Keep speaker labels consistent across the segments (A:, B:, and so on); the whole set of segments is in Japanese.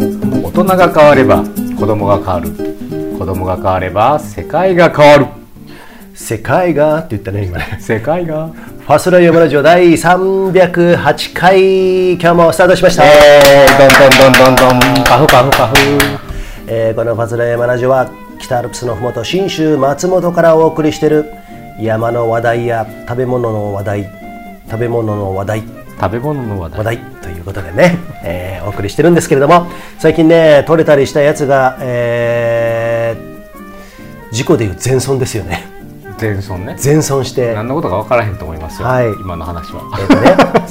A: 人が変われば子供が変わる子供が変われば世界が変わ
B: 世界がって言ったね、今ね。
A: る世界が
B: ファスライヤムラジオ第308回、今日もスタートしました。
A: えー、どんどんどんどんどんパフパフパフ
B: えーこのファズレ山ラジオは北アルプスのふもと信州松本からお送りしている山の話題や食べ物の話題食べ物の話題
A: 食べ物の話題
B: 話題ということでね、えーお送りしてるんですけれども最近ね取れたりしたやつが、えー事故でいう全損ですよね
A: 全村ね
B: 全損して
A: 何のことか分からへんと思いますよ、
B: はい
A: 今の話は
B: えっ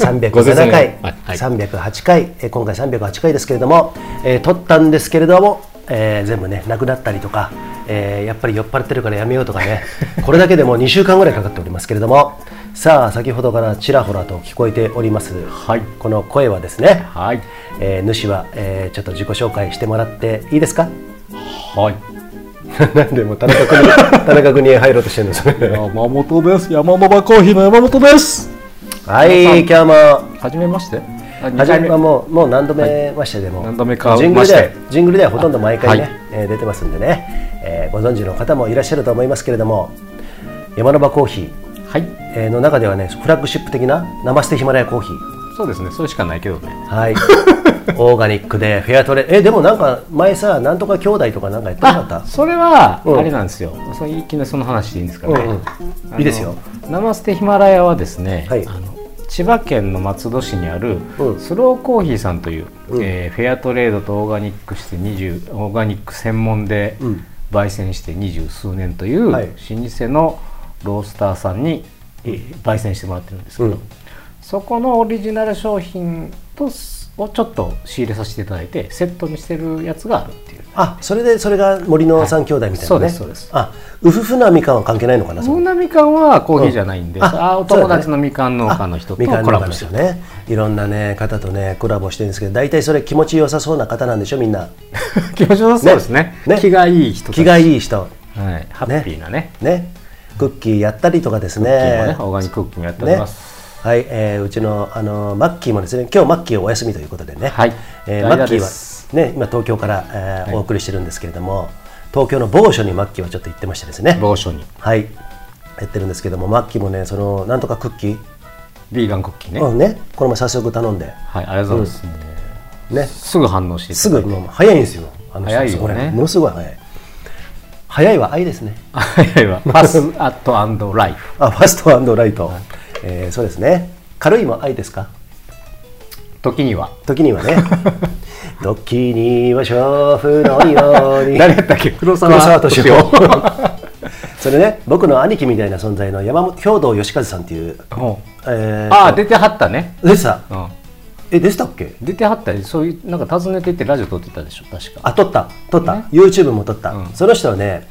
B: と ね、
A: ご説明をは
B: 307回
A: い、はい
B: 308回、えー今回308回ですけれども、えー撮ったんですけれども、えー全部ね、なくなったりとか、えーやっぱり酔っ払ってるからやめようとか ね、これだけでも2週間ぐらいかかっておりますけれども、さあ、先ほどからちらほらと聞こえております、
A: はい
B: この声はですね、
A: はい
B: えー主は、えーちょっと自己紹介してもらっていいですか
A: はい
B: なんでもう田中君に、田中君に入ろうとしてるん ですよね
A: 山本です山本コーヒーの山本です
B: はい、今日も
A: はじめましてあ二
B: はじ
A: 回
B: め
A: 目
B: はもうもう何度目ましてでも、
A: 何度目か
B: ジングルでは
A: まして
B: ジングルではほとんど毎回ね、
A: はい
B: えー出てますんでね、えーご存知の方もいらっしゃると思いますけれども山の場コーヒー
A: はい
B: えーの中ではねフラッグシップ的なナマステヒマラヤコーヒー
A: そうですねそれしかないけどね
B: はい オーガニックでフェアトレえでもなんか前さなんとか兄弟とかなんかやってなかった
A: それは
B: うん
A: あれなんですよ、そのいきなりその話でいいんですかね、
B: うんうん
A: あの
B: いいですよ
A: ナマステヒマラヤはですね、
B: はい
A: あの千葉県の松戸市にある
B: うん
A: スローコーヒーさんという、
B: うん
A: えーフェアトレードとオーガニックして20オーガニック専門で
B: うん
A: 焙煎して二十数年という老
B: はい
A: 舗のロースターさんに、えー焙煎してもらってるんですけど、
B: うん
A: そこのオリジナル商品とすをちょっと仕入れさせていただいてセットにしてるやつがあるっていう
B: あそれでそれが森の三兄弟みたいなね、
A: そうですそうです
B: あウフフなみかんは関係ないのかなそ
A: そ
B: こ
A: んなみかんはコーヒーじゃないんで、
B: うんあ
A: あお友達のみかん農家の人と
B: み
A: コ
B: かん
A: ラ
B: 農家
A: ボ
B: の
A: して
B: 人
A: る、
B: ねいろんなね方とねコラボしてるんですけど大体それ気持ちよさそうな方なんでしょみんな
A: 気持ちよさそうですね
B: ね
A: 気がいい人たち
B: 気がいい人
A: はい、ハッピーなね
B: ねクッキーやったりとかです
A: クッキーもね
B: ね
A: オーガニッククッキーもやっております、
B: はい、えーうちのあのマッキーもですね今日マッキーお休みということでね、
A: はい
B: えー
A: 代打
B: マッキー
A: で
B: は
A: す
B: ね今東京から、えー
A: はい
B: お送りしてるんですけれども東京の某所にマッキーはちょっと行ってましてですね
A: 某所に
B: はいやってるんですけどもマッキーもねそのなんとかクッキー、
A: ビーガンクッキーね、
B: うんねこれも早速頼んで
A: はいありがとうございます、
B: ね
A: すぐ反応してい
B: す
A: ただ
B: ぐ
A: いて
B: もう早いんですよあの人
A: 早いよね
B: そこら辺ものすごい早い早いは愛ですね
A: はいはいはいパスアットアンドライフ
B: あファストライト、えーそうですね軽いも愛ですか
A: 時には
B: 時に はね時には娼婦の ように
A: 誰やったっけ黒沢
B: 敏夫 それね僕の兄貴みたいな存在の山本兵藤義和さんっていう、
A: も う
B: えー
A: ああ出てはったね、
B: でした
A: うん、
B: えでしたっけ
A: 出てはったりそういうなんか訪ねてってラジオ撮ってたでしょ確か
B: あ撮った撮った、
A: ね
B: YouTube も撮った、
A: うん
B: その人はね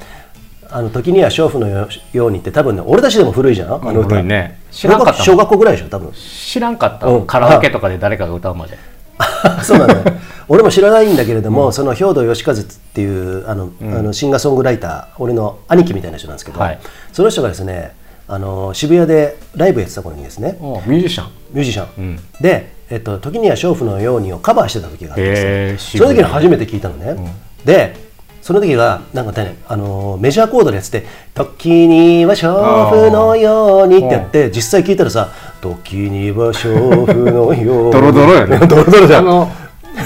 B: あの時には娼婦のよようにって多分ね俺たちでも古いじゃんあの歌
A: 古いね知
B: 小
A: らん
B: 学
A: かった
B: 校
A: もん
B: 小学校ぐらいでしょ多分
A: 知らんかった、
B: うん
A: カラオケとかで誰かが歌うまで
B: そうなのよ俺も知らないんだけれども、その兵藤義和っていうあの、あのシンガーソングライター俺の兄貴みたいな人なんですけど、
A: はい
B: その人がですねあの渋谷でライブやってた頃にですね
A: おミュージシャン
B: ミュージシャン、
A: うん
B: で、えっと、時には娼婦のようにをカバーしてた時があって
A: へ
B: で
A: ー
B: すねその時に初めて聞いたのね、でその時がなんかね、あのーメジャーコードでやってて「時には娼婦のように」ってやって実際聞いたらさ「時には娼婦のように」
A: ドロドロやね
B: ドロドロじゃ
A: あ
B: ん
A: の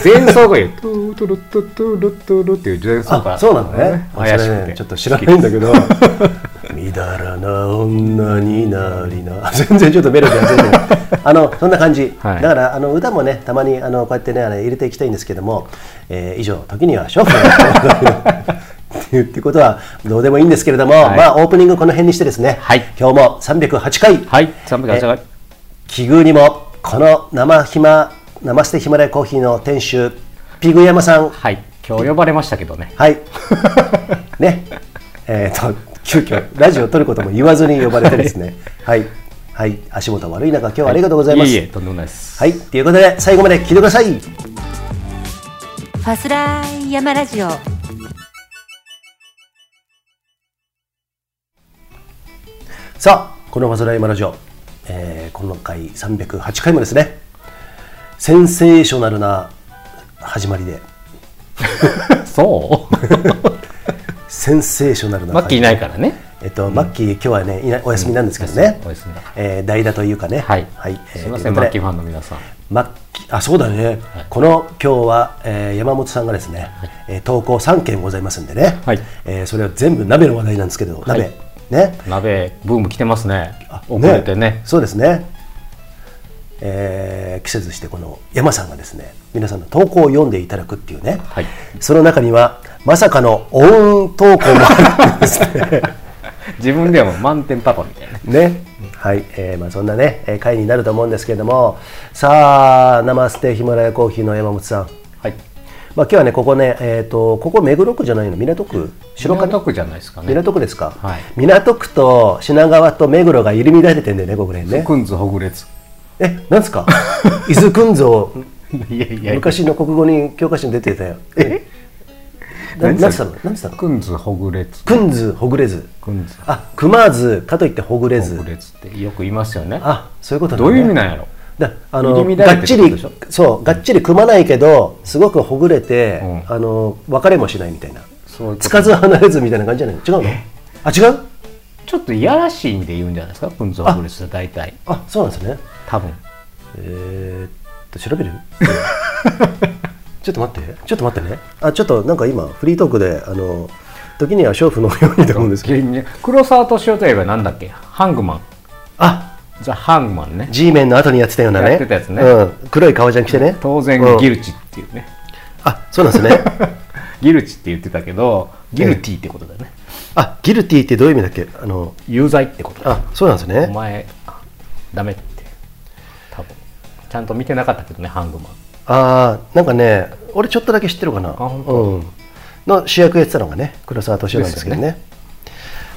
A: 前奏が言う「トゥトゥルトゥトゥルトゥル」っていう前奏が
B: あそうなのね
A: 怪し
B: そ
A: く
B: れ
A: て
B: ねちょっと知らないんだ けどみだらな女になりな全然ちょっとメロディーが全 然あのそんな感じ、
A: はい
B: だからあの歌もねたまにあのこうやってねあれ入れていきたいんですけども、えー以上時には勝負っていうってことはどうでもいいんですけれども、
A: い
B: まあオープニングこの辺にしてですね、
A: はい
B: 今日も308回、
A: はい308回
B: え奇遇にもこの生ひま生ステヒマラヤコーヒーの店主ピグ山さん
A: はい今日呼ばれましたけどね
B: はい。ね。えっ、と、急遽ラジオを撮ることも言わずに呼ばれてですね。はい。はい。足元悪い中、今日はありがとうございます。
A: いえ
B: はい
A: えとんでもないです
B: い。ということで、最後まで聞いてください。
C: ファスライヤマラジオ
B: さあ、このファズライマラジオ、えー、この回308回もですね、センセーショナルな始まりで、
A: そう
B: センセーショナルな
A: マッキーいないからね
B: えっと、マッキー今日はねいなお休みなんですけど
A: うん
B: ね、
A: お休みだから
B: えー代打というかね
A: はい、
B: えー
A: すいません
B: と
A: マッ
B: いうこ
A: キ
B: とで
A: ーファンの皆さん
B: マッキーあそうだね、この今日は、えー山本さんがですね、えー投稿3件ございますんでね、
A: はい
B: えーそれは全部鍋の話題なんですけ
A: は
B: ど、
A: い
B: 鍋ね
A: 鍋ブーム来てますね
B: あ
A: 遅れてね
B: そうですね、えー季節してこの山さんがですね皆さんの投稿を読んでいただくっていうね、
A: はい
B: その中にはまさかのオウン投稿もあるんです ね
A: 自分ではもう満点パパみたいな
B: ね、はい、えーまあそんなねえー回になると思うんですけれども、さあ生ステヒマラヤコーヒーの山本さん、
A: はい
B: まあ今日はねここねえっ、とここ目黒区じゃないの港区白金
A: 港区じゃないですかね
B: 港区ですか、
A: はい
B: 港区と品川と目黒が入り乱れてんだよねここら辺ね
A: クンズほぐれ つ
B: えなん ですか伊豆群像
A: いやいや
B: 昔の国語に教科書に出てたよえななんつったのなんつったの
A: クンズほぐれつ
B: くんずほぐれず
A: くんず
B: あくまずかといってほぐれず
A: ほぐれつってよく言いますよね
B: あそういうこと
A: どういう意味なんんやろ
B: だあ
A: 入
B: の
A: り乱
B: が
A: れ
B: ってち
A: るってこと
B: り
A: でしょ
B: そうがっちり組まないけどすごくほぐれて、
A: うん
B: あの別れもしないみたいな
A: そういうこと
B: つかず離れずみたいな感じじゃないの違うのあ違う
A: ちょっといやらしい意味で言うんじゃないですかクンズほぐれつって大体
B: あそうなんですね
A: 多分
B: えー、っと調べ るちょっと待ってちょっと待ってねあちょっとなんか今フリートークであの時には娼婦のようにと思うんですけど
A: 黒沢敏夫といえばなんだっけハングマン
B: あ
A: ザ・ハングマンね
B: G メンの後にやってたようなね
A: やってたやつね
B: うん、黒い革ジャン着てね
A: 当然
B: うん
A: ギルチっていうね、
B: あそうなんです ね
A: ギルチって言ってたけどギルティってことだよね、
B: あギルティってどういう意味だっけあの
A: 有罪ってことだ
B: あそうなんです
A: お
B: ね
A: 前ダメって多分ちゃんと見てなかったけどねハングマン
B: あーなんかね俺ちょっとだけ知ってるかな
A: 本当
B: うん、の主役やってたのがね黒沢敏夫なんですけどね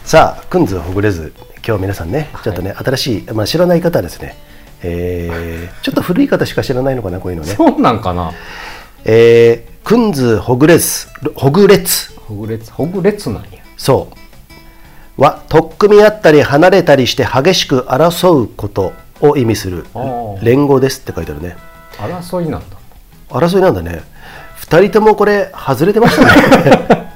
B: さあくんずほぐれず今日皆さんねちょっとね、新しい、まあ、知らない方はですね、えーちょっと古い方しか知らないのかなこういうのね
A: そうなんかな
B: えー、くんずほぐれずほぐれつ
A: ほぐれつほぐれつなんや
B: そうは取っ組み合ったり離れたりして激しく争うことを意味する
A: あー
B: 連合ですって書いてあるね
A: 争いなんだ
B: 争いなんだね2人ともこれ外れてました ね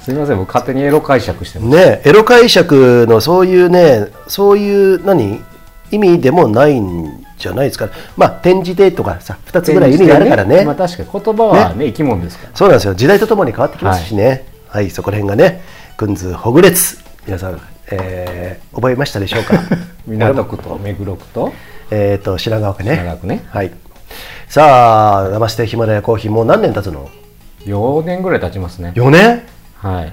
A: すみません僕勝手にエロ解釈してます
B: ねエロ解釈のそういうねそういう何意味でもないんじゃないですかまあ転じてとかさ2つぐらい意味があるからね
A: まあ確かに言葉はね生き物ですから
B: そうなんですよ時代とともに変わってきますしねはい、そこら辺がねくんずほぐれつ皆さん、えー覚えましたでしょう か
A: 港区と目黒区と
B: えっと白川区ね
A: 品川区ね
B: はいさあ「生してヒマラヤコーヒー」もう何年経つの
A: 4年ぐらい経ちますね
B: 4年
A: はい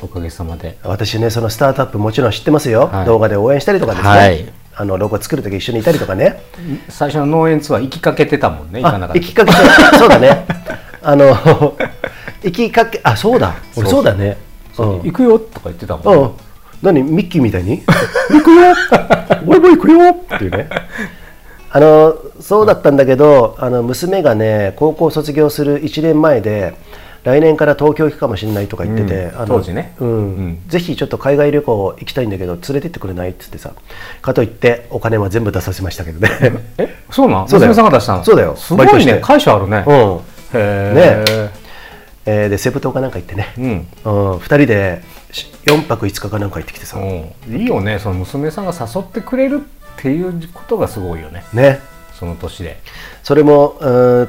A: おかげさまで
B: 私ねそのスタートアップもちろん知ってますよ、
A: はい
B: 動画で応援したりとかですね、
A: はい
B: あのロゴ作るとき一緒にいたりとかね
A: 最初の農園ツアー行きかけてたもんね行かなか
B: あ
A: った
B: 行きかけそうだねあの 行きかけあそうだ俺そうだねうん
A: 行くよとか言ってたもん、
B: うん何ミッキーみたいに行くよ俺も行くよっていうねあのそうだったんだけどあの娘がね高校卒業する1年前で来年から東京行くかもしれないとか言ってて、
A: うん
B: あの
A: 当時ね
B: うん
A: うん
B: ぜひちょっと海外旅行行きたいんだけど連れてってくれないって言ってさかといってお金は全部出させまし たけどね
A: えそうなん
B: そうだよ
A: 娘さんが出したの
B: そうだよ
A: す
B: バイ
A: ご
B: ト
A: い
B: して
A: ね会社あるね、
B: う
A: へ
B: ん、
A: え
B: えーでセブ島かなんか行ってね、
A: うん
B: うん、2人で4泊5日かなんか行ってきてさ、
A: うん、いいよねその娘さんが誘ってくれるっていうことがすごいよね
B: ね
A: その年で
B: それもうーん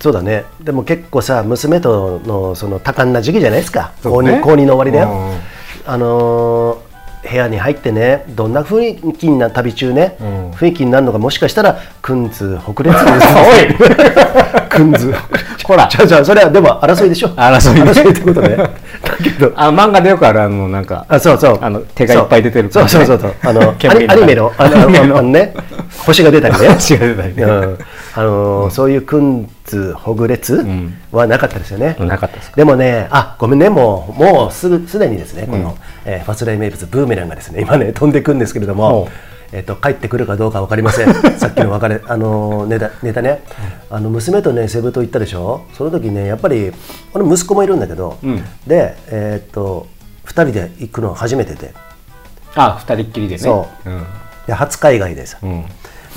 B: そうだねでも結構さ娘とのその多感な時期じゃないですか、
A: そう
B: 高
A: ね
B: 2高2の終わりだ
A: うんう
B: よ
A: ん、
B: あのー部屋に入ってねどんな雰囲気にな旅中ね、
A: うん
B: 雰囲気になるのかもしかしたらくんず北 列
A: おい
B: くんず
A: こら
B: じゃあじゃあそれはでも争いでしょ
A: 争いね
B: 争いってことねだけど
A: あ漫画でよくあるあのなんか
B: あそうそう
A: あの手がいっぱい出てる
B: そ
A: 感
B: う
A: じ
B: そう
A: ね
B: そうそうあ のア
A: 煙
B: ニ
A: の
B: ア
A: 中
B: ニメのあの
A: アニメの
B: あのね 星が出たりね
A: 星が出たりね
B: うんあのーそういうくんずほぐれつ
A: ん
B: はなかったですよね、
A: なかったですか
B: でもねあごめんねもうもうすぐすでにですねこの、えーファスライ名物ブーメランがですね今ね飛んでくんですけれど
A: おう
B: もえっと帰ってくるかどうか分かりませ ん、さっきの別れ、あのーネタネタね、あの娘とね、セブ島行ったでしょ、その時ね、やっぱり、俺、息子もいるんだけど、
A: うん
B: で、えーっと、2人で行くのは初めてで、
A: あ二人っきりでね
B: そ
A: うん
B: で初海外でさ、
A: うん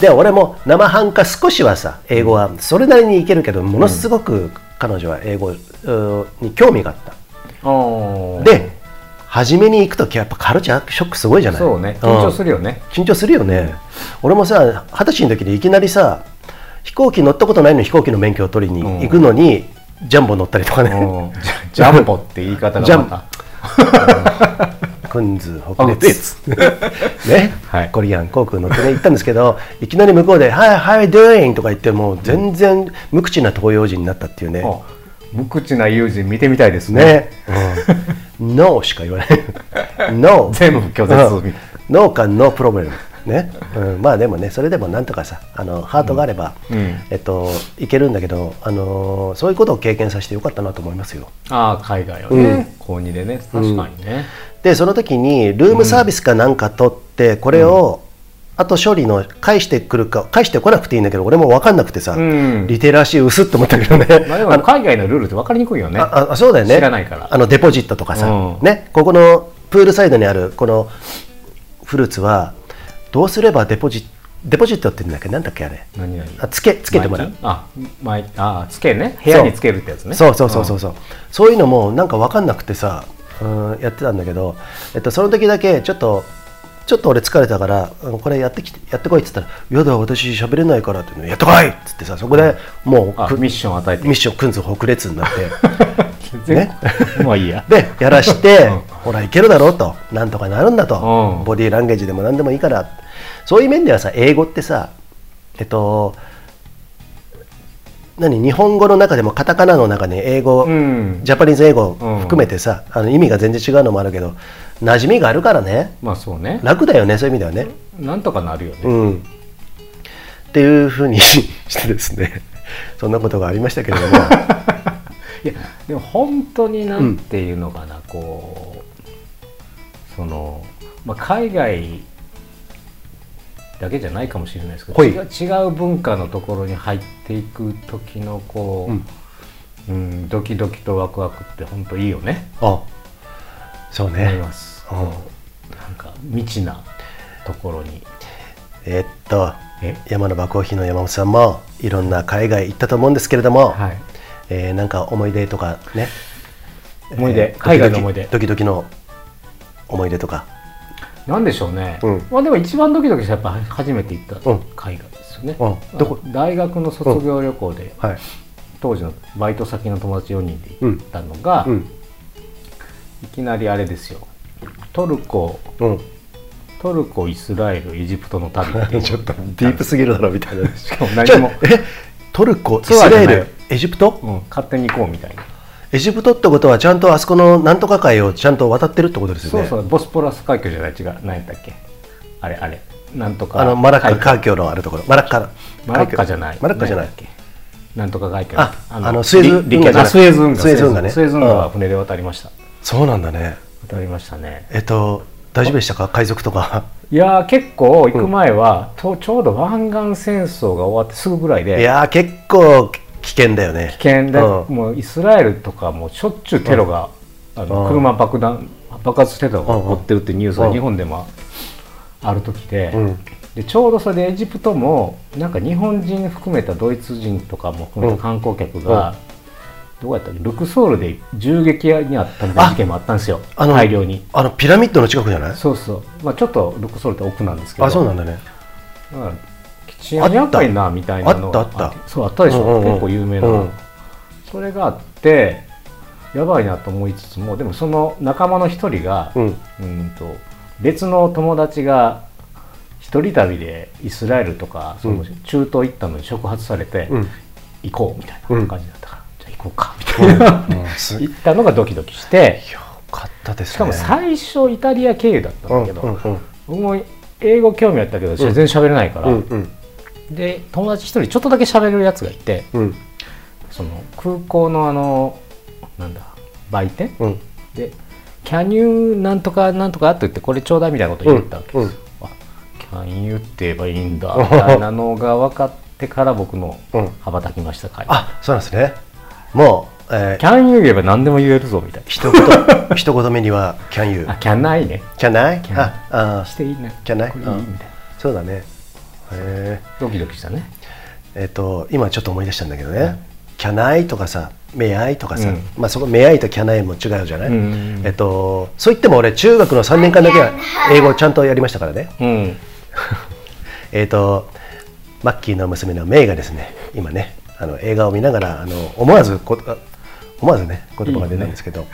B: で俺も生半可少しはさ英語はそれなりにいけるけどものすごく彼女は英語うーに興味があった
A: おー
B: で初めに行く時はやっぱカルチャーショックすごいじゃない
A: そうね緊張するよね、
B: 緊張するよね、俺もさ二十歳の時にいきなりさ飛行機乗ったことないのに飛行機の免許を取りに行くのに、ジャンボ乗ったりと かね、
A: うんジャジャンボって言い方がまた
B: クンズ北熱 ね、
A: はい
B: コリアン航空乗ってね行ったんですけどいきなり向こうで「はいはい doing」とか言ってもう全然無口な東洋人になったっていうね、
A: あ無口な友人見てみたいですね
B: ね、ノーしか言わない。ノー。
A: 全部拒絶する
B: ノーかノープロブレム。ね、うん、まあでもね、それでもなんとかさ、あのハートがあれば、
A: うんうん
B: えっといけるんだけど、あのーそういうことを経験させてよかったなと思いますよ。
A: ああ海外は
B: う
A: ね、高2でね確かにね、
B: で、その時にルームサービスかなんか取って、これを、あと処理の返してくるか返してこなくていいんだけど俺も分かんなくてさ、
A: うん
B: リテラシー薄っと思ったけどね
A: まあ、でも海外のルールって分かりにくいよね
B: ああそうだよね
A: 知らないから
B: あのデポジットとかさ、
A: うん
B: ね、ここのプールサイドにあるこのフルーツはどうすればデポジデポジットって言うんだっけなんだっけあれ
A: 何々
B: あつけつけてもらう
A: 前金あ前あつけね部屋につけるってやつね
B: そうそうそうそうそう、そういうのもなんか分かんなくてさ、うん、やってたんだけど、えっと、その時だけちょっとちょっと俺疲れたから、うんこれやってきてやってこいって言ったら「やだ私喋れないから」って言うのやってこいっつってさそこでもう
A: あ
B: く
A: ミッション与えて
B: ミッションくんず北列になって。
A: 全部まあいいや
B: でやらして、
A: うん
B: ほらいけるだろうとなんとかなるんだと、
A: うん
B: ボディーランゲージでも何でもいいからそういう面ではさ英語ってさえっと何日本語の中でもカタカナの中に英語、
A: うん
B: ジャパニーズ英語含めてさ、あの意味が全然違うのもあるけど馴染みがあるからね
A: まあそうね
B: 楽だよねそういう意味ではね。
A: なんとかなるよ
B: う
A: ね、
B: ん、っていうふうに してですねそんなことがありましたけれども
A: いやでも本当になんていうのかな、こうその、まあ、海外だけじゃないかもしれないですけど、
B: はい
A: 違う違う文化のところに入っていく時のこう、うんドキドキとワクワクって本当いいよね
B: あそうね。
A: 思います、
B: うん
A: こうなんか未知なところに
B: えっと
A: え
B: 山のバコーヒーの山本さんもいろんな海外行ったと思うんですけれども、
A: はい
B: えーなんか思い出とかね
A: 思い出
B: えー
A: 海外の思い出
B: ドキドキドキドキの思い出とか
A: なんでしょうね、
B: うん
A: まあでも一番ドキドキしたやっぱ初めて行った
B: うん
A: 海外ですよね、
B: うんどこ
A: あの大学の卒業旅行で、
B: はい
A: 当時のバイト先の友達4人で行ったのが、
B: うん
A: いきなりあれですよトルコ
B: うん
A: トルコイスラエルエジプトの旅っていう
B: ちょっとディープすぎるだろみ たいな
A: しかも何も、
B: ちょえトルコイス
A: ツアーじ
B: ラ
A: ゃ
B: エ
A: ない
B: ルエジプト、
A: うん、勝手に行こうみたいな、
B: エジプトってことはちゃんとあそこのなんとか海をちゃんと渡ってるってことですよ
A: そ
B: ね
A: うそうボスポラス海峡じゃない違う何やったっけあれあれなんとか
B: あのマラッカ
A: 海峡
B: 海峡のあるところマラッカ
A: マラッカじゃない
B: マラッカじゃない
A: 何だっけなんとか海峡
B: ああのスエズ運河
A: リリケ
B: じゃない
A: あスエズ運河
B: スエズ運河ね
A: スエズ運河は
B: うん
A: 船で渡りました
B: そうなんだね
A: 渡りましたね
B: えっと大丈夫でしたか海賊とか
A: いやー結構行く前は、とちょうど湾岸戦争が終わってすぐぐらいで
B: いやー結構危険だよね
A: 危険で、
B: うん
A: もうイスラエルとかもうしょっちゅうテロが、あの
B: うん
A: 車爆弾爆発テロが起こってるってニュースが
B: うん
A: 日本でもある時で,、
B: うん
A: でちょうどそれでエジプトもなんか日本人含めたドイツ人とかも含め
B: うん
A: た観光客が、どうやったっけルクソールで銃撃にあったみたいな事件もあったんですよ
B: あの
A: 大量に
B: あのピラミッドの近くじゃない
A: そうそう、まあ、ちょっとルクソールって奥なんですけど
B: あそうなんだね
A: だから吉安やばいなみたいなのが
B: あったあった
A: てそうあったでしょ、
B: うんうんうん
A: 結構有名な、
B: うん
A: それがあってやばいなと思いつつもでもその仲間の一人が、
B: う
A: うんと別の友達が一人旅でイスラエルとかその
B: うん
A: 中東行ったのに触発されて、
B: うん
A: 行こうみたいな感じだったから、じゃあ行こうかみたいな、
B: うん
A: 行ったのがドキドキして
B: よかったですね
A: しかも最初イタリア経由だったんだけど、
B: うんうん
A: 僕も英語興味あったけど全然喋れないから、
B: うんうん
A: で友達一人ちょっとだけ喋れるやつがいて
B: うん
A: その空港のあのなんだ売店
B: うん
A: で「Can you なんとかなんとか」って言ってこれちょうだいみたいなこと言ったわけです、あ Can you って言えばいいんだみたいなのが分かってから僕の
B: うん
A: 羽ばたきましたかい、
B: あそうなんですねもう、えー、
A: Can you 言えば何でも言えるぞみたい
B: 一言 一言目には「Can you
A: なあ Can I ね」
B: Can I?
A: キャン
B: ああ
A: していいね
B: Can I?
A: これいい
B: うん
A: みたいな
B: そうだねへえ
A: ドキドキしたね
B: えっと今ちょっと思い出したんだけどね、
A: はい
B: 「キャナイとかさ目合いとかさ、
A: うん
B: まあそこ目合いとキャナイも違うじゃない、
A: うんうんうん
B: えっとそう言っても俺中学の3年間だけは英語をちゃんとやりましたからね
A: うん
B: えっとマッキーの娘のメイがですね今ねあの映画を見ながらあの思わずこあ思わずね言葉が出ないんですけど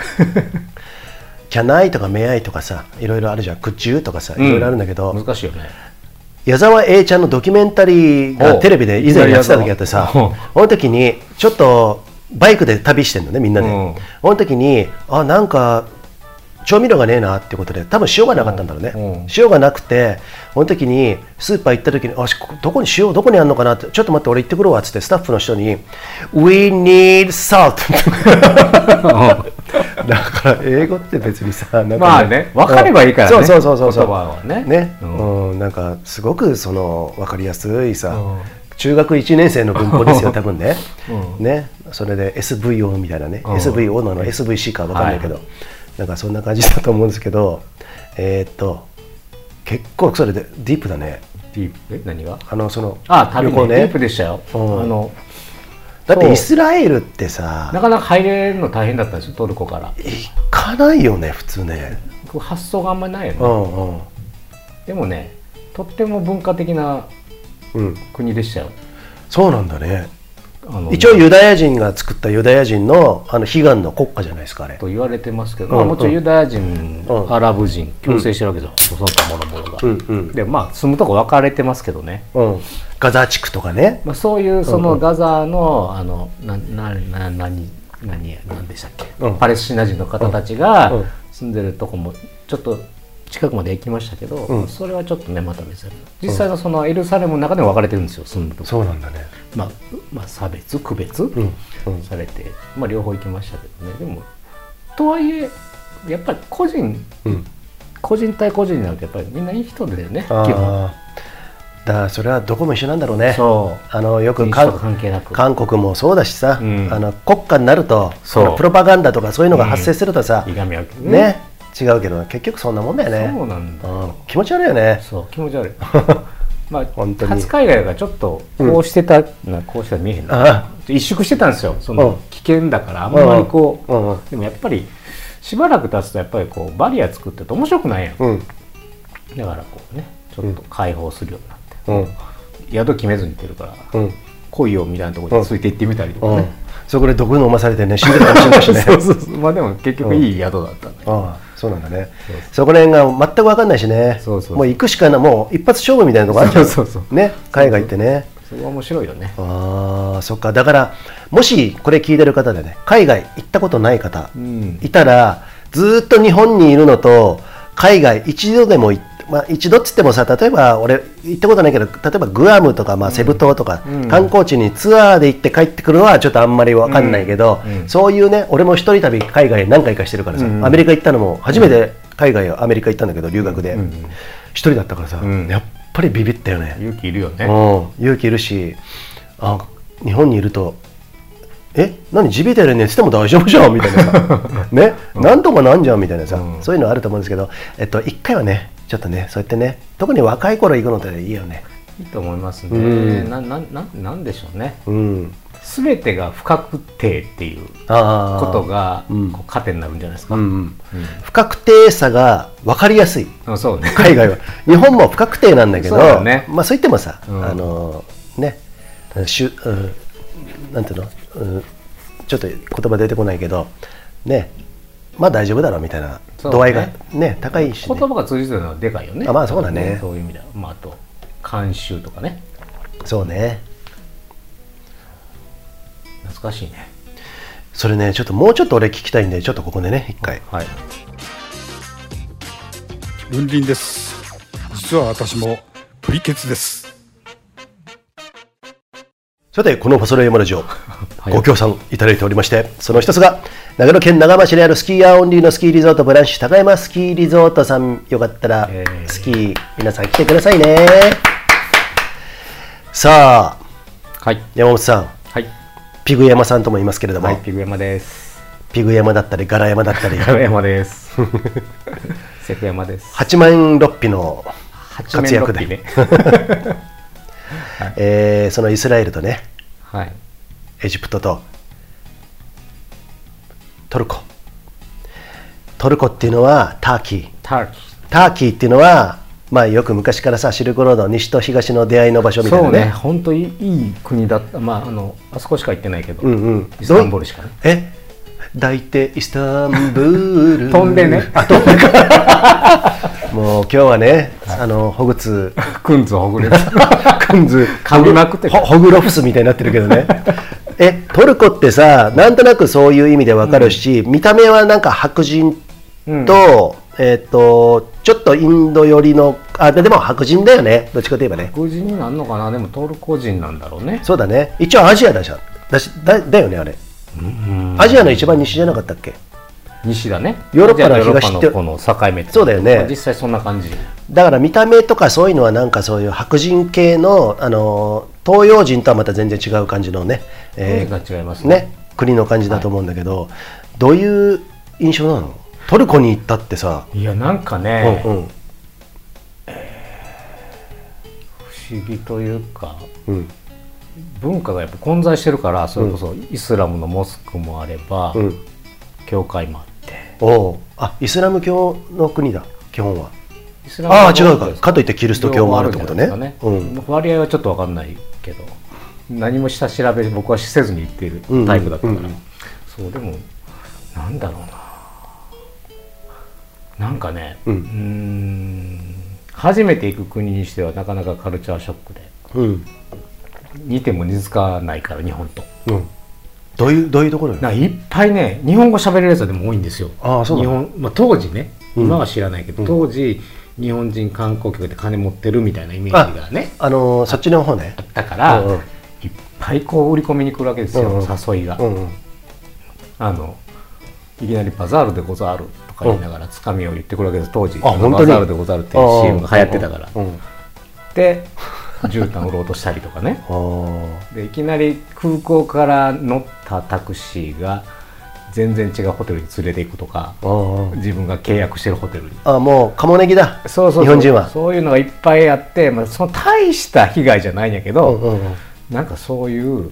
B: キャナイとか目合いとかさいろいろあるじゃん口ゅとかさいろいろあるんだけど、
A: 難しいよね
B: 矢沢永ちゃんのドキュメンタリー
A: お
B: が
A: う
B: テレビで以前やってた時あってさ、
A: おう
B: この時にちょっとバイクで旅してんのね、みんなで。
A: うん
B: この時に、あ、なんか調味料がねえなってことで、多分塩がなかったんだろうね。
A: うん
B: 塩がなくて、この時にスーパー行った時に、あしこどこに塩どこにあるのかなって、ちょっと待って、俺行ってくるわっつって、スタッフの人に、We need salt! だから英語って別にさ、なんかね
A: まあね分かればいいからね
B: うんそうそうそうそ
A: 言
B: う。
A: 葉はね
B: うん、なんかすごくその分かりやすいさ、
A: うん
B: 中学1年生の文法ですよ、多分ね。
A: う
B: ね、それで SVO みたいなね、
A: うん
B: SVO なの SVC か分かんないけど、
A: は
B: なんかそんな感じだと思うんですけど、えーっと、結構それでディープだね。
A: ディープえ何が
B: あのその
A: あ旅
B: 行
A: ねディープでしたよ、
B: うん
A: あの
B: だっ
A: そ
B: て
A: う
B: イスラエルって
A: な
B: さ、
A: かなか入れるの大変だったんですよトルコから
B: 行かないよね、普通ね。
A: こう発想があんまりないよね、
B: うんうん
A: でもねとっても文化的な
B: うん、
A: 国でしたよ
B: そうなんだね。
A: あの
B: 一応ユダヤ人が作ったユダヤ人のあの悲願の国家じゃないですかあれ
A: と言われてますけど、
B: うん
A: まあ、もちろんユダヤ人、
B: うん
A: アラブ人共生してるわけですよ、その他諸々が、
B: うんうん
A: でまあ住むとこ分かれてますけどね、
B: うん、ガザ地区とかね
A: まあ、そういうそのガザのあのななな何何や何でしたっけ、
B: うん
A: パレスチナ人の方たちが
B: うん
A: 住んでるとこもちょっと近くまで行きましたけど、
B: うん
A: それはちょっとねまた別に実際のそのエルサレムの中でも分かれてるんですよ住むとこ、
B: そうなんだね
A: まあ、まあ差別区別、
B: うんうん
A: されて、まあ、両方行きましたけどねでもとはいえやっぱり個人
B: うん
A: 個人対個人になるとやっぱりみんないい人だよね基本
B: あーだからそれはどこも一緒なんだろうね
A: そ
B: あのよ
A: う
B: く
A: 人
B: 韓
A: と関係なく
B: 韓国もそうだしさ、
A: うん
B: あの国家になると
A: そう
B: あのプロパガンダとかそういうのが発生するとさ、
A: いがみ合うけど
B: ね違うけど結局そんなもんだよね
A: そうなんだ
B: うん気持ち悪いよね
A: そう気持ち 悪いまあ
B: 本当に
A: 初海外がちょっとこうしてたなこうしてたら見えへんな
B: あ
A: 一縮してたんですよそうの
B: ん
A: 危険だからあんまりこう、
B: うんうん
A: でもやっぱりしばらく経つとやっぱりこうバリア作ってると面白くないやん、
B: うん
A: だからこうねちょっと解放するようになって、
B: うん
A: 宿決めずに行ってるから、
B: うん
A: 来いよみたいなところについて行ってみたりとか
B: う
A: ね、
B: んそこで毒飲まされてね死んでるかもしれないしね
A: そうそうそうまあでも結局いい宿だったね、
B: ああそうなんだね
A: そう
B: そこら辺が全く分かんないしね
A: そうそう
B: もう行くしかないもう一発勝負みたいなとこあるじゃん
A: そうそうそ
B: ね海外行ってね
A: それは面白いよね
B: ああそっかだからもしこれ聞いてる方でね海外行ったことない方
A: うん
B: いたらずーっと日本にいるのと海外一度でも行っまあ、一度っつってもさ例えば俺行ったことないけど例えばグアムとか、まあ、セブ島とか、
A: うん
B: 観光地にツアーで行って帰ってくるのはちょっとあんまり分かんないけど、
A: うんうん
B: そういうね俺も一人旅海外何回かしてるからさ、
A: うん
B: アメリカ行ったのも初めて海外アメリカ行ったんだけど留学で
A: うん
B: 一、人だったからさ、
A: うん
B: やっぱりビビったよね、
A: 勇気いるよね、
B: うん、勇気いるしあ日本にいると「え何地べたで寝てても大丈夫じゃん」みたいな さね、なんとかなんじゃんみたいなさ、
A: うん
B: そういうのあると思うんですけど、えっと、一回はねちょっとねそうやってね特に若い頃行くのっていいよね
A: いいと思いますね、
B: うん
A: ななななんでしょうね
B: うん
A: 全てが不確定っていう
B: あー
A: ことが
B: うん
A: こう糧になるんじゃないですか、
B: うんうん
A: うん
B: 不確定さが分かりやすい
A: あそうね
B: 海外は日本も不確定なんだけど
A: そうだね
B: まあそう言ってもさ、
A: うん
B: あのねしゅ、うん、なんていうの、うん、ちょっと言葉出てこないけどねまあ大丈夫だろうみたいな
A: そうね
B: 度合いがね高いし、
A: 言葉、
B: ね
A: が通じてるのはでかいよね
B: あまあそうだね
A: そういう意味では、まあ、あと慣習とかね
B: そうね
A: 懐かしいね
B: それねちょっともうちょっと俺聞きたいんでちょっとここでね一回
A: はい
D: ルンリンです実は私もプリケツです
B: さて、このファソレ山ラジオ、
A: い
B: ご協賛いただいておりまして、その一つが、長野県長浜市にあるスキーヤーオンリーのスキーリゾートブランシュ高山スキーリゾートさん、よかったら
A: えー
B: スキー、皆さん来てくださいね。さあ、
A: はい
B: 山本さん、
A: はい
B: ピグ山さんとも言いますけれども、
A: はいピグ山です
B: ピグ山だったり、ガラ山だったり、
A: 亀山ですセク山です
B: 八万六匹の、
A: 八面六臂ね
B: えーそのイスラエルとね、
A: はい
B: エジプトとトルコトルコっていうのはターキー
A: ターキ
B: ターキーっていうのは、まあ、よく昔からさシルクロードの西と東の出会いの場所
A: ー
B: みたい
A: そ
B: な
A: う
B: ね
A: ね本当にいい国だったまああのあそこしか行ってないけど、
B: うんうん
A: イスタンブールしかね
B: え抱いてイスタンブール
A: 飛んでね
B: あ飛んでもう今日はね、あのホグツ
A: クンズほぐれる
B: クンズ
A: 噛みまくってる
B: ホホグロフスみたいになってるけ どねえトルコってさなんとなくそういう意味でわかるし、見た目はなんか白人と、
A: うん
B: えっ、とちょっとインド寄りのあででも白人だよねどっちかといえばね
A: 黒人になんのかなでもトルコ人なんだろうね
B: そうだね一応アジアだじゃんだしだだよねあれアジアの一番西じゃなかったっけ
A: 西だね
B: ヨーロッパの東
A: ヨーロッパのこの境目って
B: そうだよね
A: まあ実際そんな感じ
B: だから見た目とかそういうのはなんかそういう白人系の、あのー東洋人とはまた全然違う感じのね,、えー
A: 文化違いますね
B: ね国の感じだと思うんだけど、どういう印象なのトルコに行ったってさ、
A: いやなんかね、
B: うんうん
A: 不思議というか
B: うん
A: 文化がやっぱ混在してるからそれこそイスラムのモスクもあれば、
B: うん、
A: 教会もあって
B: おうあイスラム教の国だ基本は
A: イスラム
B: ああ
A: 教
B: 違うかかといってキリスト教もあるってことね
A: 両方あるんじゃ
B: う
A: ないですか
B: ん
A: ね割合はちょっと分かんないけど何も下調べ僕はせずに行っているタイプだったから、
B: うんうんうん
A: そうでもなんだろうななんかね
B: うん
A: ーん初めて行く国にしてはなかなかカルチャーショックで
B: うん、
A: 似ても似つかないから日本と
B: うん、どういうどういうところよ
A: なんかいっぱいね日本語喋れるやつはでも多いんですよ
B: ああそうな
A: 日
B: の
A: 本、まあ、当時ね
B: うん
A: 今は知らないけど、
B: うん
A: 当時日本人観光客で金持ってるみたいなイメージがね
B: あのーそっちの方ね
A: あったから、
B: うんうん
A: いっぱいこう売り込みに来るわけですよ、
B: うんうん
A: 誘いが、
B: うんうん
A: あのいきなり「バザールでござる」とか言いながらつかみを言ってくるわけです当時
B: あ本当
A: バ
B: に
A: ザールでござる」っていう CM が流行ってたから、
B: うんうん
A: で絨毯売ろうとしたりとかね
B: あー
A: でいきなり空港から乗ったタクシーが全然違うホテルに連れて行くとか
B: あー
A: 自分が契約してるホテルに
B: あもうカモネギだ
A: そうそうそう
B: 日本人は
A: そういうのがいっぱいあって、まあ、その大した被害じゃないんやけど、
B: うんうんうん
A: なんかそういう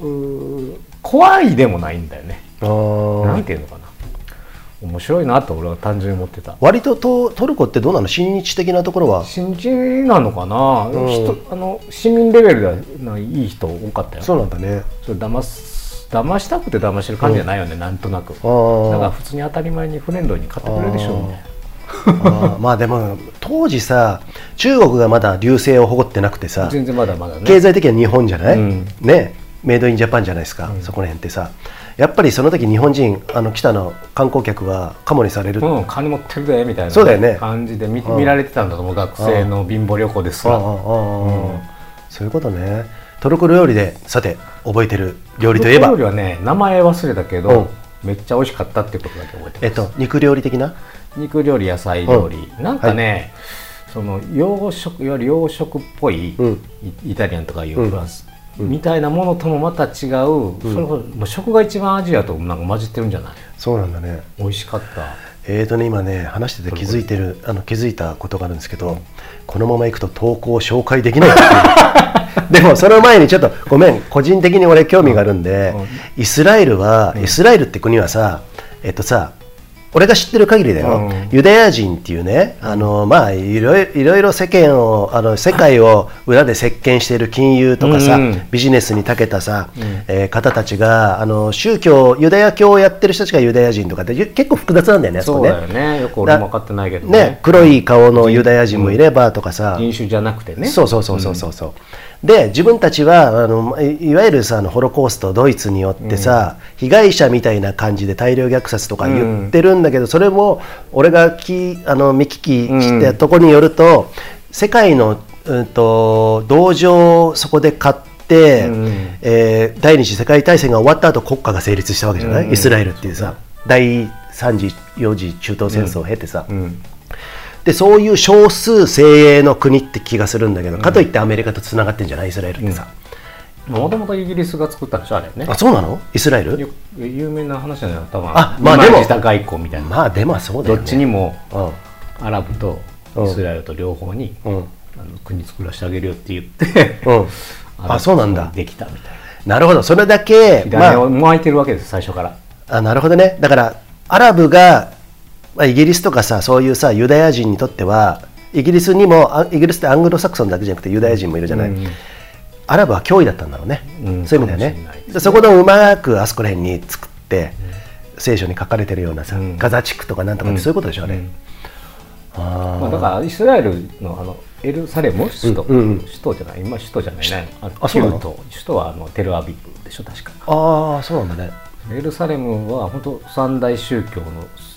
A: うー怖いでもないんだよね
B: あ
A: なん
B: ー
A: ていうのかな面白いなと俺は単純に思ってた
B: 割とトトルコってどうなの親日的なところは
A: 新人なのかな、
B: うん
A: 人あの市民レベルではないいい人多かったよ
B: そうなんだね
A: それ騙す騙したくて騙してる感じじゃないよね、なんとなくだ
B: あ
A: か
B: ー
A: ら普通に当たり前にフレンドリーに買ってくれるでしょうね
B: あーまあでも当時さ中国がまだ流星を誇ってなくてさ
A: 全然まだまだね
B: 経済的には日本じゃない、
A: うん
B: ねメイドインジャパンじゃないですか、
A: うん
B: そこら辺ってさやっぱりその時日本人あの北の観光客はカモにされる、
A: うん、金持ってるでみたいな、
B: そうだよね
A: 感じで見,、
B: うん
A: 見られてたんだと思う学生の貧乏旅行です
B: ああああ
A: ら、
B: ああ
A: うん
B: そういうことねトルコ料理でさて覚えてる料理といえば
A: トルコ料理はね名前忘れたけど、
B: うん
A: めっちゃ美味しかったってことだけ覚えてます、
B: えっと、肉料理的な
A: 肉料理野菜料理、なんかね、その洋食いわゆる洋食っぽい、
B: うん
A: イイタリアンとかいう
B: うん
A: フランス、みたいなものともまた違う、それこそもう食が一番アジアとなんか混じってるんじゃない
B: そうなんだね
A: 美味しかった
B: えーとね今ね話してて気づいてるあの気づいたことがあるんですけど、このままいくと投稿を紹介できないって いうでもその前にちょっとごめん個人的に俺興味があるんで、イスラエルは、イスラエルって国はさえっとさ俺が知ってる限りだよ、
A: うん
B: ユダヤ人っていうねあのまあいろいいろいろ世間をあの世界を裏で席巻している金融とかさ、
A: うんうん
B: ビジネスに長けたさ、えー方たちがあの宗教ユダヤ教をやってる人たちがユダヤ人とかってゆ結構複雑なんだよねあこ
A: そうだよねよく俺も分かってないけどね
B: ね黒い顔のユダヤ人もいればとかさ、
A: 人種じゃなくてね
B: そうそうそうそうそうそう、で自分たちはあのいいわゆるさあのホロコーストドイツによってさ、被害者みたいな感じで大量虐殺とか言ってるんだけど、それも俺がきあの見聞きしたとこによると、世界の、うん、と同情をそこで買って、
A: うん
B: えー第二次世界大戦が終わった後国家が成立したわけじゃない、
A: うん
B: イスラエルっていうさ第三次四次中東戦争を経てさ、
A: うん
B: でそういう少数精鋭の国って気がするんだけど、かといってアメリカとつながってんじゃないイスラエルってさ、
A: もともとイギリスが作ったんでしょあれね
B: あそうなのイスラエル
A: よ有名な話じゃないの多分
B: あまあでも
A: 二枚舌外交みたいな、
B: まあでもそうだ
A: ど
B: よ、ね、
A: っちにも
B: うん
A: アラブと
B: うん
A: イスラエルと両方に、
B: う
A: あ
B: ん
A: の国作らせてあげるよって言って、
B: うん
A: アラブ
B: あそうなんだ
A: できたみたいな
B: なるほどそれだけ
A: 火
B: ま
A: 種
B: あ
A: を巻いてるわけです最初から
B: あなるほどねだからアラブがまあイギリスとかさそういうさユダヤ人にとってはイギリスにもあイギリスってアングロサクソンだけじゃなくてユダヤ人もいるじゃない、
A: うん
B: アラブは脅威だったんだろうね、
A: うん
B: そういう意
A: かもしれ
B: 味だよ
A: ない
B: ね
A: ですね
B: でそこのうまくあそこら辺に作って、聖書に書かれてるようなさ、
A: うん
B: ガザ地区とかなんとかってそういうことでしょうね、
A: ん
B: あー
A: まあ、だからイスラエルのあのエルサレム首都、
B: うんうん
A: 首都じゃない今首都じゃないねあ
B: あそうなの
A: 旧都首都はあのテルアビブでしょ確か
B: あーそうなんだね
A: エルサレムは本当三大宗教の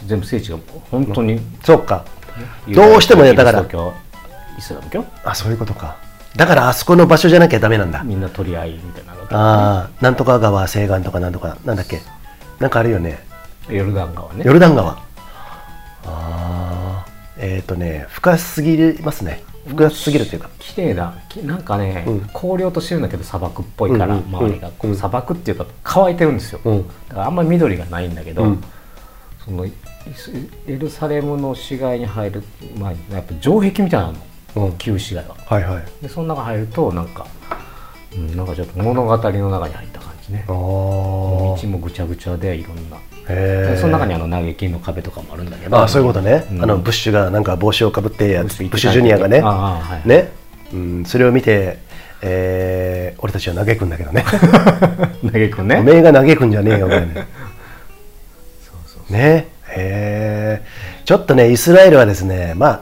A: 全部聖地が本当に、
B: そうかどうしてもねだか
A: キ
B: ら
A: リスト教イスラム教
B: あそういうことかだからあそこの場所じゃなきゃダメなんだ、
A: みんな取り合いみたいなのが
B: ああなんとか川西岸とかなんとかなんだっけなんかあるよね
A: ヨルダン川ね
B: ヨルダン川あーえっ、とね深すぎますね深すぎるというか
A: 綺麗だきなんかね、
B: うん
A: 荒涼としてるんだけど砂漠っぽいから、
B: うんうん
A: 周りがこう
B: うん
A: 砂漠っていうか乾いてるんですよ、
B: うん
A: だからあんまり緑がないんだけど、
B: うん
A: そのイスエルサレムの市街に入る前にやっぱ城壁みたいなの、
B: うん
A: 旧市街は
B: はいはい
A: でその中入るとなんか、うん、なんかちょっと物語の中に入った感じね
B: あ
A: 道
B: ー
A: もぐちゃぐちゃでいろんな、
B: へ
A: で
B: ー
A: その中にあの嘆きの壁とかもあるんだけど
B: あーそういうことね、
A: うん
B: あのブッシュがなんか帽子をかぶってや
A: ブッ
B: ブ
A: シュ
B: ッシュジュニアがね
A: ああはい
B: ね、うん、それを見て、えー俺たちは嘆くんだけどね
A: 嘆く
B: お
A: ね
B: めえが嘆くんじゃねえよ みたいなねへえちょっとねイスラエルはですねまあ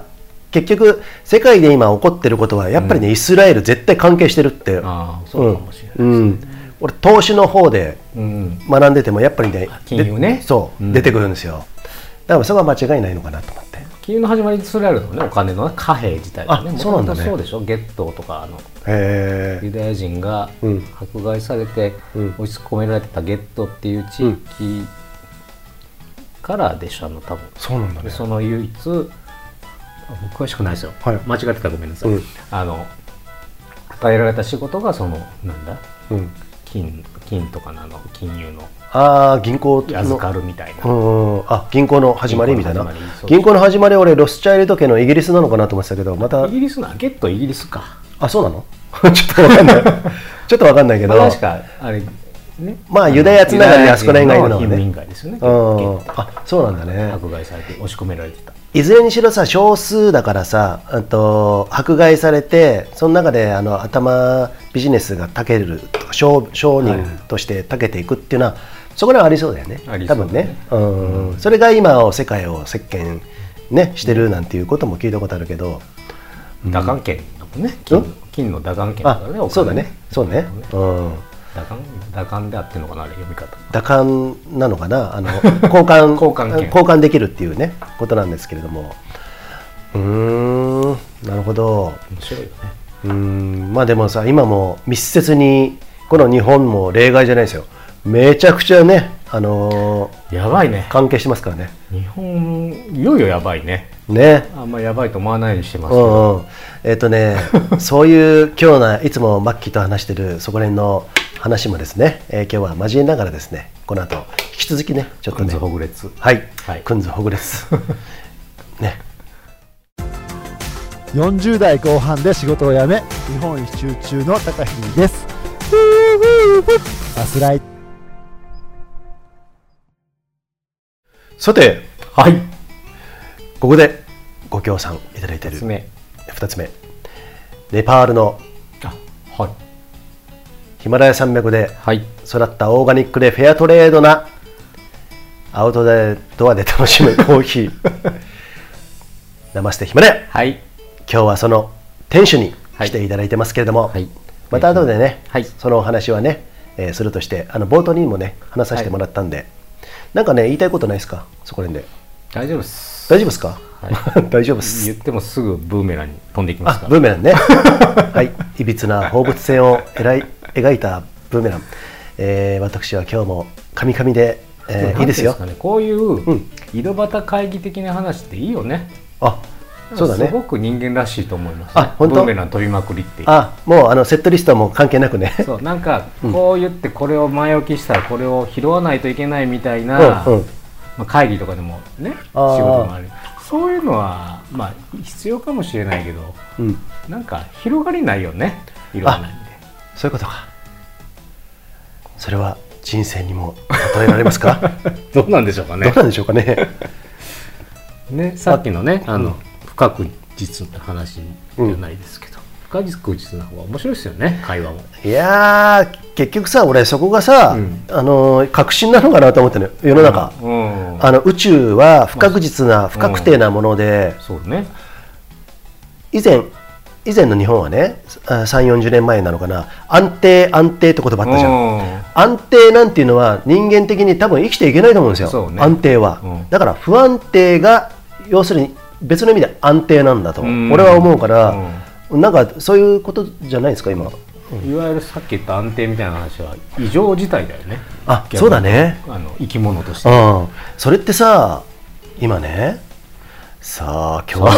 B: 結局世界で今起こってることはやっぱりね、イスラエル絶対関係してるって
A: ああそうかもしれないです
B: うんうん、俺投資の方で
A: うん
B: 学んでてもやっぱりね
A: 金融ね
B: でそう、
A: うん
B: 出てくるんですよだからそこは間違いないのかなと思ってへ
A: 金融の始まりにすられるのねお金のね貨幣自体がね
B: あそうなんだね
A: 元々そうでしょゲットーとかあのユ
B: え
A: ダヤ人が
B: うん
A: 迫害されて
B: うん
A: 押し込められてたゲットーっていう地域からでしょあの多分
B: そうなんだ
A: で
B: ね
A: その唯一あ僕詳しくないですよ、
B: はい
A: 間違ってたらごめんなさい、
B: うん
A: あの与えられた仕事がそのなんだ
B: うん、
A: 金金とかなの金融の
B: ああ銀行の
A: 預かるみたいな、
B: うんうんあ銀行の始まりみたいな
A: 銀行の始まりそう
B: 銀行の始まり俺ロスチャイルド家のイギリスなのかなと思ってたけどまた
A: イギリスなゲットーイギリスか
B: あそうなの ちょっとわかんない ちょっとわかんないけど、
A: まあ確かあれね
B: まあユダヤつながりであそこら辺がいるのはね
A: ユダヤ人貧民街ですよね
B: うん
A: 結構
B: あそうなんだね
A: 迫害されて押し込められてた
B: いずれにしろさ少数だからさあと迫害されてその中であの頭ビジネスがたけるとか商商人としてたけていくっていうのは、そこらはありそうだよね
A: ありそ
B: 多
A: うだね
B: 分ね、うんそれが今を世界を席巻、ね、してるなんていうことも聞いたことあるけど、
A: 打眼圏だもんね金の金の打眼圏だからねお
B: あ
A: 金
B: そうだねそうね、
A: 打
B: うん、
A: 眼打眼であってんのかなあれ読み方
B: 打感なのかなあの 交換
A: 交換券
B: 交換できるっていうねことなんですけれどもうーんなるほど
A: 面白いよね
B: うーんまあでもさ今も密接にこの日本も例外じゃないですよめちゃくちゃねあの
A: やばいね
B: ー関係してますからね
A: 日本いよいよやばいね
B: ね
A: あんまやばいと思わないようにしてます
B: う
A: けど、
B: んうんえっ、とねそういう今日ないつもマッキーと話してるそこら辺の話もですね、えー今日は交えながらですねこの後引き続きねちょっと
A: 軍
B: ね
A: 事ほぐれつ
B: はい、
A: はい
B: くんずほぐ れすね
E: 40代後半で仕事を辞め日本一周中の高飛ですバスライ
B: さて
A: はい
B: ここでご協賛いただいている
A: 説明
B: 2つ目ネパールの
A: あはい
B: ヒマラヤ山脈で
A: はい
B: 育ったオーガニックでフェアトレードなアウトドアで楽しむコーヒーナマステヒマラヤ
A: はい
B: 今日はその店主に
A: はい
B: 来ていただいてますけれども、
A: はい
B: また後でね、
A: はい
B: そのお話はね、えーするとしてあの冒頭にもね話させてもらったんで、なんかね言いたいことないですかそこら辺で
A: 大丈夫です
B: 大丈夫ですか、
A: は
B: 大丈夫です
A: 言ってもすぐブーメランに飛んでいきます
B: あ
A: か
B: ブ
A: ら
B: ーメラ ンねはいいびつな放物線をえらい描いたブーメラン、えー私は今日もカミカミで、えーいいですよ
A: なんてうんですかねこういううん井戸端会議的な話っていいよね、
B: あそうだ
A: す
B: ね
A: ごく人間らしいと思いますね
B: あ本当
A: ブーメラン飛びまくりっていう
B: あもうあのセットリストはもう関係なくね
A: そうなんかこう言ってこれを前置きしたらこれを拾わないといけないみたいな、
B: うんうん
A: まあ、会議とかでもね仕
B: あー
A: 事もあるそういうのはまあ必要かもしれないけど
B: うん
A: なんか広がりないよねいろんな意味で
B: そういうことかそれは人生にも例えられま すか
A: どうなんでしょうか
B: どう
A: ね
B: なんでしょう かね
A: ねさっきのねあの、
B: うん
A: 不確実な話じゃないですけど、不確実な方が面白いですよね会話も
B: いやー結局さ俺そこがさ、
A: うん
B: あのー確信なのかなと思ってね世の中、
A: うん
B: あの宇宙は不確実な不確定なもので、
A: そうね
B: 以前以前の日本はね3 4 0年前なのかな安定安定って言葉あったじゃん、安定なんていうのは人間的に多分生きていけないと思うんです
A: そう
B: よ、
A: ね
B: 安定は、
A: うん
B: だから不安定が要するに別の意味で安定なんだと
A: うん
B: 俺は思うから、なんかそういうことじゃないですか今、
A: うんいわゆるさっき言った安定みたいな話は異常事態だよね
B: あ
A: 逆に
B: そうだね
A: あの生き物として
B: うん、それってさ今ねさあ今 日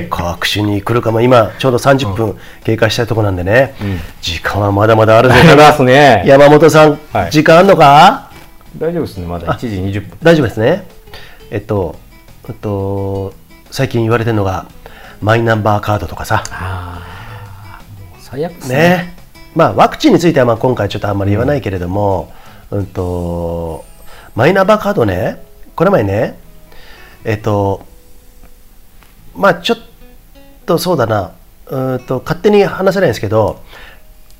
B: の各種に来るかも今ちょうど30分経過したいとこなんでね、
A: うん
B: 時間はまだまだある ぞ
A: すね
B: 山本さん、
A: はい
B: 時間あんのか
A: 大丈夫ですねまだ1時20分
B: 大丈夫ですねえっとえっと最近言われてるのがマイナンバーカードとかさ
A: ああ最悪ですね
B: ねまあ、ワクチンについてはまあ今回ちょっとあんまり言わないけれども、うんとマイナンバーカードね、これ前ね、えっと、まあちょっとそうだな、うんと勝手に話せないんですけど、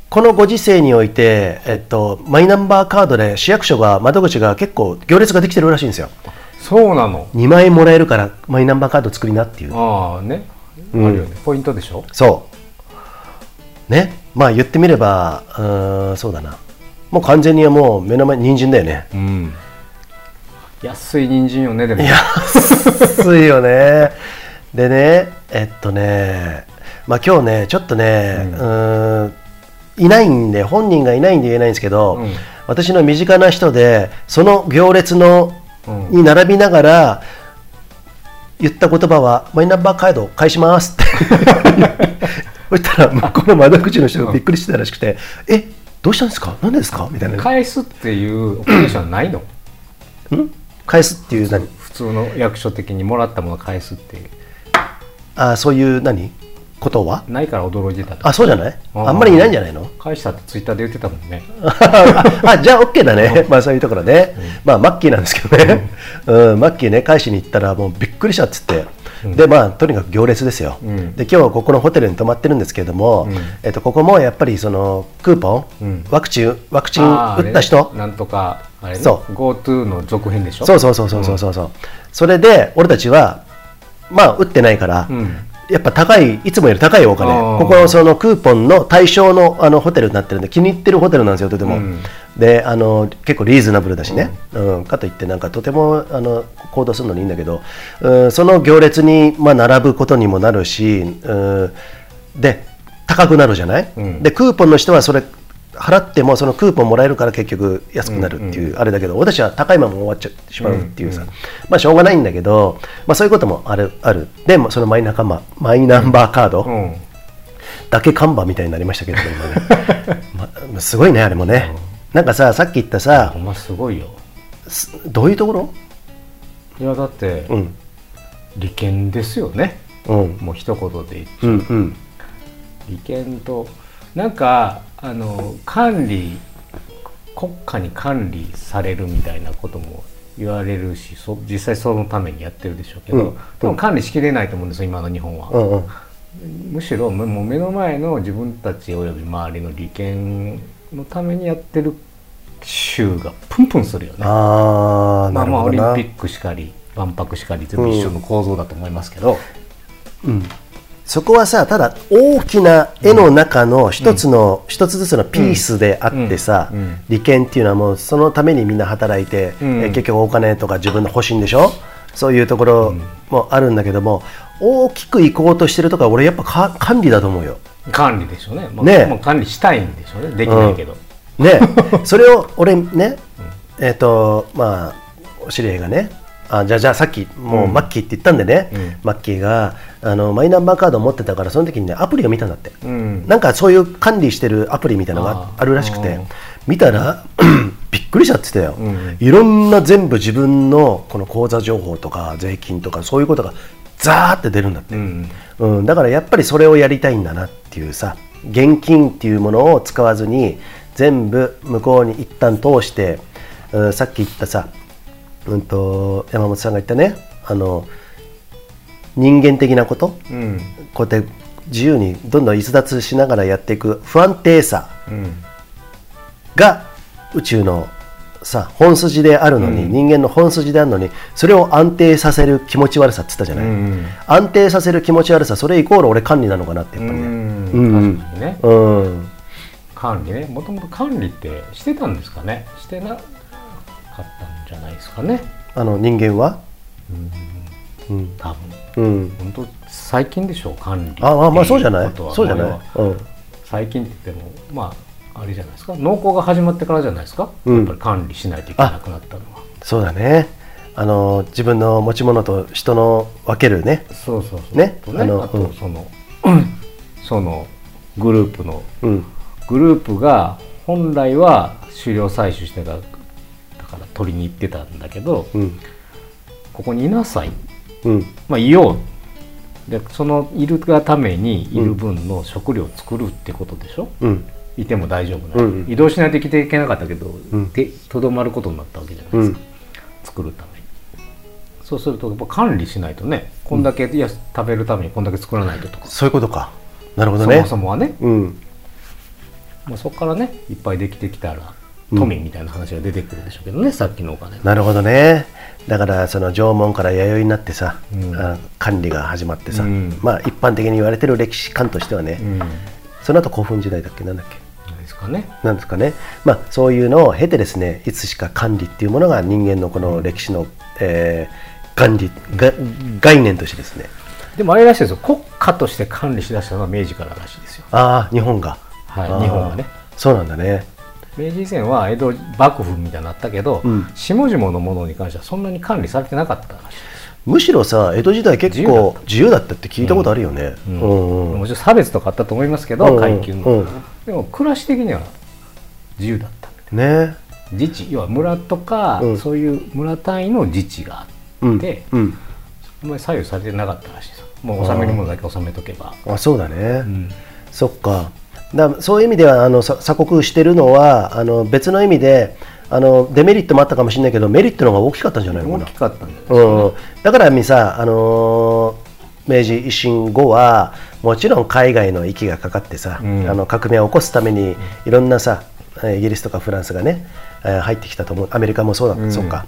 B: このご時世において、えっと、マイナンバーカードで市役所が、窓口が結構行列ができてるらしいんですよ。
A: そうなの
B: 2万円もらえるからマイナンバーカード作りなっていう。
A: ああね、
B: うん
A: あるよねポイントでしょ
B: そう。ね、まあ言ってみれば、うーん、そうだな。もう完全にはもう目の前に人参だよね。
A: うん安い人参よねでも
B: 安いよね。でね、えっとね、まあ今日ね、ちょっとね、う
A: うん
B: ーん、いないんで、本人がいないんで言えないんですけど、
A: うん
B: 私の身近な人で、その行列の、
A: うん
B: に並びながら、言った言葉は、マイナンバーカード返しま すって。そしたら、向こうの窓口の人がびっくりしてたらしくて、えどうしたんですか何でですかみたいな。
A: 返すっていうオペレーションはないの
B: ん返すっていう何
A: 普通の役所的にもらったものを返すっていう
B: あそういう何ことは
A: ないから驚いてたと
B: あ、そうじゃない
A: うん
B: あんまりいないんじゃないの
A: 返したってツイッターで言ってたもんね
B: あ、じゃあ OK だね。まあそういうところね。まあマッキーなんですけどね。うん、マッキーね、返しに行ったらもうびっくりしたっつって。で、まあとにかく行列ですよ。
A: うん
B: で、今日はここのホテルに泊まってるんですけれども、
A: うん
B: えっと、ここもやっぱりそのクーポ
A: う
B: ン、
A: ん
B: ワクチン、ワクチン
A: あー
B: 打った
A: あ
B: 人
A: れねなんとかあれね
B: そう
A: GoTo の続編でしょ
B: そうそうそうそうそうそうそう、それで俺たちはまあ打ってないから、
A: うん
B: やっぱ高いいつもより高いお金
A: あー
B: ここはそのクーポンの対象のあのホテルになってるんで気に入ってるホテルなんですよとても、
A: うん
B: であの結構リーズナブルだしね、うんかといってなんかとてもあの行動するのにいいんだけど、うん、その行列に、まあ、並ぶことにもなるし、うん、で高くなるじゃない、
A: うん
B: でクーポンの人はそれ払ってもそのクーポンもらえるから結局安くなるっていうあれだけど、私は高いまま終わっちゃってしまうっていうさ、まあしょうがないんだけど、まあ、そういうこともあるあるでもそのマイナカママイナンバーカード、
A: うん
B: だけ看板みたいになりましたけど今ね、まあすごいねあれもね、なんかささっき言ったさ
A: ほんますごいよ
B: すどういうところ
A: いやだって
B: うん
A: 利権ですよね
B: うん
A: もう一言で言っ
B: うんうん
A: 利権となんかあの管理国家に管理されるみたいなことも言われるしそ実際そのためにやってるでしょうけど、
B: うん
A: でも管理しきれないと思うんですよ今の日本は、
B: うんうん
A: むしろむもう目の前の自分たちおよび周りの利権のためにやってる州がプンプンするよね
B: ああ
A: ま
B: な
A: あ
B: る
A: まあ
B: ほ
A: オ
B: ど
A: リン
B: な、
A: ピックしかり万博しかり全部一緒の構造だと思いますけど、
B: そこはさただ大きな絵の中の一つの、一つずつのピースであってさ、
A: うんうん
B: 利権っていうのはもうそのためにみんな働いて、
A: うん
B: えー結局お金とか自分の保身でしょそういうところもあるんだけども、大きく行こうとしてるとか俺やっぱか管理だと思うよ。
A: 管理でしょうね,、まあ、
B: ねえ
A: もう管理したいんでしょうねできないけど、
B: ねそれを俺ねえっ、とまあお知り合いがねあじゃあじゃあさっきもうマッキーって言ったんでね、
A: うん
B: マッキーがあのマイナンバーカードを持ってたからその時にねアプリを見たんだって、
A: うん
B: なんかそういう管理してるアプリみたいなのが
A: あー
B: あるらしくて
A: うん
B: 見たら びっくりしちゃってたよ、
A: うん
B: いろんな全部自分のこの口座情報とか税金とかそういうことがザーって出るんだって、
A: うん
B: うん、だからやっぱりそれをやりたいんだなっていうさ現金っていうものを使わずに全部向こうに一旦通して、うん、さっき言ったさ、うん、と山本さんが言ったねあの人間的なこと
A: うん
B: こうやって自由にどんどん逸脱しながらやっていく不安定さ
A: うん
B: が宇宙のさ本筋であるのに、
A: うん
B: 人間の本筋であるのにそれを安定させる気持ち悪さって言ったじゃ
A: う
B: ない、
A: ん
B: 安定させる気持ち悪さそれイコール俺管理なのかなってやっぱりね
A: うん確かにね
B: うん、
A: 管理ねもともと管理ってしてたんですかねしてなかったんじゃないですかね
B: あの人間はうん、
A: 多分
B: うん、
A: 本当最近でしょう管理
B: ああまあそうじゃな
A: っ
B: い
A: てことは
B: そうじゃな、
A: 要はい
B: うん、
A: 最近って言ってもまああれじゃないですか農耕が始まってからじゃないですか、
B: うん
A: やっぱり管理しないといけなくなったのは
B: そうだねあの自分の持ち物と人の分けるね
A: そうそうそう
B: ね
A: と
B: あ
A: ね
B: の
A: あ
B: う
A: と
B: ん
A: その、 そのグループの
B: うん
A: グループが本来は狩猟採取してただから取りに行ってたんだけど、
B: うん
A: ここにいなさい
B: うん
A: まあ、いようでそのいるがためにいる分の食料を作るってことでしょ、
B: うん
A: いても大丈夫な、
B: うんうん
A: 移動しないと生きていけなかったけど
B: うん
A: でとど、まることになったわけじゃな
B: う
A: いです
B: ん
A: か、作るためにそうするとやっぱ管理しないとねこんだけ、いや食べるためにこんだけ作らないととか、
B: そういうことかなるほど
A: そ
B: ね
A: もそもはね、
B: うん
A: まあ、そこからねいっぱいできてきたら
B: うん
A: 富みたいな話が出てくるでしょうけどね、さっきのお金の
B: なるほどねだからその縄文から弥生になってさ、
A: うん
B: あ管理が始まってさ、
A: うん
B: まあ一般的に言われてる歴史観としてはね、
A: うんな
B: その後古墳時代だっけなんだっけ
A: いですかね
B: なんですかね、まあ、そういうのを経てですねいつしか管理っていうものが人間のこの歴史の、えー管理が概念としてですね
A: でもあれらしいですよ国家として管理しだしたのは明治かららしいですよ
B: ああ日本が、
A: はい
B: あー
A: 日本はね
B: そうなんだね
A: 明治以前は江戸幕府みたいになったけど、
B: うん
A: 下々のものに関してはそんなに管理されてなかったらしい
B: むしろさ江戸時代結構自由だったって聞いたことあるよね、
A: う
B: うんんうん
A: もちろん差別とかあったと思いますけど、
B: うんうん
A: 階級の、
B: うん
A: でも暮らし的には自由だった
B: ね
A: 自治要は村とか、
B: うん
A: そういう村単位の自治があって、
B: うんうん
A: あんまり左右されてなかったらしいですよもう納めるものだけ納めとけば、
B: あそうだね、
A: うん
B: そっかだそういう意味ではあのさ鎖国してるのはあの別の意味であのデメリットもあったかもしれないけどメリットの方が大きかったんじゃないのか
A: 大
B: な
A: きかったんじゃないですか
B: うん、だからみさ、あのー明治維新後はもちろん海外の息がかかってさ、
A: うん
B: あの革命を起こすためにいろんなさえーイギリスとかフランスがねえー入ってきたと思うアメリカもそうだ、
A: ん
B: そうか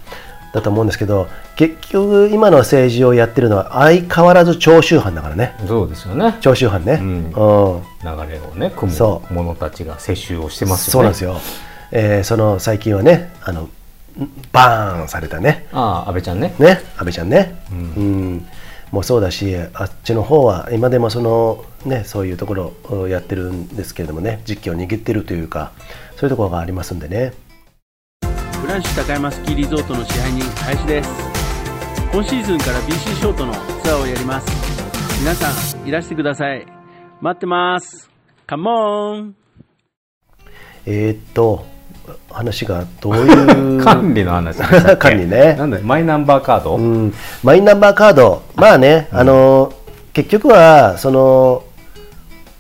B: だと思うんですけど結局今の政治をやってるのは相変わらず長州藩だからね
A: そうですよね
B: 長州藩ね、
A: うん
B: うん
A: 流れをね組む
B: そ
A: 者たちが世襲をしてますよね
B: そうなんですよ、えーその最近はねあのんバーンされたね
A: ああ安倍ちゃんね
B: ね安倍ちゃんね、うんもうそうだしあっちの方は今でもその、ね、そういうところをやってるんですけれどもね実況を握ってるというかそういうところがありますんでね
F: フランシュ高山スキーリゾートの支配人林です今シーズンから BC ショートのツアーをやります皆さんいらしてください待ってますカモン
B: えーっと話がどう いう
A: 管理の話でしたっけ
B: 管理ね
A: なんだよマイナンバーカード、
B: うん、マイナンバーカード、まあね、あの結局はその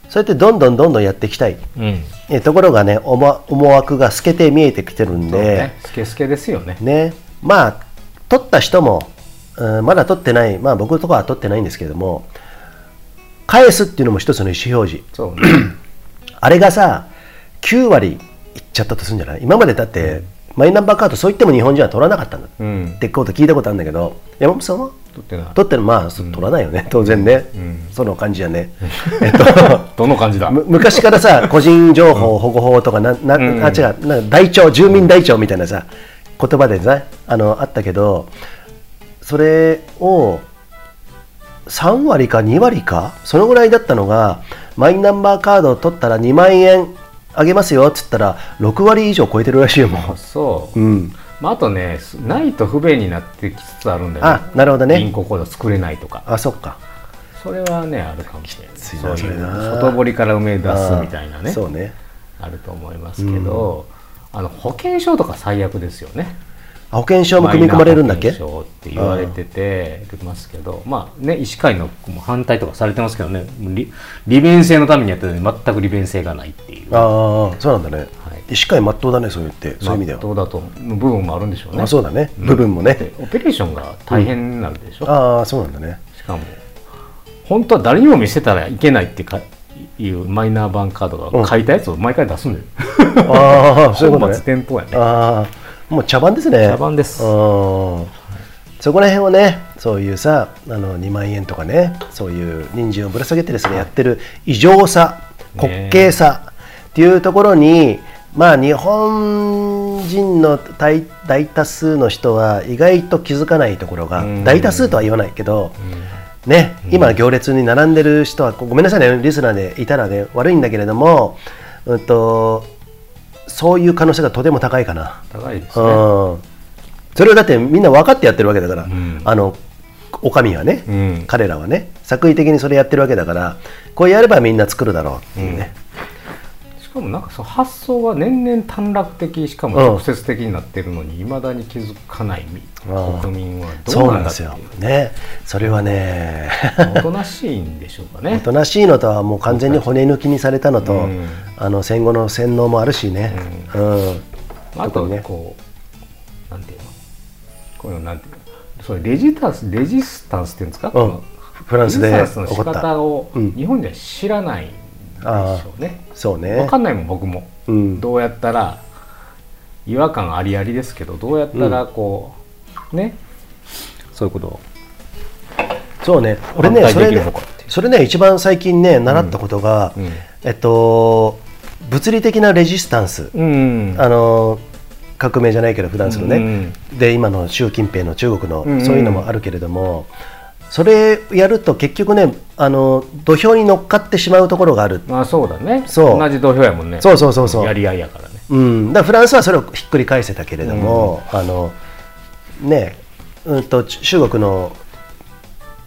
B: そうやってどんどんどんどんやっていきたい
A: うん
B: えところがね思わ思惑が透けて見えてきてる
A: そ
B: ん
A: う
B: で
A: ね、スケスケですよね。
B: ね、まあ、取った人も、うんまだ取ってない、まあ、僕のところは取ってないんですけれども、返すっていうのも一つの意思表示、
A: そうね。
B: あれがさ、9割いっちゃったとするんじゃない今までだって、マイナンバーカード、そう言っても日本人は取らなかったんだ、
A: うん
B: ってこと聞いたことあるんだけど、山本さんは
A: 取ってない。
B: 取ってるまあ、そ取らないよね、当然ね、その感じ やね。えっと
A: どの感じだ。
B: む昔から さ個人情報保護法とかなな、あ違うなんか台帳住民台帳みたいなさ言葉でさあのあったけどそれを3割か2割かそのぐらいだったのがマイナンバーカードを取ったら2万円あげますよっつったら6割以上超えてるらしいよも
A: あそう。
B: う、うん、
A: まああとね、すないと不便になってきつつあるんだよね。
B: あなるほどね
A: 銀行口座作れないとか。
B: あそっか
A: それはね、あるかもしれない。
B: ついな
A: そう
B: そ
A: い
B: れ
A: う
B: な
A: 外堀から埋め出す
B: あー
A: みたいなね、
B: そうね
A: あると思いますけど、あの保険証とか最悪ですよね。
B: あ保険証も組み込まれるんだっけ
A: マイナ保険証って言われててますけど、まあね、医師会の反対とかされてますけどね、利利便性のためにやってるのに全く利便性がないっていう。
B: ああそうなんだね、
A: はい
B: しっかりまっとうだねそう言ってそういう意味では、
A: どうだとの部分もあるんでしょうね
B: あそうだね部分も
A: で
B: ね
A: オペレーションが大変なんでしょ、
B: ああそうなん だね
A: しかも本当は誰にも見せたらいけないってかいうマイナー版カード
B: うん
A: が書いたやつを毎回出すんだよ、
B: ああそういうこと
A: 本
B: ね
A: 末転倒やね
B: ああもう茶番ですね
A: 茶番です
B: うんそこら辺をねそういうさあの2万円とかねそういう人参をぶら下げてですね、やってる異常さ滑稽さっていうところに、まあ日本人の大大多数の人は意外と気づかないところが
A: うん
B: 大多数とは言わないけど、ね、今行列に並んでる人はごめんなさいねリスナーでいたらね悪いんだけれども、うん、とそういう可能性がとても高いかな。
A: 高いですね
B: うんそれはだってみんな分かってやってるわけだから、
A: ん
B: あのおかみはね、
A: うん
B: 彼らはね作為的にそれやってるわけだからこうやればみんな作るだろうっていうね、
A: しかもなんかその発想が年々短絡的しかも
B: うん
A: 直接的になってるのにいまだに気づかないみ
B: うん
A: 国民はど
B: そうう
A: な
B: なん
A: んだっ
B: で
A: て
B: す
A: いう
B: よねそれは ね
A: おとなしいんでしょう か
B: お
A: ね
B: となしいのとはもう完全に骨抜きにされたのと、
A: うん
B: あの戦後の洗脳もあるしね、うん
A: あ
B: 特
A: と
B: にね
A: こうなんていうのこういうのなんていうのそれレジタスレジスタンスっていうんですか、こ
B: うん
A: の
B: フランスで
A: レジスタンスの
B: 起
A: 仕
B: こった
A: 方を
B: うん
A: 日本では知らないんでしょうね、
B: そうね
A: 分かんないもん僕も、
B: うん
A: どうやったら違和感ありありですけどどうやったらこう、ねそういうことを
B: そうね、俺ね、
A: 挽
B: そ
A: 回で
B: れ
A: きる
B: ね
A: のかっていう
B: それね、一番最近ね、習ったことが、
A: うんうん
B: えっと、物理的なレジスタンス、
A: うん
B: あの革命じゃないけど、フランスのね、で、今の習近平の中国の、
A: うんうん
B: そういうのもあるけれども、それやると結局ねあの、土俵に乗っかってしまうところがある、
A: まあそうだね
B: そう
A: 同じ土俵やもんね
B: そうそうそうそう
A: やり合いやからね
B: うん、だからフランスはそれをひっくり返せたけれども、あのねうん、とち中国の、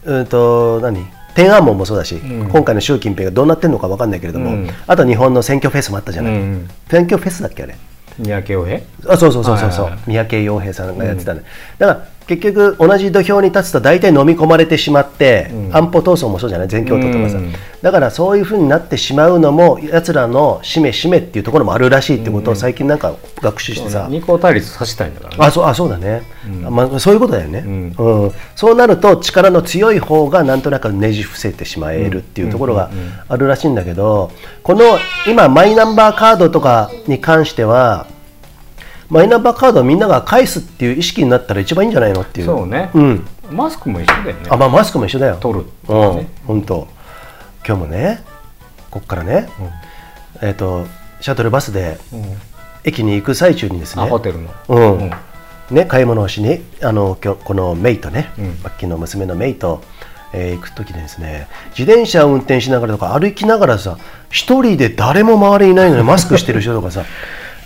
B: うん、と何天安門もそうだし、
A: ん
B: 今回の習近平がどうなってるのか分かんないけれども、
A: うん
B: あと日本の選挙フェスもあったじゃない、
A: うん
B: 選挙フェスだっけあれ
A: 三宅洋平
B: あそうそうそうそうそう、
A: はいはいはい
B: 三宅洋平さんがやってたね、だから結局同じ土俵に立つと大体飲み込まれてしまって、
A: うん
B: 安保闘争もそうじゃない全共闘とかさ、
A: うん
B: だからそういうふうになってしまうのもやつらのしめしめっていうところもあるらしいってことを最近なんか学習してさ、
A: 二項対立させたいんだからね
B: あそうあそうだね、まあ、そういうことだよね、う
A: うん
B: そうなると力の強い方がなんとなくねじ伏せてしまえるっていうところがあるらしいんだけど、この今マイナンバーカードとかに関してはマイナンバーカードをみんなが返すっていう意識になったら一番いいんじゃないのっていう
A: そうね
B: うん
A: マスクも一緒だよね
B: あまあ、マスクも一緒だよ
A: 取る
B: うん、
A: ね
B: 本当今日もねこっからね、えっ、とシャトルバスで
A: うん
B: 駅に行く最中にですね
A: あホテルの
B: うん
A: うん
B: ね、買い物をしにあのきょこのメイとね、
A: うん
B: さっきの娘のメイと、えー行く時にですね自転車を運転しながらとか歩きながらさ一人で誰も周りにいないのにマスクしてる人と かさ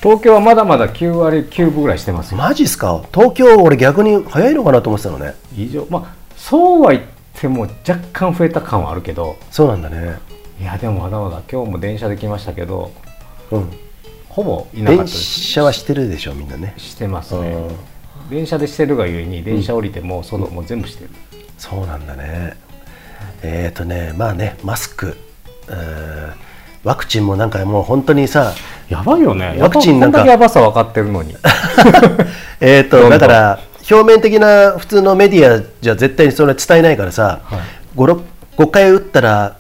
A: 東京はまだまだ9割9分ぐらいしてますよ
B: マジっすか東京俺逆に早いのかなと思ってたのね
A: 以上まあそうは言っても若干増えた感はあるけど
B: そうなんだね、
A: いやでもまだまだ今日も電車で来ましたけど
B: うん、
A: ほぼいなかった
B: 電
A: です
B: 車はしてるでしょみんなね
A: してます
B: う
A: ね
B: ん
A: 電車でしてるがゆえに電車降りてもそのもう全部してる
B: そうなんだね。えっ、とね、まあね、マスク、うーワクチンもなんかもう本当にさ、
A: やばいよね
B: ワクチンなんか
A: やばこんだけやばさ分かってるのに
B: えっ、
A: どんど
B: と、
A: ん
B: だから、表面的な普通のメディアじゃ絶対にそれ伝えないからさ、5, 6 5回打ったら、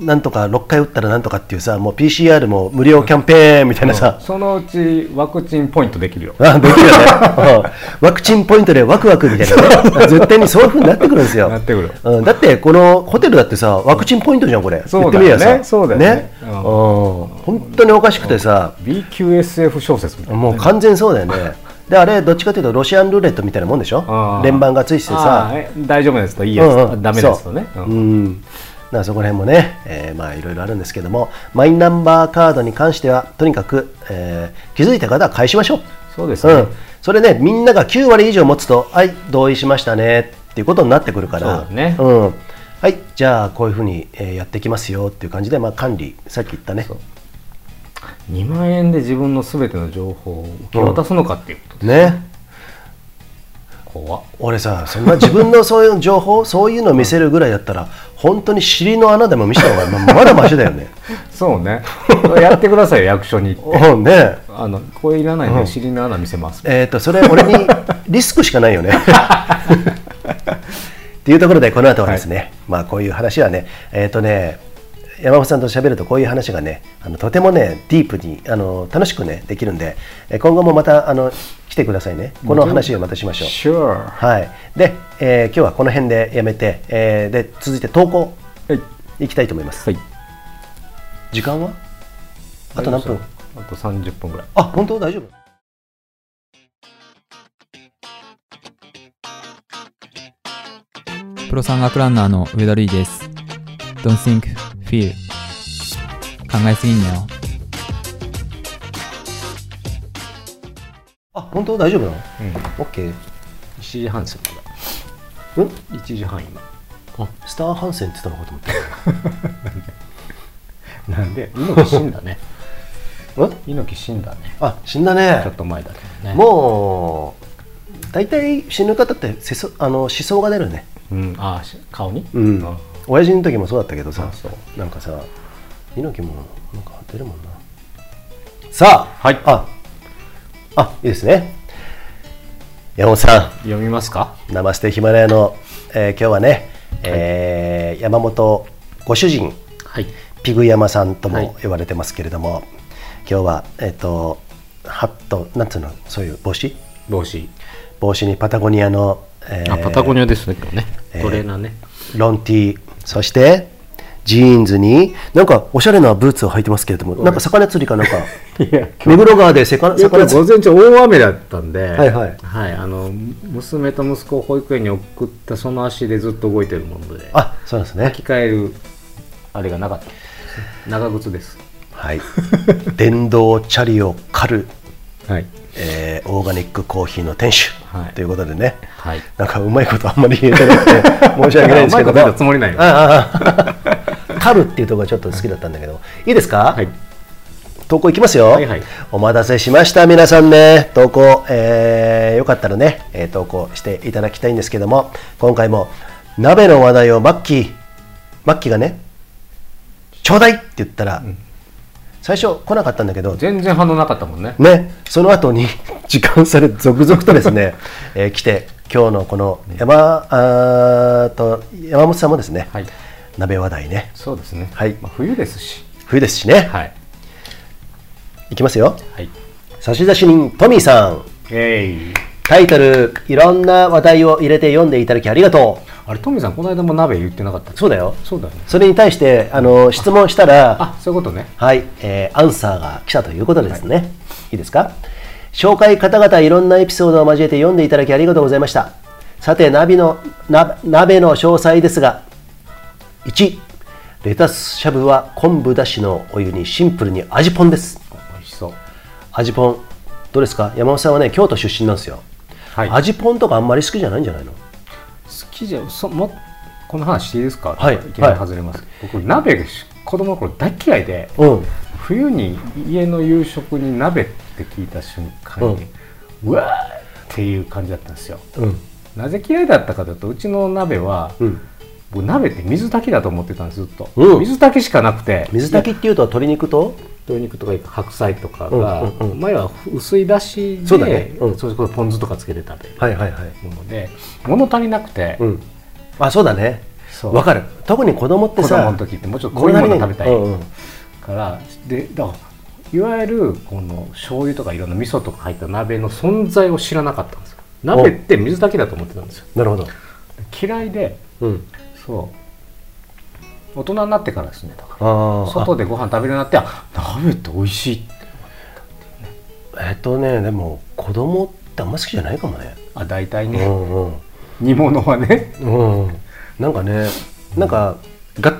B: なんとか、6回打ったらなんとかっていうさ、もう PCR も無料キャンペーンみたいなさ、
A: そのうちワクチンポイントできるよ
B: あできるよね、うんワクチンポイントでワクワクみたいな ね、絶対にそういうふうになってくるんですよ。
A: なってくる
B: うん、だって、このホテルだってさ、ワクチンポイントじゃん、これ、
A: そうだ
B: 言
A: よ
B: って
A: ね
B: みればさ、
A: そうだよね
B: うん
A: うん
B: 本当におかしくてさ、
A: BQSF 小説みたいな
B: もう完全そうだよね。で、あれ、どっちかというと、ロシアンルーレットみたいなもんでしょ
A: あ、ー
B: 連番がついててさ
A: あー、え大丈夫なやつといいやつ
B: うん
A: と、
B: うん
A: ダメなやつとね
B: そううんん、だからそこら辺もね、えーまあいろいろあるんですけども、マイナンバーカードに関しては、とにかく、えー気づいた方は返しましょう。
A: そうですね
B: ん、それね、みんなが9割以上持つと、はい、同意しましたねっていうことになってくるから、
A: そうだね
B: うん、はい、じゃあこういうふうに、えーやっていきますよっていう感じで、まあ、管理、さっき言ったね
A: そ。2万円で自分のすべての情報を受け渡すのかっていうことで
B: ね
A: こ怖っ
B: 俺さそんな自分のそういう情報そういうの見せるぐらいだったら本当に尻の穴でも見せた方がままだマシだよ ね
A: そうねやってくださいよ役所 に行って
B: うんね
A: あのこれいらないんで尻の穴見せます、
B: えっ、とそれ俺にリスクしかないよねっていうところでこの後はですね、まあこういう話はねえっ、とね山本さんと喋るとこういう話がねあのとてもねディープにあの楽しくねできるんでえ今後もまたあの来てくださいねこの話をまたしましょう
A: Sure
B: はい、で、えー今日はこの辺でやめて、えーで続いて投稿
A: はい
B: いきたいと思います、
A: はい
B: 時間はあと何分
A: あと30分ぐらい
B: あ本当大丈夫
G: プロ山岳ランナーの上田瑠衣です。Don't think, feel. 考えすぎんなよ。
B: あ本当大丈夫なの
A: うん
B: ?OK
A: 1時半ですよ
B: うん
A: 1時半今
B: スターハンセンって言ったのかと思っ て
A: なんで猪木死んだ ね
B: うん
A: 猪木死んだね
B: あ死んだ
A: ちょ
B: ね
A: っと前だけどね
B: もう大体死ぬ方ってせそあの思想が出るね
A: う、ん、あーし顔に
B: うん
A: あ
B: 親父の時もそうだったけどさ
A: あそう
B: なんかさ猪木もなんか出るもんなさあ
A: はい
B: ああいいですね山本さん
A: 読みますか
B: ナマステヒマラヤの、えー今日はね、えー山本ご主人
A: はい
B: ピグ山さんと
A: は
B: も
A: い
B: 呼ばれてますけれども、今日はえっ、とハットなんつうのそういう帽子
A: 帽子
B: 帽子にパタゴニアの、えー
A: あパタゴニアですね今日ね
B: えー
A: トレーナーね、
B: ロンティーそしてジーンズになんかおしゃれなブーツを履いてますけれどもなんか魚釣りかなんか
A: いや
B: 目黒川で魚
A: やっぱり午
B: 魚釣り
A: 前中大雨だったんで、
B: はいはい
A: あの娘と息子を保育園に送ったその足でずっと動いてるもので
B: あそうなんですね
A: 履き替えるあれがなかったですね長靴です
B: はい 電動チャリを狩る
A: はい
B: えーオーガニックコーヒーの店主、
A: はい
B: ということでね、
A: はい
B: なんかうまいことあんまり言えてなくて申し訳ないんですけ ど
A: うまいこと言ったつもりないよ
B: ああああカルっていうところがちょっと好きだったんだけどいいですか、
A: はい
B: 投稿いきますよ、
A: はいはい
B: お待たせしました皆さんね投稿、えーよかったらね、えー投稿していただきたいんですけども今回も鍋の話題をマッキーマッキーがねちょうだいって言ったら、最初来なかったんだけど
A: 全然反応なかったもんね
B: ね、その後に 時間差で続々とですね、 えー来て今日のこの山あーと山本さんもですね、
A: はい
B: 鍋話題ね
A: そうですね
B: はい
A: まあ、冬ですし
B: 冬ですしね、
A: はい
B: いきますよ
A: はい
B: 差出人トミーさん
A: えい
B: タイトルいろんな話題を入れて読んでいただきありがと
A: あれトミーさんこの間も鍋言ってなかった
B: うそうだよ
A: そうだよね
B: それに対してあの質問したら
A: あそういうことね
B: はい、えーアンサーが来たということですね。い、いですか紹介方々いろんなエピソードを交えて読んでいただきありがとうございました。さて、ナビの、な鍋の詳細ですが、1、レタスしゃぶは昆布だしのお湯にシンプルに味ポンです。
A: 美味しそう
B: 味ポン。どうですか山本さんはね、京都出身なんですよ。
A: はい
B: 味ポンとかあんまり好きじゃないんじゃないの
A: 好きじゃそもこの話していいですか、
B: はい
A: きなり外れます、僕鍋がし子供の頃大嫌いで
B: うん。
A: 冬に家の夕食に鍋って聞いた瞬間に、うわーっていう感じだったんですよ
B: うん。
A: なぜ嫌いだったかというとうちの鍋は、
B: うん。
A: 僕鍋って水炊きだと思ってたんですずっと、
B: うん
A: 水炊きしかなくて
B: 水炊きっていうと鶏肉と
A: 鶏肉とか白菜とかが、
B: うんうんうん
A: 前は薄いだしで
B: そうだねうん
A: それこそポン酢とかつけて食べる
B: はいはいはい。
A: もので物足りなくて、
B: うん。あ、そうだね。
A: そう
B: わかる。特に子供って
A: 子
B: さ、
A: 供の時ってもうちょっと濃いもの食べたい
B: うんうん
A: からでだからいわゆるこの醤油とかいろんな味噌とか入った鍋の存在を知らなかったんですよ鍋って水だけだと思ってたんですよ
B: なるほど。
A: 嫌いで
B: うん。
A: そう大人になってからですねだか
B: あ
A: ら
B: ー
A: 外でご飯食べるようになってあ鍋って美味しいって
B: あえっとね、でも子供ってあんま好きじゃないかもね。
A: あ大体
B: う
A: ね、
B: んうん。
A: 煮物はね
B: うんうん。なんかね、なんかガ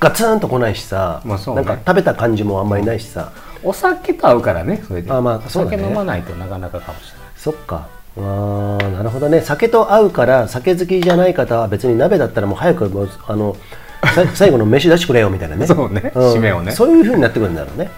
B: ガツンと来ないしさ、
A: まあそうね
B: なんか食べた感じもあんまりないしさ、
A: お酒と合うからねそれで
B: あまあ
A: お
B: そうだ
A: 酒
B: ね
A: 飲まないとなかなかかもしれない
B: そっか。あーなるほどね酒と合うから酒好きじゃない方は別に鍋だったらもう早くもうあの さ最後の飯出してくれよみたいなね
A: そうね
B: ん
A: 締めをね
B: そういうふうになってくるんだろうね、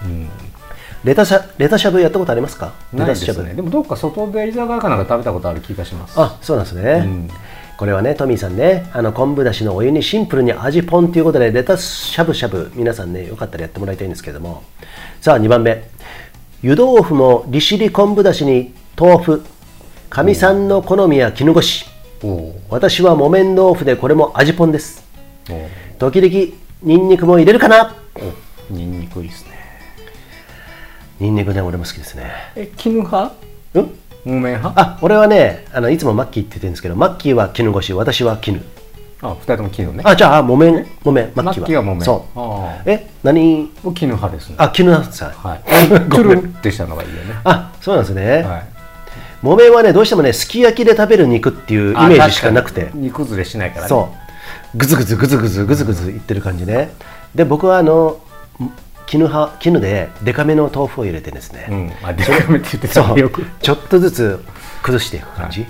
B: レタシャレタしゃぶやったことありますかレ
A: ない
B: タ
A: で
B: スしゃぶ
A: すねでもどっか外で居酒屋かなんか食べたことある気がします
B: あそうなんですね、
A: うん
B: これはねトミーさんねあの昆布だしのお湯にシンプルに味ポンということでレタスしゃぶしゃぶ皆さんねよかったらやってもらいたいんですけれどもさあ2番目湯豆腐も利尻昆布だしに豆腐かみさんの好みは絹ごし
A: おお
B: 私は木綿豆腐でこれも味ポンです
A: お
B: 時々ニンニクも入れるかな
A: おにんにくいいですね
B: ニンニクね俺も好きですね
A: え絹派
B: うん
A: 木綿派
B: あ俺はねあのいつもマッキーって言ってるんですけどマッキーは絹ごし私は絹
A: あ二人とも絹ね
B: あじゃあ木綿木綿マッキーは
A: マッキーは木綿
B: そう
A: あ
B: え何
A: 僕絹派ですね
B: あ絹なんですか
A: はい
B: ご
A: く
B: めん
A: るんってしたのがいいよね
B: あそうなんですね、
A: はい
B: 木綿はねどうしてもねすき焼きで食べる肉っていうイ
A: あ
B: メージしかなくて
A: 確に煮崩れしないからね
B: そうグズグズグズグズグズグズいってる感じねで僕はあの絹は絹でデカめの豆腐を入れてですね、
A: うんあでかめって言って
B: そ
A: た
B: う
A: よく
B: ちょっとずつ崩していく感じ、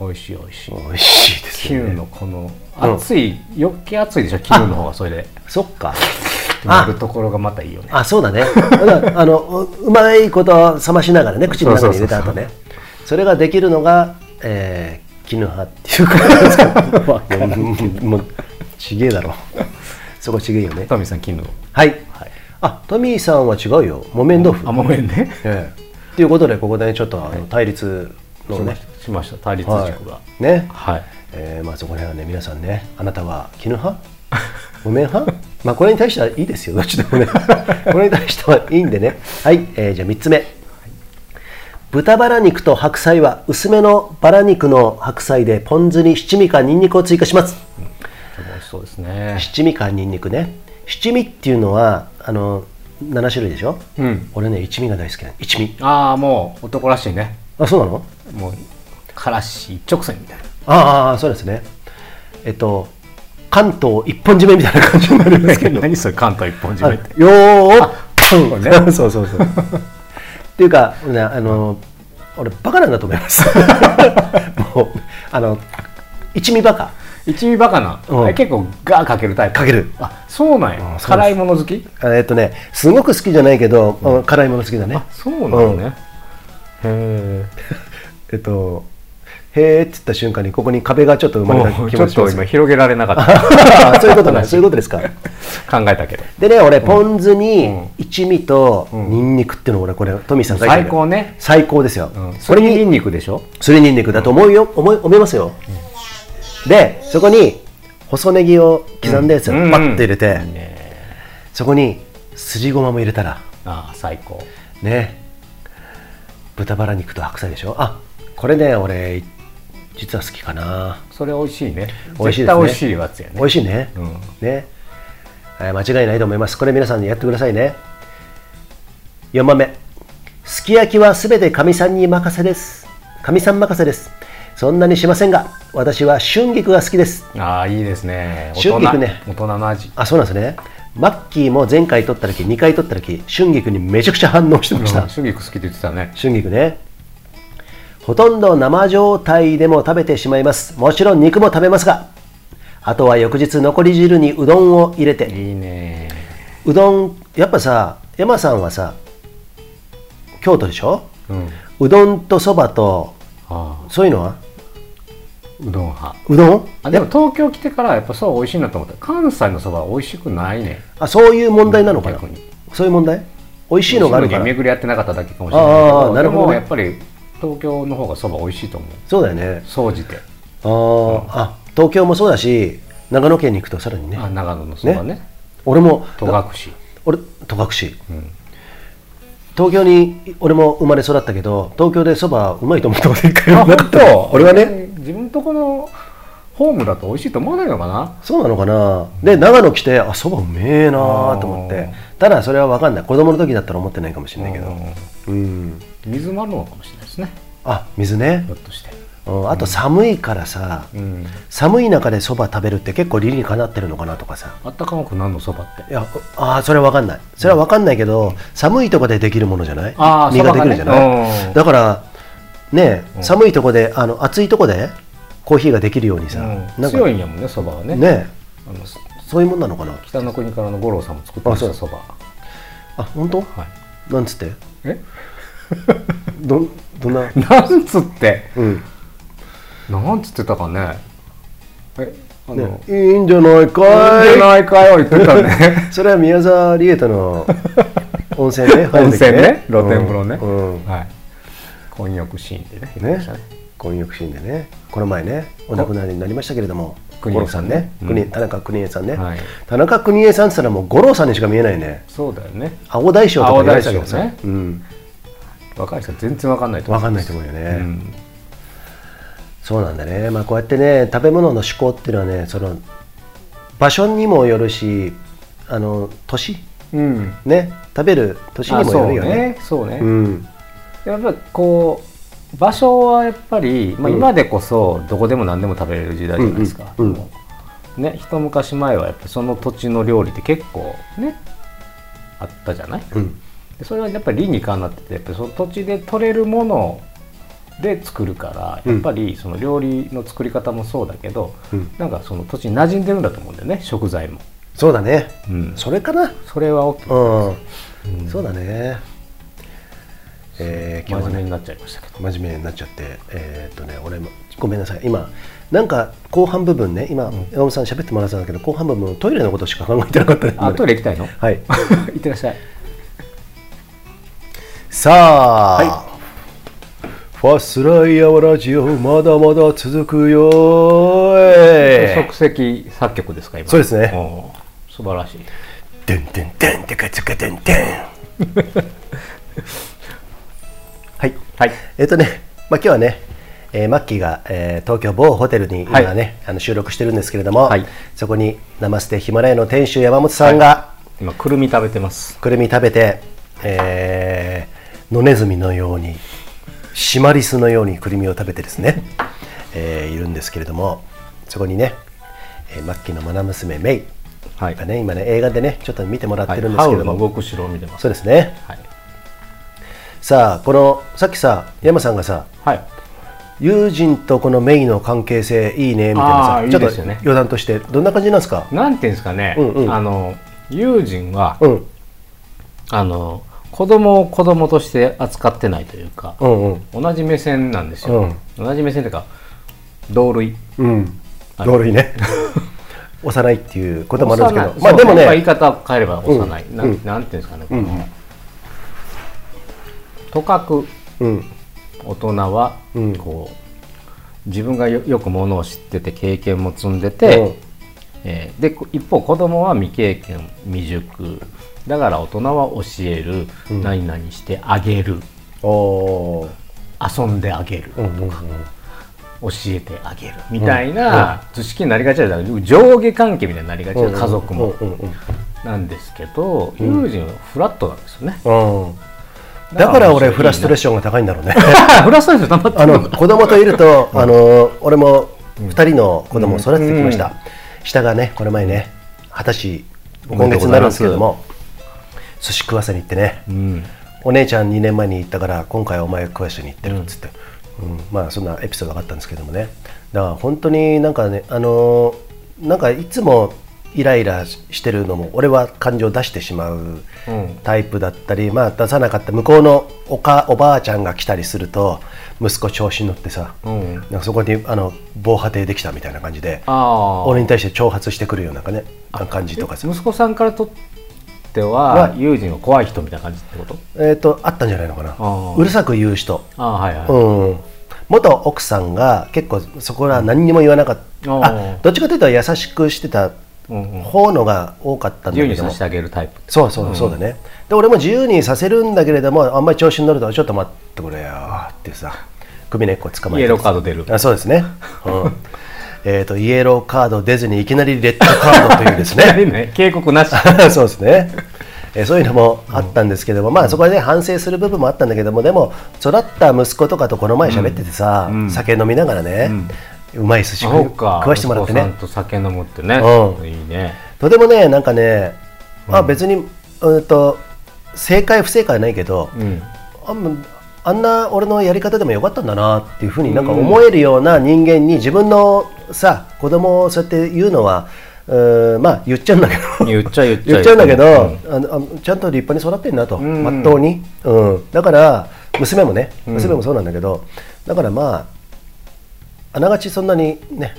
A: 美味しい美味しい
B: 美味しいですよ
A: 絹
B: ね
A: のこの
B: うん
A: 熱い余計熱いでしょ絹の方がそれで
B: そっか
A: なるところがまたいいよね
B: あそうだね だからあのううまいこと冷ましながらね口の中に入れた後ねそれができるのが、えー、絹派っていうことなんですけどうんもうちげえだろ そこちげえよね
A: トミーさん絹を
B: はい、あトミーさんは違うよ木綿豆腐
A: あ木綿ね
B: ええということでここでねちょっとあの対立の
A: しま
B: ね
A: したしました対立
B: はい
A: 軸が
B: ね
A: はい
B: えーまあ、そこら辺はね皆さんねあなたは絹派木綿派 まあこれに対してはいいですよどっちで もねこれに対してはいいんでねはい、えーじゃあ3つ目豚バラ肉と白菜は薄めのバラ肉の白菜でポン酢に七味かニンニクを追加します
A: でも美味しそうですね
B: 七味かニンニクね七味っていうのはあの7種類でしょ、
A: うん
B: 俺ね一味が大好きなの一味
A: ああもう男らしいね
B: あそうなの
A: もうからし一直線みたいな
B: ああああそうですねえっと関東一本締めみたいな感じになるんですけど
A: 何それ関東一本締めって
B: あよーっ
A: そうね
B: そうそうそう。っていうか、ね、あの、俺、バカなんだと思 います。もう、あの、一味バカ。
A: 一味バカな、
B: うん
A: あれ結構ガーかけるタイプ
B: かける
A: あそうなん
B: うんそう
A: や
B: です
A: 辛いもの好き
B: えっとね、すごく好きじゃないけど、うん辛いもの好きだね
A: あ。そうなのね、へ
B: えっと、へーって言った瞬間に、ここに壁がちょっと生
A: え
B: まれた気
A: も
B: が
A: う
B: し
A: ち
B: ま
A: ょ
B: す
A: っと今広げられなか っ
B: あそういうことなんそういうことですか。
A: た考えたけど
B: でね、俺、ポン酢に
A: うん
B: 一味と
A: うん
B: ニンニクっていうのを俺、これ、トミーさん書いてある
A: 最高ね
B: 最高ですよ。
A: うん
B: これに
A: それにニンニクでしょ
B: すりにんにくだと思うよ、思い思いますよ、でそこに細ネギを刻んだやつを
A: うん
B: パッと入れて、
A: いいね
B: そこにすりごまも入れたら
A: ああ最高
B: ね豚バラ肉と白菜でしょあこれね俺実は好きかな
A: それ美味しいね
B: 美味しいですね
A: 絶対美味しいやつやね
B: 美味しいね、
A: うん
B: ねえー間違いないと思いますこれ皆さんやってくださいね4番目すき焼きはすべてかみさんに任せですかみさん任せですそんなにしませんが私は春菊が好きです
A: ああいいですね
B: 春菊ね
A: 大人大人の味
B: あそうなんですねマッキーも前回取った時2回取った時春菊にめちゃくちゃ反応してました、
A: うん春菊好きって言ってたね
B: 春菊ねほとんど生状態でも食べてしまいますもちろん肉も食べますがあとは翌日残り汁にうどんを入れて
A: いいね
B: うどんやっぱさ山さんはさ京都でしょ
A: うん
B: うどんとそばと
A: ああ
B: そういうのは
A: うどん派
B: うどん
A: あでも東京来てからやっぱそう美味しいなと思った関西のそばは美味しくないね
B: あそういう問題なのかな
A: 逆に
B: そういう問題美味しいのがあるか
A: 美味しいのに
B: ら
A: 巡り合ってなかっただけかもしれないけ
B: ああ
A: ど
B: なるほ
A: で
B: どね
A: もやっぱり東京の方がそば美味しいと思う
B: そうだよね
A: 総じて
B: あーあ東京もそうだし長野県に行くとさらにね
A: あ長野のそばね
B: 俺も
A: 戸隠
B: 俺戸隠、東京に俺も生まれ育ったけど東京でそばうまいと思ったこと一回もなかった俺はね
A: 自分とこのホームだと美味しいと思わないのかな
B: そうなのかなで長野来てあそばうめえなーと思ってただそれは分かんない子供の時だったら思ってないかもしれないけどうん
A: 水もあるのかもしれないですね
B: あ水ね
A: ひょっとして
B: うんあと寒いからさ、
A: ん
B: 寒い中でそば食べるって結構理にかなってるのかなとかさ
A: あったかくなんのそばって
B: いやあーそれは分かんないそれは分かんないけど、寒いとこでできるものじゃない
A: あー
B: 実が
A: そば
B: でき
A: が
B: る
A: ね
B: じゃない、
A: うん
B: だからね
A: うん
B: 寒いとこであの暑いとこでコーヒーができるようにさ、
A: うん
B: なんか
A: 強いんやもんねそばはね
B: ね
A: あの
B: そういうもんなのかな
A: 北の国からの五郎さんも作ってまし
B: あ
A: たそ
B: そ
A: ば
B: あ本当
A: はい
B: なんつって
A: え
B: どん どんな
A: なんつって
B: うん
A: なんつってたかねえあの、
B: ねいいんじゃない
A: はい、
B: かい
A: ないかよ言ってた ね
B: それは宮沢りえとの温泉ね入 る
A: 温
B: 時
A: 泉ね露天風呂ね、
B: うんうん
A: はい混浴シーンでね言ってま
B: ね
A: したね
B: 婚浴シーンでねこの前ねお亡くなりになりましたけれども五
A: 国
B: 郎
A: 枝
B: さ
A: さ
B: ん
A: ん
B: ね
A: ね、
B: 国
A: うん
B: 田中邦衛さんね、
A: はい
B: 田中邦衛さんって言ったらもう五郎さんにしか見えないね
A: そうだよね
B: 青大将とか言われてたけどさ
A: 青大将ね
B: うん、
A: 若い人は全然わかんないと思
B: 分
A: う
B: かんないと思うよね、
A: うん
B: そうなんだね、まあ、こうやってね食べ物の嗜好っていうのはねその場所にもよるしあの年
A: うん
B: ね食べる年に
A: あ
B: もよ
A: そう
B: るよね
A: ねそうね、
B: うん
A: やっぱりこう場所はやっぱり、まあ、
B: うん
A: 今でこそどこでも何でも食べれる時代じゃないですか、
B: うんうんうん
A: もうね、一昔前はやっぱりその土地の料理って結構ねあったじゃない
B: うん
A: でそれはやっぱり理にかなっててやっぱりその土地で取れるもので作るから
B: うん
A: やっぱりその料理の作り方もそうだけど、
B: うん
A: なんかその土地に馴染んでるんだと思うんだよね食材も、
B: そうだね
A: うん、
B: それかな
A: それは大きい
B: うん、そうだねえー、
A: 真
B: 今日は
A: 面目
B: ね
A: になっちゃいましたけど
B: 真面目になっちゃってえーっとね俺もごめんなさい今なんか後半部分ね今山本さん喋ってもらってたんだけど後半部分トイレのことしか考えてなかったね
A: あトイレ行きたい の
B: はい
A: 行ってらっしゃい
B: さあ、ファスライヤーラジオまだまだ続くよーい
A: 即席作曲ですか今
B: そうですね
A: おー素晴らしい
B: てんてんてんてかつかてんてん はい
A: はい
B: えっ、とね、まあ、今日はね、えーマッキーが、えー東京某ホテルに今ね、
A: はい
B: あの収録してるんですけれども、
A: はい
B: そこに「ナマステヒマラヤ」の店主山本さんが、
A: 今くるみ食べてます
B: くるみ食べて、えー野ネズミのようにシマリスのようにくるみを食べてですね、えーいるんですけれどもそこにね、えーマッキーの愛娘メイ
A: はい
B: がね今ね映画でねちょっと見てもらっ
A: は
B: て
A: い
B: るんで
A: ハ
B: す
A: ウ
B: けれ
A: ル
B: ど
A: の
B: も、
A: 動く城を見てます
B: そうですね
A: はい、
B: さあこのさっきさ山さんがさ
A: はい、
B: 友人とこのメイの関係性いいねみたいな
A: あ
B: さ
A: ー
B: ちょっ
A: いい
B: と
A: ですよね
B: 余談としてどんな感じなんですか
A: なんていうんですかね、
B: うんうん
A: あの友人は、
B: うん
A: あの子供を子供として扱ってないというか、
B: うんうん
A: 同じ目線なんですよ、同じ目線というか同類
B: うん
A: はい
B: 同類ね幼いっていうこともあるんですけ
A: 幼
B: ど
A: い
B: まあ
A: そう
B: でも
A: やっぱ言い
B: ね
A: 方を変えれば幼い、
B: うん
A: なん
B: うん
A: なんていうんですかね、
B: うん
A: このとかく
B: うん
A: 大人は
B: うん
A: こう、自分がよよくものを知ってて経験も積んでて、
B: うん
A: えーでこ一方子供は未経験未熟だから大人は教える、
B: ん
A: 何々してあげる
B: おー
A: 遊んであげる、
B: うんうんうん
A: 教えてあげるみたいな図式になりがちだから上下関係みたいになりがち
B: うんう
A: なん家族も
B: うんうん
A: なんですけど友人はフラットなんですよね
B: うんうんだから俺フラストレー
A: シ
B: ションが高いんだろうね
A: ョンフラストレーション溜まって
B: あ
A: るの
B: の子供といるとあの俺も2人の子供を育ててきました、下がねこの前ね二十歳今月になるんですけども寿司食わせに行ってね、
A: うん
B: お姉ちゃん2年前に行ったから今回お前食わしに行ってるっつって、うんまあそんなエピソードがあったんですけどもねだから本当になんかねあのーなんかいつもイライラしてるのも俺は感情を出してしまう
A: うん
B: タイプだったり、まあ出さなかった向こうのおかおばあちゃんが来たりすると息子調子に乗ってさ、
A: うん
B: なんかそこにあの防波堤できたみたいな感じで
A: ああ
B: 俺に対して挑発してくるようなかねあ感じとかさ
A: 息子さんからとって
B: は
A: は友人は怖い人みたいな感じってこと
B: えっ、とあったんじゃないのかな
A: ー
B: うるさく言う人
A: ああはいはい、
B: うん、元奥さんが結構そこら何にも言わなかった、
A: うん
B: あどっちかというと優しくしてた
A: うんうん
B: 方のが多かったん
A: 自
B: だ
A: 由
B: け
A: に
B: ども
A: させてあげるタイプ
B: そうそうそうだね、で俺も自由にさせるんだけれどもあんまり調子に乗るとちょっと待ってくれよってさ首根っこ捕ま
A: イ
B: えて
A: エローカード出る
B: あそうですね、うん、えっとイエローカード出ずにいきなりレッドカードというです ね
A: いきなりね警告なし
B: そうですね、えーそういうのもあったんですけども、まあ、そこで反省する部分もあったんだけども、でも、育った息子とかとこの前喋っててさ、
A: うん
B: 酒飲みながらね、うまい寿司食
A: そうか
B: 食わしてもらって
A: 息
B: ね
A: 子さん、と酒飲むってね、
B: うん
A: いいね
B: とてもね、なんかね、まあ、別に、うーんと正解、不正解はないけど、
A: うん
B: あもうあんな俺のやり方でもよかったんだなっていうふうになんか思えるような人間に自分のさ子供をそうやって言うのはうーんまあ言っちゃうんだけど
A: 言っちゃ言っちゃ
B: 言っちゃうんだけど、あのあのちゃんと立派に育ってんなと、
A: ん
B: まっとうに、うん、だから娘もね娘もそうなんだけど、だからまああながちそんなにね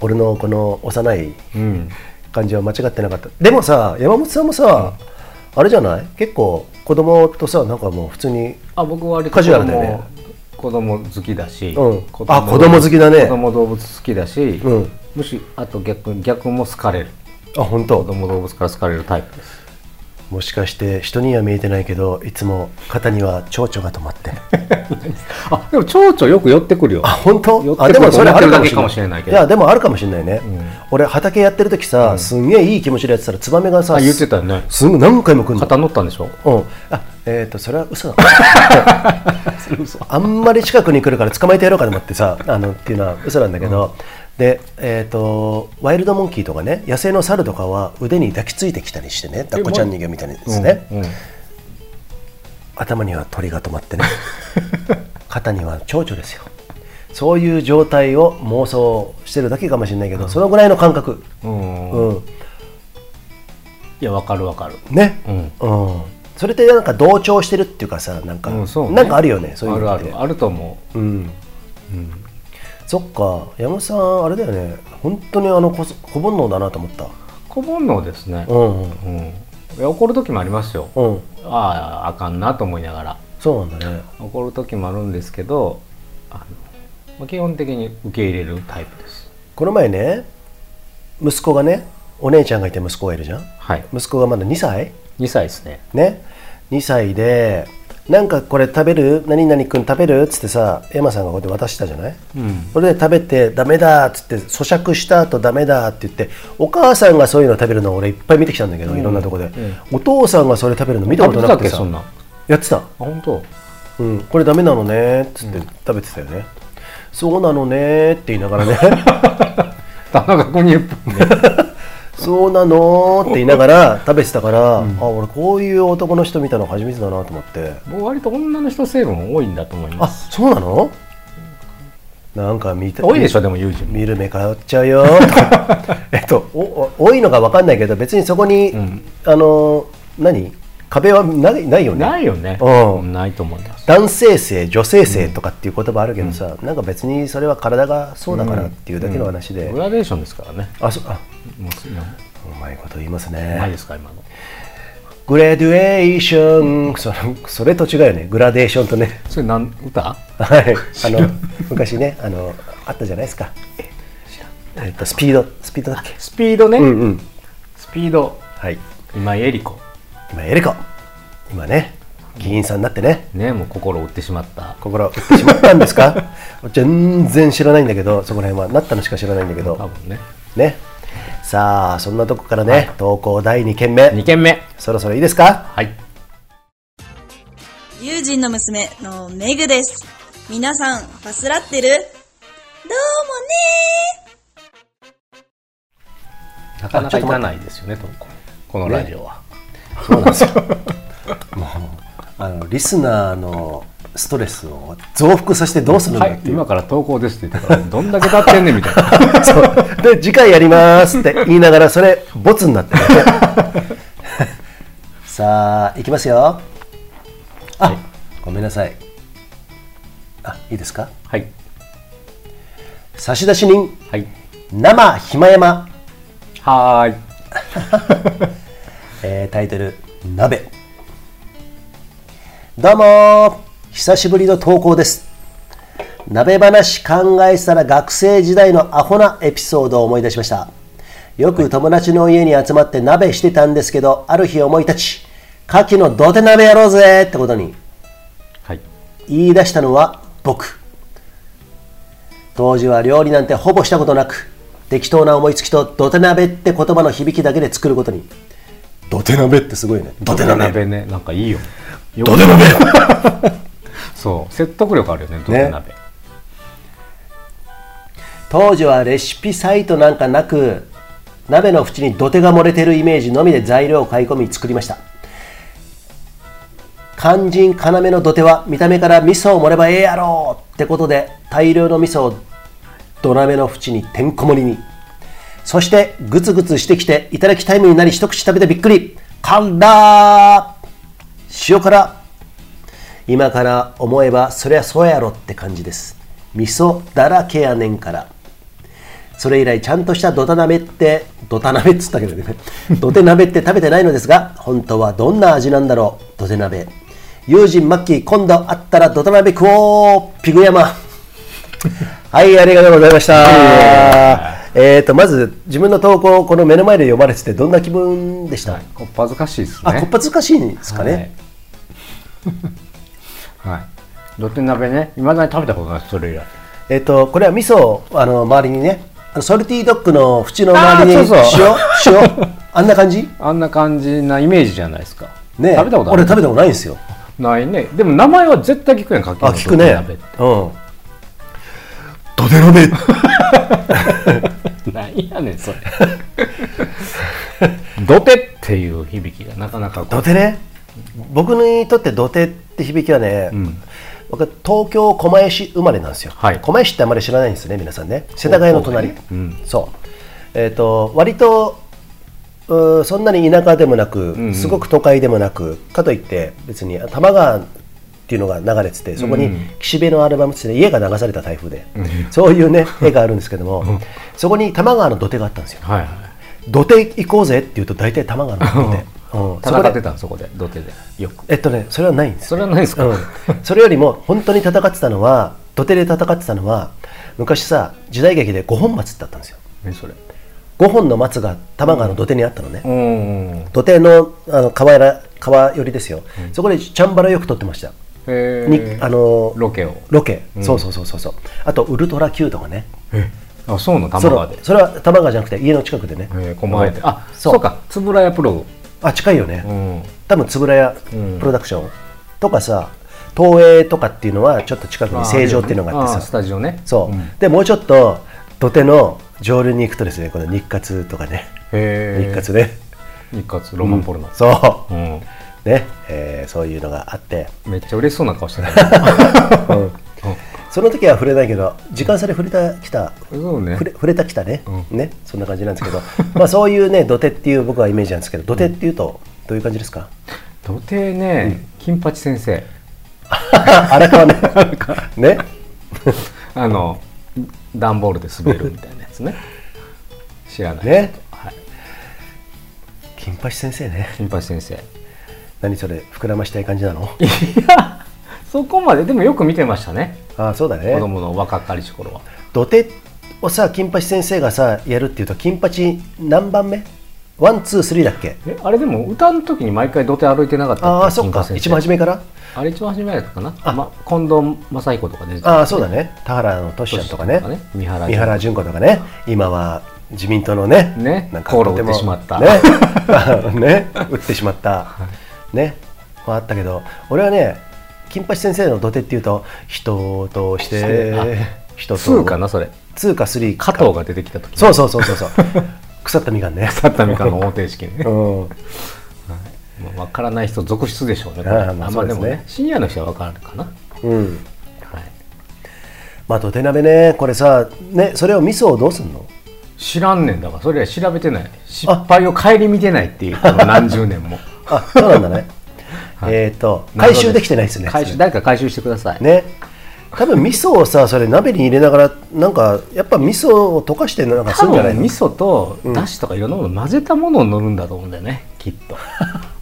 B: 俺のこの幼い
A: うん
B: 感じは間違ってなかったでもさ山本さんもさ、あれじゃない結構子供とさなんかもう普通に
A: あ僕は割と
B: カジュアルだよね
A: 子供子供好きだし、
B: うんあ子供好きだね
A: 子供動物好きだし、
B: うん
A: むしあと逆逆も好かれる
B: あ本
A: 子
B: 当
A: 供動物から好かれるタイプです
B: もしかして人には見えてないけどいつも肩には蝶々が止まって
A: あでも蝶々よく寄ってくるよ
B: あ本
A: 寄って
B: 当
A: く
B: あ
A: る
B: でもそれある
A: 思ってるだけか
B: か
A: も
B: も
A: し
B: し
A: れ
B: れ
A: な
B: ないい
A: け
B: い
A: ど
B: やでもあるかもしれないね、俺畑やってる時さ、すんげえいい気持ちでやってたらツバメがさ
A: あ言ってたよね
B: すんごい何回も来るの
A: 肩乗ったんでしょ
B: うん、あえっ、とそれは嘘だあんまり近くに来るから捕まえてやろうかと思ってさあのっていうのは嘘なんだけど、でえっ、とワイルドモンキーとかね野生の猿とかは腕に抱きついてきたりしてね抱っこちゃん人形みたいにですね、
A: うんうん
B: 頭には鳥が止まってね肩には蝶々ですよそういう状態を妄想してるだけかもしれないけど、そのぐらいの感覚、
A: うん
B: うん、
A: いやわかるわかる
B: ね、
A: うん
B: うんそれってなんか同調してるっていうかさなんか、
A: うんそうね
B: なんかあるよねそういうの
A: あ
B: って
A: るあ
B: ね
A: るあると思
B: うん、そっか山本さんあれだよね本当にあのこそ小煩悩だなと思った
A: う小煩悩ですね
B: うんうん
A: うん、いや怒る時もありますよ、
B: うん
A: あああかんなと思いながら
B: そうなんだね
A: 怒る時もあるんですけどあのまあ基本的に受け入れるタイプです
B: この前ね息子がねお姉ちゃんがいて息子がいるじゃん
A: はい
B: 息子がまだ2歳
A: 2歳ですね
B: ね2歳でなんかこれ食べる何々くん食べるっつってさ山さんがこうやって渡したじゃない、
A: うん
B: それで食べてダメだっつって咀嚼した後ダメだって言ってお母さんがそういうの食べるのを俺いっぱい見てきたんだけど、いろんなとこで、お父さんがそれ食べるの見たことなくて
A: あ
B: さ
A: そんなあ
B: やってた、
A: 本当
B: うん、これダメなのねっつって食べてたよね、そうなのねって言いながらね
A: 田中君に言ったね
B: そうなのって言いながら食べてたから、あ俺こういう男の人見たの初めてだなと思って
A: 僕割と女の人成分多いんだと思い
B: あ
A: ます
B: そうなのなんか見た
A: 多いでしょでもユージも
B: 見る目変わっちゃうよ えっとおお多いのか分かんないけど別にそこに、
A: ん
B: あの何壁はないないよね
A: ないよね
B: うん
A: うんないと思います
B: 男性性女性性とかっていう言葉あるけどさ、なんか別にそれは体がそうだからっていうだけの話で、
A: グラデーションですからね
B: あそあ
A: もうすう
B: うまいこと言います
A: まい
B: ね
A: ですか今の
B: グラデュエーションそれそれと違うよねグラデーションとね
A: それなん歌
B: はいあの昔ねあのあったじゃないですかえっと、スピードスピードだっけ
A: スピードね、
B: うんうん
A: スピード
B: はい
A: 今井絵理子
B: 今エリコ今ね議員さんになってね
A: ねもう心を打ってしまった
B: 心打ってしまったんです か全然知らないんだけどそこら辺はなったのしか知らないんだけ
A: 多
B: ど
A: 分ね
B: ねさあそんなとこからね、投稿第2件目
A: 2件目
B: そろそろいいですか
A: はい
H: 友人の娘のメグです。皆さん、ファスラってるどうもね
A: なかなかいかないですよね投稿このラジオは、
B: そうなんですよ もうあのリスナーのストレスを増幅させてどうするんだ
A: は
B: っ
A: い
B: ていう、
A: 今から投稿ですって言ったからどんだけ経ってんねんみ たいな
B: そうで次回やりますって言いながらそれボツになってる さあいきますよあごめんなさいあいいですか
A: はい
B: 差出人
A: はい
B: 生ひまやま、
A: はーい
B: えータイトル「鍋」どうもー久しぶりの投稿です鍋話考えてたら学生時代のアホなエピソードを思い出しましたよく友達の家に集まって鍋してたんですけどある日思い立ち牡蠣の土手鍋やろうぜってことに
A: はい
B: 言い出したのは僕当時は料理なんてほぼしたことなく適当な思いつきと土手鍋って言葉の響きだけで作ることに土手鍋ってすごいね土手鍋
A: 鍋ねなんかい いよ土手鍋そう説得力あるよね土手鍋、
B: 当時はレシピサイトなんかなく鍋の縁に土手が漏れてるイメージのみで材料を買い込み作りました肝心要の土手は見た目から味噌を盛ればええやろうってことで大量の味噌を土鍋の縁にてんこ盛りにそしてグツグツしてきていただきタイムになり一口食べてびっくり辛塩辛今から思えばそりゃそうやろって感じです味噌だらけやねんからそれ以来ちゃんとしたドタ鍋ってドタ鍋っつったけどねドテ鍋って食べてないのですが本当はどんな味なんだろうドテ鍋友人マッキー今度会ったらドタ鍋食おうピグ山はいありがとうございましたえーとまず自分の投稿をこの目の前で読まれててどんな気分でした、
A: こっぱずかしいですね
B: あこっぱずかしいんですかね、
A: はい、 はい、土手鍋ねいまだに食べたことないですそれ以来
B: えっと、これは味噌をあの周りにねあのソルティドッグの縁の周りに
A: あ
B: 塩
A: ーそう
B: 塩あんな感じ
A: あんな感じなイメージじゃないですか
B: ね
A: 食べたことあ
B: 俺
A: る
B: 食べたことないんですよ
A: ないねでも名前は絶対聞くやんか
B: あ聞くね
A: 鍋っ
B: うん
D: ドデロベ
A: て何やねん それ土手っていう響きがなかなかこ
B: 土
A: う
B: 手ね僕にとって土手って響きはね、
A: ん
B: 僕は東京狛江市生まれなんですよ、
A: はい
B: 狛江市ってあまり知らないんですね皆さんね世田谷の隣、
A: そうそうね
B: そうえっ、と割とうーそんなに田舎でもなく、
A: んうん
B: すごく都会でもなくかといって別に多摩川っていうのが流れててそこに岸辺のアルバムって、ね、家が流された台風で、そうい うね絵があるんですけども、そこに多摩川の土手があったんですよ
A: はいはい
B: 土手行こうぜっていうと大体多摩川の土手、うんそこ
A: 戦っ
B: で
A: てたんそこで土手でよく
B: えっとね、それはないんです。
A: それはないですか
B: うん。それよりも、本当に戦ってたのは、土手で戦ってたのは、昔さ、時代劇で五本松ってあったんですよ。
A: 何それ
B: 五本の松が多摩川の土手にあったのね。
A: うんへ
B: 土手のあの川やら川寄りですよ、そこでチャンバラよく撮ってました。に
A: え
B: あの
A: ロケを
B: ロケ、
A: うん
B: そうそうそうそうそう。あと、ウルトラ Q とかね。
A: あそうなの玉川で
B: そのそれは多摩川じゃなくて、家の近くでね。
A: えー、狛江であ
B: そ
A: そううか円谷プロ
B: あ、近いよね。
A: うん
B: 多分円谷プロダクションとかさ、東映とかっていうのは、ちょっと近くに成城っていうのがあってさ。
A: ースタジオね
B: そう、
A: んへ
B: でもうちょっと土手の上流に行くとですねこの日活とかね日
A: え
B: 活ね、
A: 日活ロマンポルノ、
B: そう、
A: うん
B: ね、えーそういうのがあって
A: めっちゃ嬉しそうな顔してた
B: その時は触れないけど時間差で触れたきた
A: そうね
B: 触れ触れたきたね,、
A: う
B: ねそんな感じなんですけどまあそういうね土手っていう僕はイメージなんですけど土手っていうとどういう感じで すか
A: 土手ね、金八先生
B: 荒川ねね
A: あの段ボールで滑るみたいなやつね知らない、
B: ね
A: はい、
B: 金八先生ね
A: 金八先生
B: 何それ膨らましたい感じなの
A: そこまででもよく見てましたね
B: ああそうだね
A: 子供の若かりし頃は
B: 土手をさ金八先生がさやるっていうと金八何番目ワンツースリーだっけ
A: えあれでも歌の時に毎回土手歩いてなかったっけ
B: ああそっ
A: 金
B: か
A: 八先生
B: 一番初めから
A: あれ一番初めやったかな
B: あ
A: ま、近藤正彦とか出てた
B: ああそうだね田原のトシちゃんとかね
A: トシちゃんとかね三原
B: 三原淳子とかね今は自民党のね
A: ね
B: と
A: コールを打ってしまった
B: ね ね打ってしまったねまああったけど俺はね金八先生の土手っていうと人として人と
A: 2かなそれ
B: 2か3
A: 加藤が出てきた時
B: そうそうそうそうそう 腐ったみかんね
A: 腐ったみかんの方程式ね、
B: うん
A: まあ、分からない人続出でしょうねこれ
B: ああまあ
A: ま
B: そう
A: あ
B: で
A: です
B: ね
A: もね深夜の人は分かるかな、
B: うん
A: はい、
B: まあ土手鍋ねこれさねそれを味噌をどうすんの
A: 知らんねんだからそれは調べてない失敗を顧みてないっていうこの何十年 も
B: あそうなん だね
A: い
B: えっと回収できてないですね
A: 回収誰か回収してください、
B: ね多分味噌をさそれ鍋に入れながらなんかやっぱ味噌を溶かしてなんかす
A: 多
B: るんじゃない
A: 分
B: の
A: 味噌とだしとかいろんなもの混ぜたものを塗るんだと思うんだよねきっと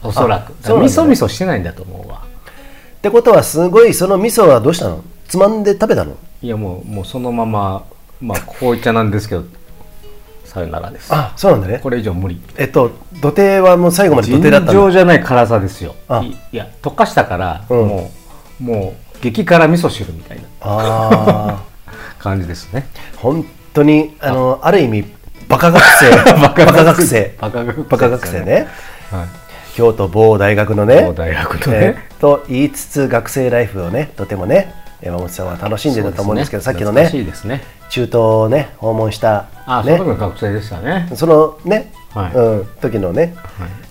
A: おそらく
B: そうなんだね
A: 味噌味噌してないんだと思うわ
B: ってことはすごいその味噌はどうしたのつまんで食べたの
A: いやもうもうそのまままあ紅茶なんですけどさよならです
B: あそうなんだね
A: これ以上無理
B: えっと土手はもう最後まで土
A: 尋
B: 手だった
A: 常
B: の
A: じゃない辛さですよ
B: あ
A: いいや溶かしたから、
B: うん
A: もうもう激辛味噌汁みたいな
B: あ
A: 感じですね
B: あ 本当にあのある意味バカ学生バカ学生
A: バカ学生
B: バカ学生ね
A: はい
B: 京都某大学のね
A: 某大学のね
B: えーと言いつつ学生ライフをねとてもね山本さんは楽しんでたと思うんですけど
A: そ
B: さっきの
A: す
B: ね
A: 懐かしいですね
B: 中東をね訪問した
A: あ、
B: ね
A: その時の学生でしたね
B: そのね、
A: はい
B: うん、時のね、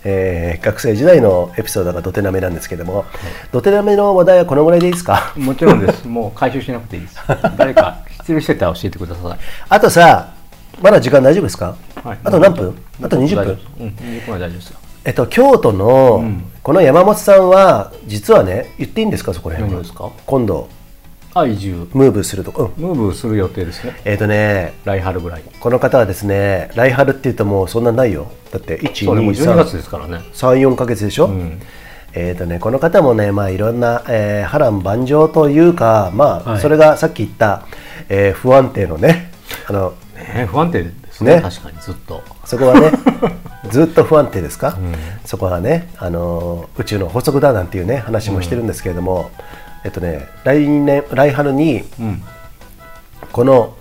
B: えー学生時代のエピソードが土手なめなんですけども、土手なめの話題はこのぐらいでいいですか
A: も ちろんですもう回収しなくていいです誰か失礼してたら教えてください
B: あとさまだ時間大丈夫ですか、
A: はい
B: あと何分あと20
A: 大丈夫
B: 分
A: ですうん20分は大丈夫ですよ
B: えっと、京都の、
A: うん
B: この山本さんは実はね言っていいんですかそこら辺は
A: 何がですか
B: 今度
A: あ移住
B: ムーブするとか、うん
A: ムーブする予定ですね
B: えっとね
A: 来春ぐらい
B: この方はですね来春っていうともうそんなないよだって1
A: それもう12月
B: 2
A: ですからね
B: 3 4ヶ月でしょ、
A: うん
B: えーとね、この方もね、まあ、いろんな、えー波乱万丈というか、まあ
A: はい
B: それがさっき言った、えー不安定のねあの
A: ね不安定ですね
B: ね
A: 確かにずっと
B: そこ はねずっと不安定ですか、そこはね、あのー宇宙の法則だなんていうね話もしてるんですけれども、えっとね、来年来春に
A: うん
B: この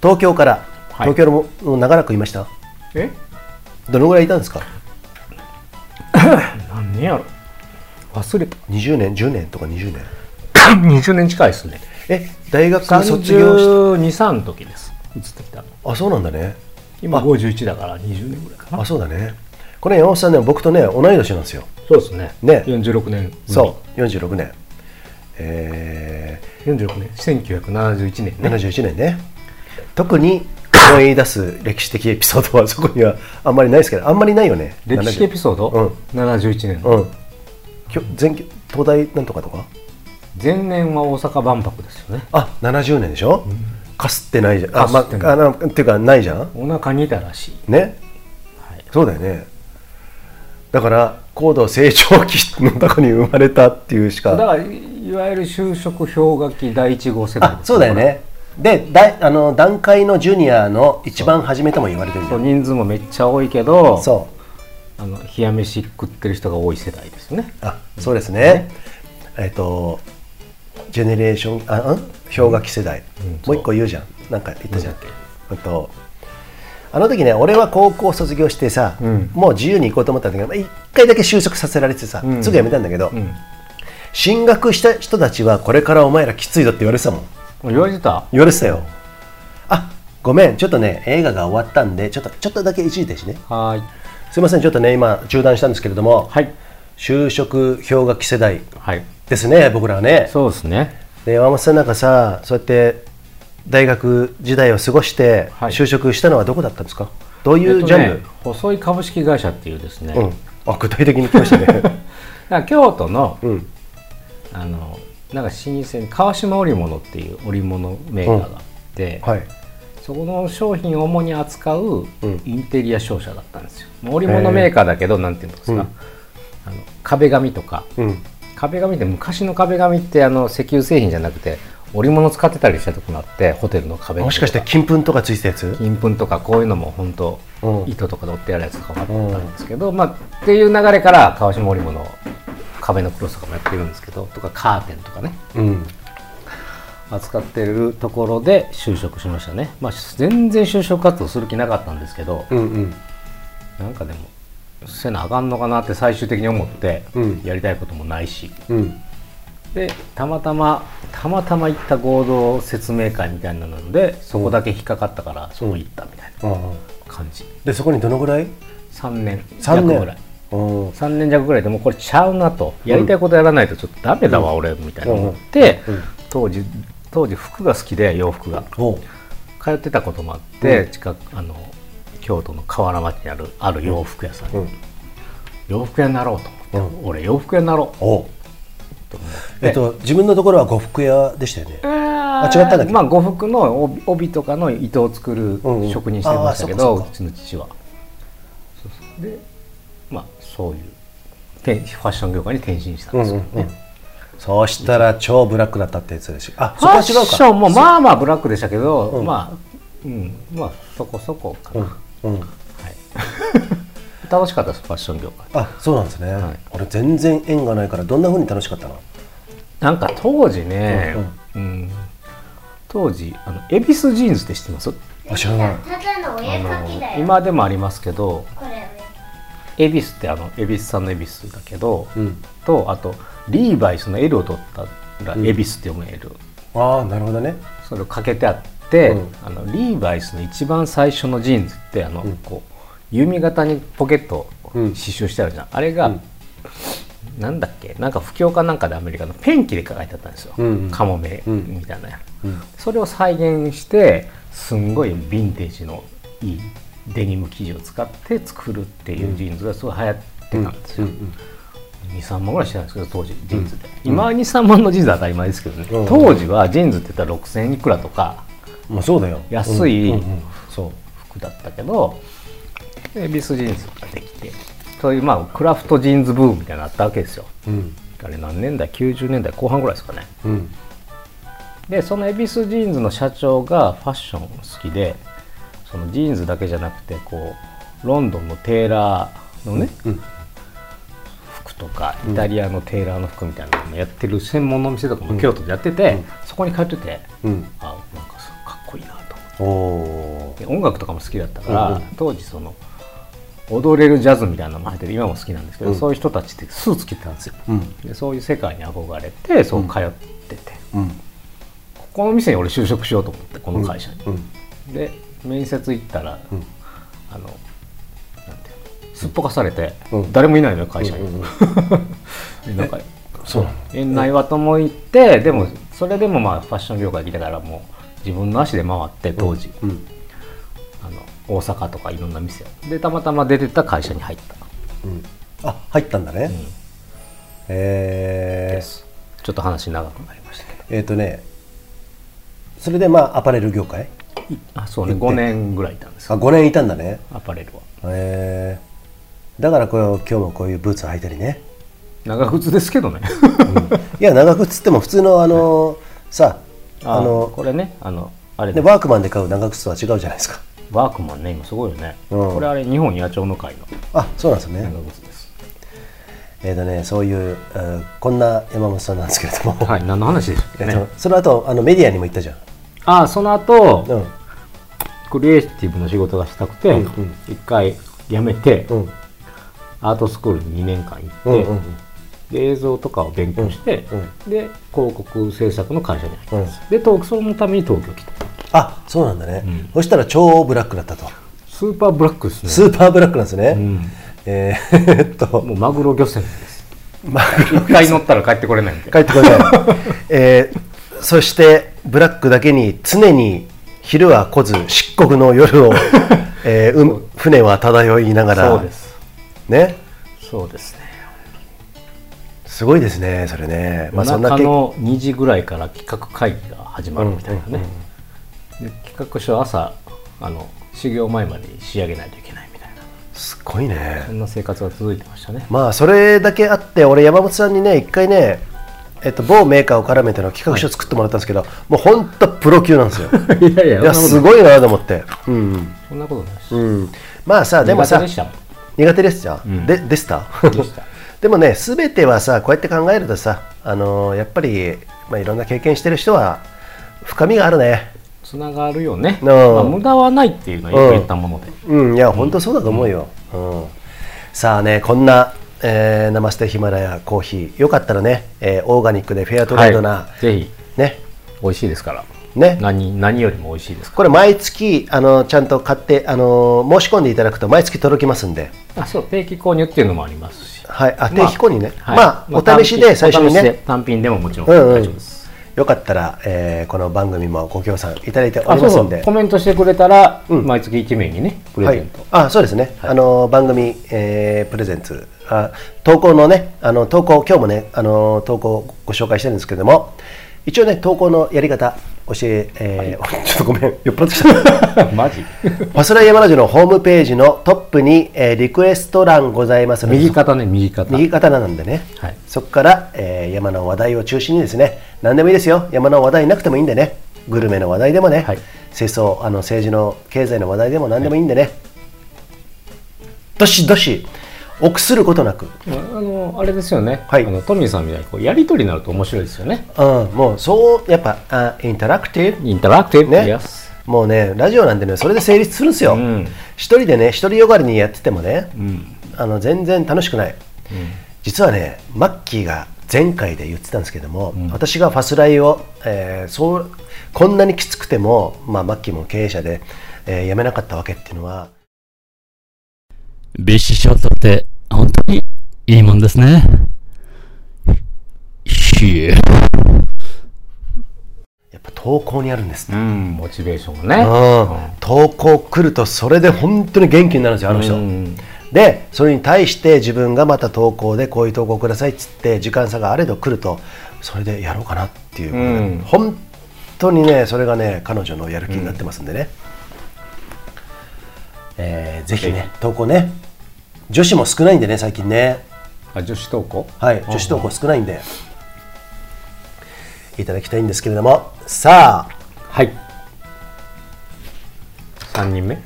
B: 東京から、
A: はい
B: 東京のももう長らくいました
A: え
B: どのぐらいいたんですか
A: 何年やろ忘れた
B: 20年10年とか20年
A: 20年近いですね
B: え大学卒業し
A: 323の時です移ってきたの
B: あそうなんだね
A: 今
B: あ
A: 51だから20年ぐらいかな
B: あそうだねこれ山本さんね僕とね同い年なんですよ
A: そうですね
B: ね
A: 46年
B: そう46年え
A: う46年1971年
B: ー、
A: ね
B: 71年ね特に思い出す歴史的エピソードはそこにはあんまりないですけどあんまりないよね
A: 歴史エピソード、
B: う
A: 71年、
B: 70うんきょ前期東大なんとかとか
A: 前年は大阪万博ですよね
B: あ70年でしょ、かすってないじゃんあ、ま
A: かすってない
B: あのっていうかないじゃん
A: お腹にいたらしい
B: ね、そうだよねだから高度成長期のとこに生まれたっていうしか
A: だからいわゆる就職氷河期第1号世代
B: あ
A: です
B: そうだよねでだあの段階のジュニアの一番初めとも言われてるん
A: そ
B: だ
A: う
B: よ
A: 人数もめっちゃ多いけど
B: そう
A: あの冷や飯食ってる人が多い世代ですよね
B: あそうですねえっ、とジェネレーションあん氷河期世代、
A: ん
B: もう一個言うじゃんなんか言ったじゃん
A: なんだっ
B: あとあの時ね俺は高校卒業してさ、
A: うん
B: もう自由に行こうと思ったんだけどまあ一回だけ就職させられてさ、
A: うん
B: すぐ辞めたんだけど、
A: うん
B: 進学した人たちはこれからお前らきついぞって言われてたもん
A: 言われてた
B: 言われてたよあごめんちょっとね映画が終わったんでちょっとちょっとだけ一時停止ね
A: はーい
B: すいませんちょっとね今中断したんですけれども、
A: はい
B: 就職氷河期世代
A: はい
B: ですね僕らはね
A: そうですね
B: で山本さんなんかさそうやって大学時代を過ごして
A: はい
B: 就職したのはどこだったんですか、どうい
A: えっ
B: う
A: と
B: ジャンル、
A: ね細い株式会社っていうですね、だか
B: うんあ具体的に来ました ね
A: ら京都の
B: うん
A: あのなんか老舗に川島織物っていう織物メーカーがあって、
B: はい
A: そこの商品を主に扱う
B: うん
A: インテリア商社だったんですよ、まあ織物メーカーだけどなんていうんですか、あの壁紙とか
B: うん
A: 壁紙って昔の壁紙ってあの石油製品じゃなくて織物使ってたりしたとこもあってホテルの壁紙と
B: もしかして金粉とかついてたやつ
A: 金粉とかこういうのも本当、
B: うん
A: 糸とかで折ってあるやつとかもあったんですけど、まあっていう流れから川島織物壁のクロスとかもやってるんですけどとかカーテンとかね
B: うん
A: 扱ってるところで就職しましたね、まあ、全然就職活動する気なかったんですけど、
B: うんうん
A: なんかでもせなあかんのかなって最終的に思って、
B: うん
A: やりたいこともないし
B: うん
A: でたまたまたまたま行った合同説明会みたいなのでそこだけ引っかかったからそこ行ったみたいな
B: あ
A: 感じ
B: でそこにどのぐらい
A: 3年
B: 3
A: 弱
B: 年
A: ぐらい
B: うん
A: 3年弱ぐらいでもうこれちゃうなとやりたいことやらないとちょっとダメだわ、俺みたいな思って、
B: うんうん
A: 当時当時服が好きで洋服が
B: おう
A: 通ってたこともあって、
B: うん
A: 近くあの京都の河原町にあるある洋服屋さんに、
B: うん
A: 洋服屋になろうと思って、俺洋服屋になろう
B: おう
A: と思って、
B: えっと自分のところは呉服屋でしたよね
A: あ
B: 違ったんだっけ
A: まあ呉服の帯帯とかの糸を作る
B: うんうん
A: 職人してましたけ
B: あー
A: ど、
B: そうっか
A: ちの父はそうそうでまあそういうてんファッション業界に転身したんですけどね、
B: うんうんうんそうしたら超ブラックだったってやつですしあ
A: フ
B: そこ
A: ァ
B: は
A: ッシ
B: 違うか
A: ョンもまあまあブラックでしたけど、
B: うん
A: まあ、うん、まあそこそこかな、はい、
B: うんうん、
A: 楽しかったですファッション業界
B: あそうなんですね、
A: はい
B: 俺全然縁がないからどんな風に楽しかったの
A: なんか当時ね、うん当時あの恵比寿ジーンズって知ってます
B: あ知らない
I: ただのお
A: あ
I: 絵かきだ
A: の
I: よ。
A: 今でもありますけど
I: これ
A: 恵比寿ってあの恵比寿さんの恵比寿だけど、
B: うん
A: とあとリーバイスの L を取ったら
B: うん
A: 恵比寿って読む L、
B: ああなるほどね
A: それをかけてあって、
B: うん
A: あのリーバイスの一番最初のジーンズってあの、こう弓型にポケットを
B: うん
A: 刺繍してあるじゃん、あれが、
B: ん
A: なんだっけなんか不況かなんかでアメリカのペンキで書いてあったんですよ、
B: うんうん
A: カモメ
B: うん
A: みたいなやつ、
B: うん
A: それを再現してすんごいヴィンテージのいいデニム生地を使って作るっていうジーンズがすごい流行ってたんですよ、23万ぐらいしてたんですけど当時ジーンズで、今は23万のジーンズは当たり前ですけどね、
B: うん
A: 当時はジーンズって言ったら6000いくらとか
B: まあそうだよ
A: 安い、
B: うんうんうん
A: そう服だったけどエビスジーンズができてそういうまあクラフトジーンズブームみたいなのあったわけですよ
B: うん
A: あれ何年代90年代後半ぐらいですかね
B: うん
A: でその恵比寿ジーンズの社長がファッション好きでそのジーンズだけじゃなくてこうロンドンのテーラーのね、
B: うん
A: 服とかイタリアのテーラーの服みたいなのもやってる専門のお店とかも京都でやってて、そこに通ってて
B: うん
A: あなんかさかっこいいなと思
B: おお
A: って音楽とかも好きだったから、
B: うんうん
A: 当時その踊れるジャズみたいなのも入ってて今も好きなんですけど、
B: うん
A: そういう人たちってスーツ着てたんですよ
B: うん
A: でそういう世界に憧れてそう通ってて、
B: うん
A: ここの店に俺就職しようと思ってこの会社に、
B: うん
A: で面接行ったら、
B: ん
A: あのなんていうのすっぽかされて、
B: うん
A: 誰もいないのよ会社に、
B: うん うん
A: なんか
B: そうなの
A: 園内はとも行ってでもそれでもまあファッション業界来たからもう自分の足で回って当時、
B: うん
A: あの大阪とかいろんな店でたまたま出てた会社に入った
B: うんあ入ったんだね、
A: ん
B: えー
A: です、ちょっと話長くなりましたけど
B: えっ、とねそれでまあアパレル業界
A: あそうね
B: 行っ
A: 5
B: て
A: 年ぐらいいたんです
B: あ5年いたんだね
A: アパレルは
B: えー、だからこれ今日もこういうブーツ履いたりね、
A: 長靴ですけどね
B: いや長靴っても普通のあの、さ あ
A: あの
B: の
A: これねあのあれ
B: で
A: ね
B: ワークマンで買う長靴とは違うじゃないですか
A: ワークマンね今すごいよね、
B: うん
A: これあれ日本野鳥の会の
B: あそうなんですね、
A: 長靴です、
B: えっ、とねそういう、えーこんな山本さんなんですけれども、
A: はい何の話でしたっ
B: え
A: け
B: ー
A: ね、
B: とその後あのメディアにも行ったじゃん
A: あその後、
B: うん
A: クリエイティブの仕事がしたくて、
B: うんうん
A: 一回辞めて、
B: うん
A: アートスクールに2年間行って、
B: うんうんうん
A: で映像とかを勉強して、
B: うん
A: で広告制作の会社に入ったんです、で東そのために東京来た
B: あそうなんだね、
A: うん
B: そしたら超ブラックだったと、
A: スーパーブラックですね
B: スーパーブラックなんですね、
A: うん
B: えー えっと
A: もうマグロ漁船です
B: マグロ
A: 一回乗ったら帰ってこれないんで
B: 帰ってこない、えーそしてブラックだけに常に昼は来ず漆黒の 夜を、えーうん船は漂いながら
A: そうです
B: ね
A: そうですね
B: すごいですねそれね、まあ、そ
A: 夜
B: んな
A: 中
B: け
A: の2時ぐらいから企画会議が始まるみたいなね、で企画書朝あの修行前までに仕上げないといけないみたいな
B: すごいね
A: そんな生活が続いてましたね
B: まあそれだけあって俺山本さんにね一回ねえっと、某メーカーを絡めての企画書作ってもらったんですけど、もう本当プロ級なん ですよ。
A: いやいや
B: いや、
A: そんなこと
B: すごいなと思って。うん、
A: そんなことないです、
B: うん。まあさ、でも
A: 苦手
B: さ、
A: でしたもん
B: 苦手ですじゃん、
A: うん
B: ででした
A: でした
B: でもね全てはさこうやって考えるとさ、あのーやっぱり、まあ、いろんな経験してる人は深みがあるね
A: つながるよね、
B: うん
A: まあ、無駄はないっていうのはよく言ったもので、
B: うんいや本当そうだと思うよ、うんさあねこんな、えー、ナステヒマラヤコーヒーよかったらね、えーオーガニックでフェアトレードな、
A: はいぜひ
B: ね
A: 美味しいですから
B: ね
A: 何何よりも美味しいですか
B: これ毎月あのちゃんと買ってあのー申し込んでいただくと毎月届きますんで、
A: らあそう定期購入っていうのもありますし
B: はい、あ
A: ま
B: 定
A: あ
B: 期購入ね、
A: はい
B: まあ、お試しで最初に
A: お試し
B: ね
A: で単品でももちろん
B: うんうん
A: 大丈夫です、
B: よかったら、えーこの番組もご協賛いただいてお
A: あ
B: り
A: そ
B: ま
A: うそ
B: すんで
A: うコメントしてくれたら、
B: うん
A: 毎月1名にねプレ
B: は
A: ゼ
B: い
A: ント、、
B: あそうですね、あの番組、えープレゼンツあ投稿のねあの投稿今日もねあの投稿をご紹介してるんですけれども一応ね投稿のやり方教え、えー ちょっとごめん酔っ払って きた
A: マジ
B: パスライヤマラジオのホームページのトップに、えーリクエスト欄ございますので
A: 右肩ね右肩
B: 右肩なんでね、
A: はい
B: そこから、えー山の話題を中心にですね何でもいいですよ山の話題なくてもいいんでねグルメの話題でもね、
A: はい
B: 清掃あの政治の経済の話題でも何でもいいんでね、どしどし臆することなく、
A: あのあれですよね、
B: はい
A: あのトミーさんみたいにこうやり取りになると面白いですよね
B: うん、もうそうやっぱあインタラクティブ
A: インタラクティブ
B: ね
A: Yes
B: もうねラジオなんてねそれで成立するんですよ、
A: うん
B: 一人でね一人よがりにやっててもね、
A: ん
B: あの全然楽しくない、実はねマッキーが前回で言ってたんですけども、私がファスライを、えーそうこんなにきつくても、まあ、マッキーも経営者で、えー辞めなかったわけっていうのは
I: ビッシュショートって本当にいいもんですね。ひえ。
B: やっぱ投稿にあるんですね
A: うん、モチベーションがね。
B: うん、投稿来るとそれで本当に元気になるんですよあの人、
A: うん
B: でそれに対して自分がまた投稿でこういう投稿くださいっつって時間差があれど来るとそれでやろうかなっていう、
A: うん
B: 本当にねそれがね彼女のやる気になってますんでね、えーぜひね投稿ね女子も少ないんでね最近ね
A: あ女子投稿
B: はい、女子投稿少ないんで、いただきたいんですけれども、さあ、
A: はい。三人目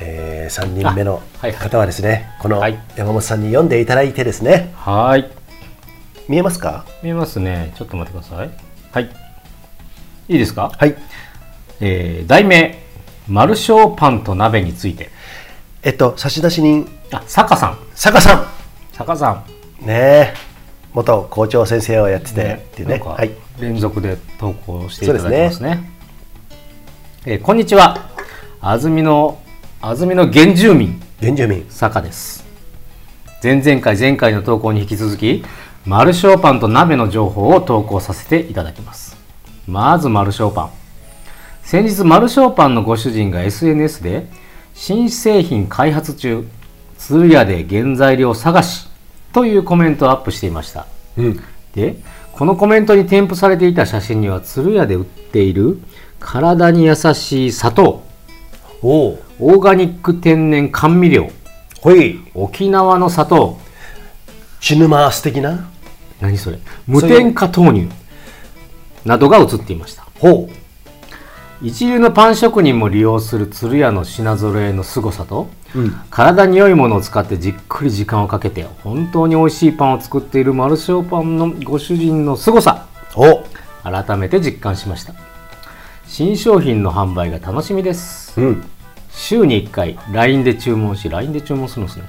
B: え3人目の
A: あはいはい
B: 方はですね、この
A: はい
B: 山本さんに読んでいただいてですね、
A: はーい。
B: 見えますか
A: 見えますね。ちょっと待ってください。はい。いいですか
B: はい、
A: えー題名、マルショーパンと鍋について。
B: えっと、差出人、
A: あ、坂さん。
B: 坂さ
A: 坂さん。
B: ん、ねえ、元校長先生をやっててっていうね、
A: なんか
B: はい、
A: 連続で投稿していただきますね
B: そう
A: えーこんにちは安曇の安曇の原住民
B: 原住民、
A: 坂です前々回前回の投稿に引き続きマルショーパンと鍋の情報を投稿させていただきますまずマルショーパン先日マルショーパンのご主人が SNS で新製品開発中鶴屋で原材料探しというコメントをアップしていましたでこのコメントに添付されていた写真には鶴屋で売っている体に優しい砂糖オーガニック天然甘味料
B: ほい、
A: 沖縄の砂糖
B: チヌマース的な、
A: 何それ無添加豆乳などが写っていました
B: ほ
A: 一流のパン職人も利用する鶴屋の品揃えの凄さと、体に良いものを使ってじっくり時間をかけて本当に美味しいパンを作っているマルショーパンのご主人の凄さ
B: う、お
A: 改めて実感しました新商品の販売が楽しみです
B: うん、
A: 週に1回 LINE で注文し LINE で注文するんですね、
B: うん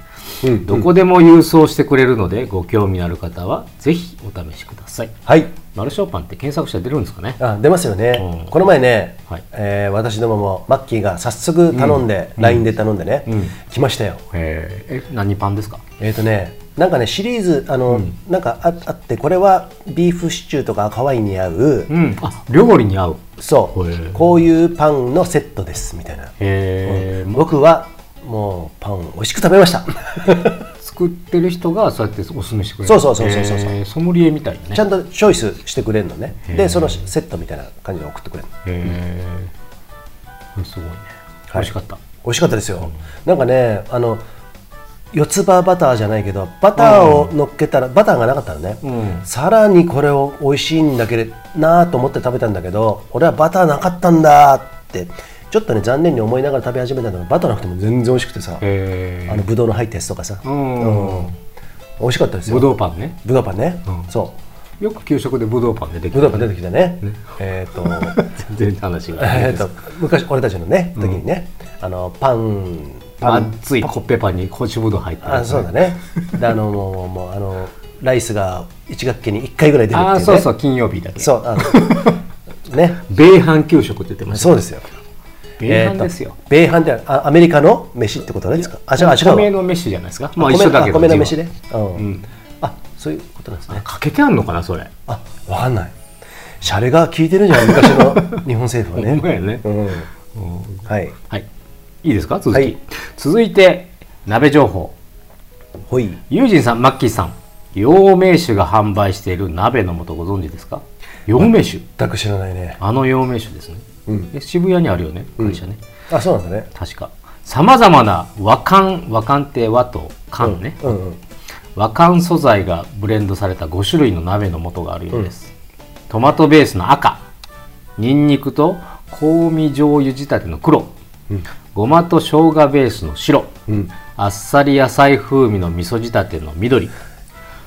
A: どこでも郵送してくれるのでご興味のある方はぜひお試しください
B: はい、
A: マルショーパンって検索したら出るんですかね
B: あ出ますよね、
A: うん
B: この前ね、
A: はい
B: えー私どももマッキーが早速頼んで、LINE で頼んでね、
A: ん
B: 来ましたよ
A: えーえ何パンですか
B: えっ、とねなんかねシリーズあの、なんかああってこれはビーフシチューとか赤ワインに合う、
A: うんあ料理に合う
B: そう、
A: へえ
B: こういうパンのセットですみたいな、
A: えー
B: 僕はもうパン美味しく食べました
A: 作ってる人がそうやっておすすめしてくれる
B: そうそうそうそうそうそう
A: えーソムリエみたいなね
B: ちゃんとチョイスしてくれるのねでそのセットみたいな感じで送ってくれるの
A: えーすごいね美味しかった、
B: 美味しかったですよ、なんかねあの四つ葉バターじゃないけどバターを乗っけたら、バターがなかったのね、
A: うん
B: さらにこれを美味しいんだけれなと思って食べたんだけど俺はバターなかったんだってちょっとね残念に思いながら食べ始めたんだけどバターなくても全然美味しくてさ、
A: えー
B: あのぶどうの入ったやつとかさ、
A: うん
B: うん美味しかったですよ
A: ぶどうパンね
B: ぶどうパンね、
A: うん
B: そう
A: よく給食でぶどうパン出てき
B: ぶ
A: た
B: どうパン出てきたねえ っ、と
A: 全然話が
B: えーと昔俺たちのね時にね、あのパンパン
A: 熱いコッペパンに高知ぶどう入ってる
B: あそうだね。であのもうもうあのライスが一学期に一回ぐらい出るっていう、ね。
A: あそうそう金曜日だけ
B: そうあのね。
A: 米飯給食って言ってました
B: そうですよ。
A: 米飯ですよ、
B: えーと。米飯ってあアメリカの飯ってことですか。あ違うあ違うわ。
A: 米の飯じゃないですかまあ一緒だけど
B: 米の飯ね。うん。
A: うん
B: あそういうことなんですね。
A: かけてあんのかなそれ
B: あわかんない。シャレが効いてるじゃん昔 の日本政
A: ほ
B: 府
A: ん
B: は
A: ま
B: ね。
A: やね
B: うん。はい。
A: はいいいですか続き、
B: はい
A: 続いて鍋情報
B: ほい。
A: ユージンさんマッキーさん陽明酒が販売している鍋の素ご存知ですか陽明酒
B: 全く知らないね。
A: あの陽明酒ですね、
B: うん
A: え渋谷にあるよね会社ね、
B: あそうなんだね。
A: 確かさまざまな和漢和漢って和と漢ね、
B: うんうん。
A: 和漢素材がブレンドされた5種類の鍋の素があるようです、トマトベースの赤ニンニクと香味醤油仕立ての黒、ごまと生姜ベースの白、
B: ん
A: あっさり野菜風味の味噌仕立ての緑ト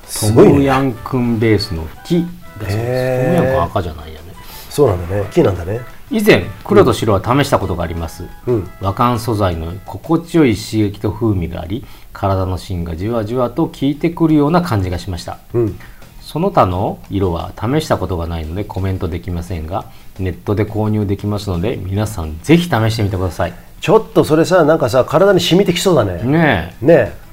B: すごい
A: ム
B: ね。
A: ヤンクンベースの黄だそうですトム
B: へー
A: ヤンクン赤じゃないよね
B: そうなんだね。木なんだね。
A: 以前黒と白は試したことがあります、
B: うん
A: 和漢素材の心地よい刺激と風味があり体の芯がじわじわと効いてくるような感じがしました
B: うん。
A: その他の色は試したことがないのでコメントできませんがネットで購入できますので皆さんぜひ試してみてください
B: ちょっとそれさなんかさ体に染みてきそうだね。
A: ねえ
B: ね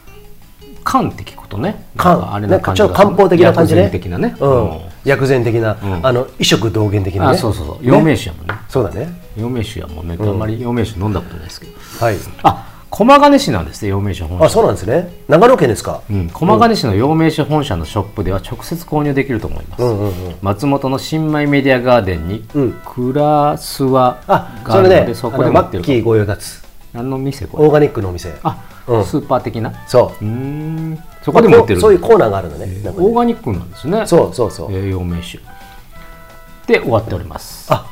A: 缶って聞くとね
B: 缶
A: なんかあれな感じが
B: なんかちょっと漢方的な感じね
A: 薬膳的なね
B: うん薬膳的な、あの異色同源的な、
A: あ
B: ね、
A: そうそうそう陽明
B: ね
A: 酒やもんね
B: そうだね
A: 陽明酒やもんね、あんまり陽明酒飲んだことないですけど
B: はい
A: あ駒ヶ根市なんですね陽明酒本社
B: あそうなんですね長野県ですか、
A: うん、駒ヶ根市の陽明酒本社のショップでは直接購入できると思います、
B: うんうんうん
A: 松本の新米メディアガーデンに
B: うん
A: クラスワ
B: あ
A: があ
B: そ
A: る
B: れ
A: ので、
B: ね
A: そこで
B: あのマ
A: 待って
B: ッ
A: る
B: キー
A: か
B: 御用達
A: 何の店こ
B: オー
A: れ
B: ガニックのお店
A: あ、
B: うん
A: スーパー的な
B: そう
A: ー
B: う
A: んそこでも売ってる
B: そういうコーナーがあるのね,、
A: えー
B: なんかね
A: オーガニックなんですね
B: そうそうそう、
A: えー陽明酒で終わっております
B: あ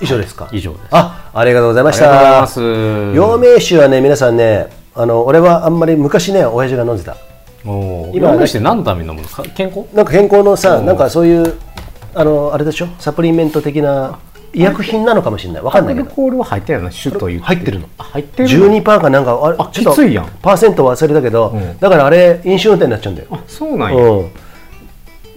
B: 以上ですか
A: 以上です
B: あありがとうございまし
A: あ
B: た
A: りがとうございます
B: 陽明酒はね皆さんねあの俺はあんまり昔ね親父が飲んでた
A: おー
B: 今
A: 陽明酒って何のために飲むのか健康
B: なんか健康のさ
A: うん
B: なんかそういうあのあれでしょサプリメント的な医薬品なのかもしれないわかんない
A: ア
B: け
A: ル
B: ど
A: コールは入ってるの酒という
B: 入ってるの
A: あ入ってるの
B: 12パーかなんかあれ
A: あきついやん
B: パーセント忘れたけど、
A: うん
B: だからあれ飲酒運転になっちゃうんだよ、
A: あそうなんや
B: うん、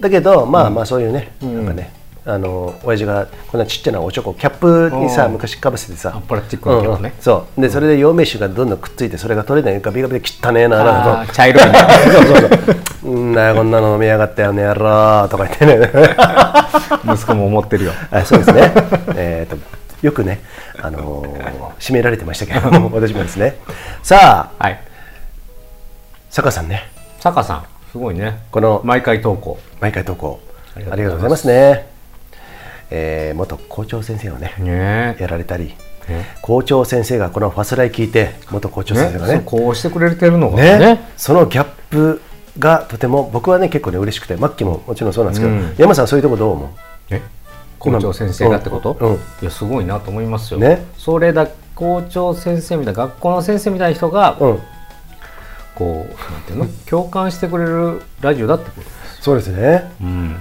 B: だけどまあまあそういうね、
A: ん
B: なんかねあの親父がこんなちっちゃなおちょこキャップにさ
A: うん
B: 昔かぶせてさ
A: あプラスチックのキャップね
B: うんうんそうでそれで陽明酒がどんどんくっついてそれが取れないガビガビで汚ねえななんか
A: あー茶色いね
B: そううんなよこんなの飲みやがったよねやろーとか言ってね
A: 息子も思ってるよ
B: あそうですね えーとよくね、あのー、締められてましたけど私もですねさあ
A: はい
B: 坂さんね
A: 坂さんすごいね
B: この
A: 毎回投稿
B: 毎回投稿あ
A: あ
B: り
A: りがと
B: がとう
A: うござい
B: ございま
A: ますす
B: ね、えー元校長先生をね
A: ね
B: やられたり
A: ね
B: 校長先生がこのファスライ聞いて元校長先生が
A: そう
B: ね
A: こうしてくれてるのが
B: ね
A: ね
B: そのギャップがとても僕はね結構ね嬉しくてマッキーももちろんそうなんですけど、
A: うん
B: 山さんそういうとこどう思
A: え校長先生がってこと、
B: うんうん
A: いやすごいなと思いますよ、
B: ね
A: それだ校長先生みたいな学校の先生みたいな人が、
B: う、うん、
A: こうなんて いうの共感してくれるラジオだってことです、
B: そうですね
A: うん、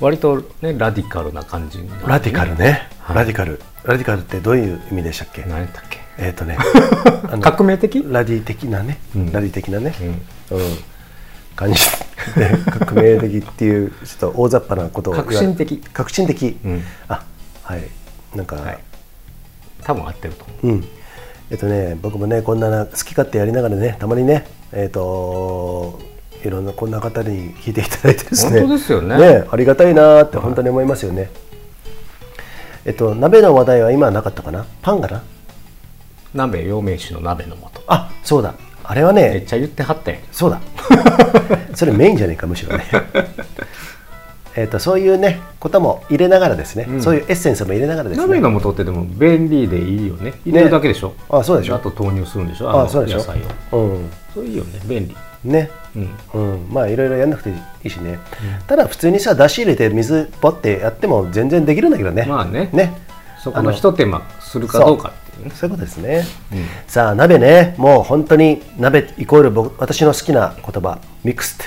A: 割とねラディカルな感じになる
B: ラディカルね、
A: はい
B: ラディカルラディカルってどういう意味でしたっけ、
A: 何だっけ
B: えっ、とねあの
A: 革命的
B: ラディ的なね、
A: うん
B: ラディ的なね、
A: うん
B: うん感 じで革命的っていうちょっと大雑把なことを言わ
A: 革新的
B: 革新的、
A: うん
B: あはいなんか、
A: はい多分合ってると思
B: うんえっとね僕もねこんなな好き勝手やりながらねたまにねえっ、といろんなこんな方に聞いていただいてですね
A: 本当ですよね
B: ありがたいなーって本当に思いますよね、えっと鍋の話題は今はなかったかなパンかな
A: う鍋陽明酒の鍋の素
B: あそうだあれは
A: めっ
B: ね
A: ちゃ言ってはったやん
B: そ うだそれメインじゃねえかむしろねえっとそういうねことも入れながらですね、
A: うん
B: そういうエッセンスも入れながらですね
A: 鍋の素ってでも便利でいいよね入れるだけでしょ、
B: あそうでしょ
A: あと投入するんでしょ
B: あ
A: の
B: そうでし
A: 野菜を
B: ょ、うん、
A: そういいよね便利
B: ね
A: うん
B: うん、まあいろいろやんなくていいしね、ただ普通にさ出し入れて水ポってやっても全然できるんだけどね
A: まあね
B: ね
A: そこのひと手間するかどうかっていうね
B: そういうことですね、
A: うん
B: さあ鍋ねもう本当に鍋イコール僕私の好きな言葉ミックスって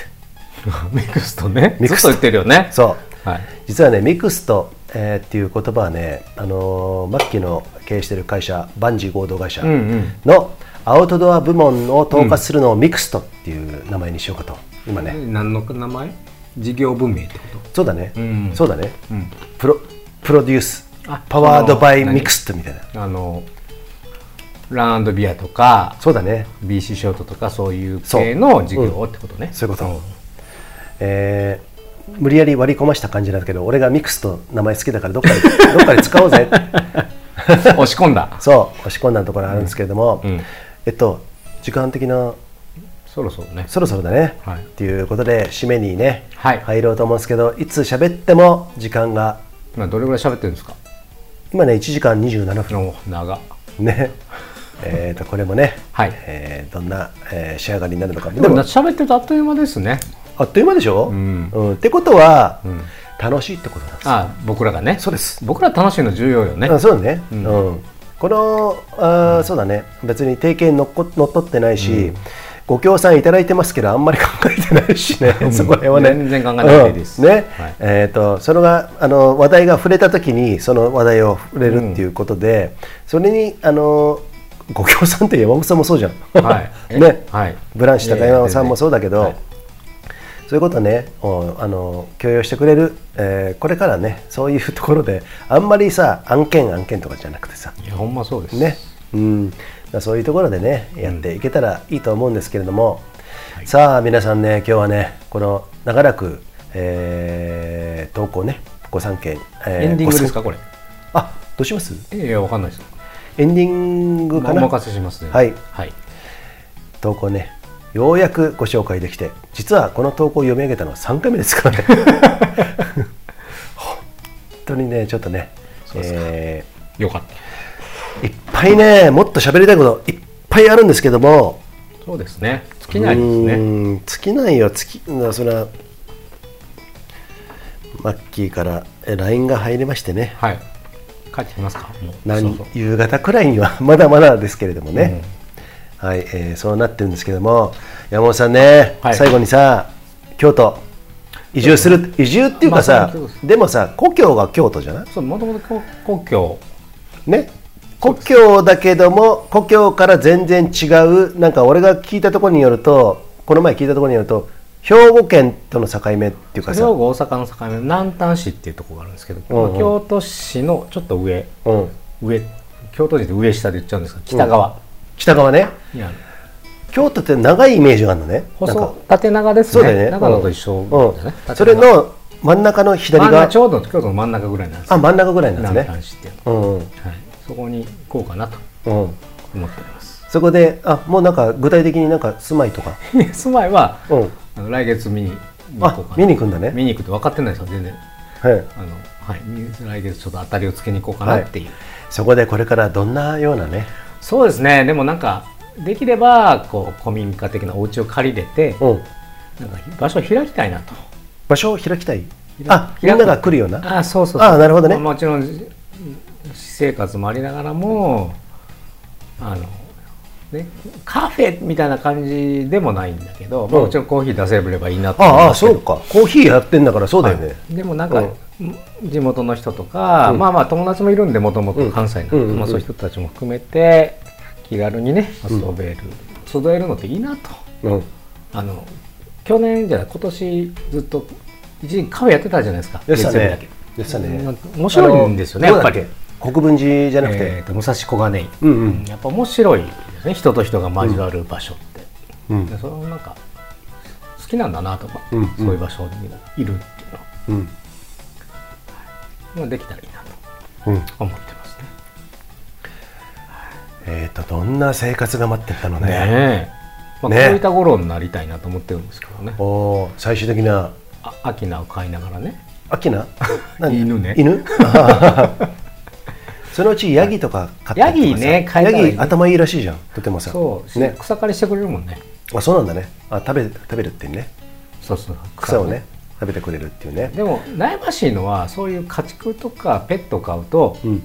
A: ミックスとね
B: ミックスと
A: ずっと言ってるよね
B: そ
A: う
B: う
A: はい
B: 実はねミックスと、えーっていう言葉はね、あのーマッキーの経営している会社バンジー合同会社
A: うんうん
B: のアウトドア部門を統括するのをミックストっていう名前にしようかと今ね、
A: 何の名前事業文明ってこ
B: そうだね、
A: うん
B: そうだね、
A: うん
B: プロプロデュース
A: あ
B: パワードバイ
A: その
B: ミクストみたいな
A: とあのランビアとか
B: そうだね
A: BC ショートとかそういう
B: そう
A: 系の事業ってことね、
B: そういうこと、えー無理やり割り込ました感じなんだけど俺がミクスト名前好きだからどっ かでどっかで使おうぜ
A: うん押し込んだ
B: そう押し込んだところあるんですけれども、
A: うんうん
B: えっと時間的な
A: そろそろね
B: そろそろだね、
A: はい
B: っていうことで締めにね、
A: はい
B: 入ろうと思うんですけどいつ喋っても時間が
A: 今どれぐらい喋ってるんですか
B: 今ね1時間27分
A: の長
B: ねえーとこれもね、
A: はい
B: えーどんな、えー仕上がりになるのか
A: でも喋ってるとあっという間ですね
B: あっという間でしょ、
A: うん
B: ってことは、楽しいってことなんですよ
A: あ僕らがねそうです僕ら楽しいの重要よね
B: あそうだね、う
A: うんん
B: このあー、そうだね別に定型にのっこのっとってないし、ご協賛いただいてますけどあんまり考えてないし ね、
A: ん
B: そこら辺はね
A: 全然考えなくていいです
B: うんね、
A: はい
B: えっ、とそれがあの話題が触れた時にその話題を触れるっていうことで、それにあのご協賛って山本さんもそうじゃん、
A: はい
B: ね、
A: はい
B: ブランシュ高山さんもそうだけど、
A: いやいや全
B: そういうことね、おあの強要してくれる、えーこれからね、そういうところで、あんまりさ、案件案件とかじゃなくてさ、
A: いやほんまそうです
B: ね、うん、だからそういうところでね、やっていけたらいいと思うんですけれども、さあ、皆さんね、今日はね、この長らく、えー投稿ねご参見、え
A: エンディングですかこ
B: ご参
A: れ
B: あどうします
A: いやわかんないです
B: エンディング
A: お
B: かな
A: 任せしますね
B: はい
A: はい
B: 投稿ねようやくご紹介できて実はこの投稿を読み上げたのは3回目ですから ね本当にねちょっとね
A: そうですか
B: え
A: よかった
B: ーいっぱいねもっと喋りたいこといっぱいあるんですけども
A: そうですね尽きないです
B: う
A: ね
B: ーん尽きないよ尽きなそれはマッキーからえ LINE が入りましてね
A: はい帰ってきますかもう
B: 何
A: そうそう
B: 夕方くらいにはまだまだですけれどもね、はい、えーそうなってるんですけども山本さんね、
A: はい
B: 最後にさ京都移住する移住っていうか
A: まあ
B: さ、
A: そうです
B: でもさ故郷が京都じゃない
A: そうもともと故郷
B: ね故郷だけども故郷から全然違うなんか俺が聞いたところによるとこの前聞いたところによると兵庫県との境目っていうか
A: 兵
B: さ、
A: 庫大阪の境目南丹市っていうところがあるんですけど、
B: うんうん
A: 京都市のちょっと上
B: うん、
A: 上京都人って上下で言っちゃうんですが北側
B: 北側ね
A: にある、
B: 京都って長いイメージがあるのねなんか
A: 細縦長です
B: そうだよ
A: ね
B: ね
A: 長野と一緒
B: うん
A: だね
B: うん、それの真ん中の
A: 真
B: 左
A: ん中
B: 側
A: ちょうど京都の真ん中ぐらいなんです
B: あ真ん中ぐらいなん
A: 南
B: ですね
A: 丹市っていうの
B: うんうん
A: はい、そこに行こうかなと
B: うん
A: 思っており ます。
B: そこであもうなんか具体的になんか住まいとか、
A: 住まいは、
B: うん、
A: あの来月見に行こう
B: あ
A: かな。
B: 見に行くんだね
A: 見に行くって分かってないですよ、全然。
B: はい、
A: あのはい、来月ちょっと当たりをつけに行こうかなっていう。
B: そこでこれからどんなようなね、
A: そうですね、でもなんか、できればこう古民家的なお家を借りれて、
B: うん、
A: なんか場所を開きたいなと。
B: 場所を開きたいあみ
A: 開
B: ん
A: く
B: なが来るような
A: あそうそうそう
B: あなるほどね
A: まもちろんじ私生活もありながらもあの、ね、カフェみたいな感じでもないんだけど、まあ
B: うん
A: もちろんコーヒー出せればいいなと思い
B: ああ
A: ますけ
B: そ
A: ど
B: うかコーヒーやってんだからそうだよね、
A: でもなんか、
B: うん
A: 地元の人とか、
B: うん
A: まあまあ友達もいるんでもともと関西なんで、
B: うんうんうん
A: まあ、そういう人たちも含めて気軽にね遊べる、集えるのっていいなと
B: うん
A: あの去年じゃない今年ずっと一時期カフェやってたじゃないですか
B: でした
A: 月曜日だ
B: ね
A: け
B: でしたね
A: 面白いんですよね
B: あ
A: や
B: の
A: っぱり
B: どこだけ国分寺じゃなくて、
A: えーと武蔵小金井、
B: うんうん
A: やっぱ面白いですね人と人が交わる場所って、
B: うん
A: でそれもなんか好きなんだなとか、
B: うんうん
A: そういう場所にいるっていうのは
B: うん
A: まあできたらいいなと
B: うん
A: 思ってますね
B: えっ、とどんな生活が待ってたのね
A: ねえ、まあ、こう
B: ね
A: いった頃になりたいなと思ってるんですけどね
B: おお最終的な
A: あアキナを飼いながらね
B: アキ ナ何
A: 犬ね
B: 犬 あーそのうちヤギとか飼ったりとかさ
A: ヤギね飼いた
B: ヤ
A: い
B: ギ頭いいらしいじゃんとてもさ
A: そう、
B: ね
A: 草刈りしてくれるもんね
B: あそうなんだねあ食べ食べるっていうね
A: そうそう
B: 草をね食べてくれるっていうね
A: でも悩ましいのはそういう家畜とかペット飼うと
B: うん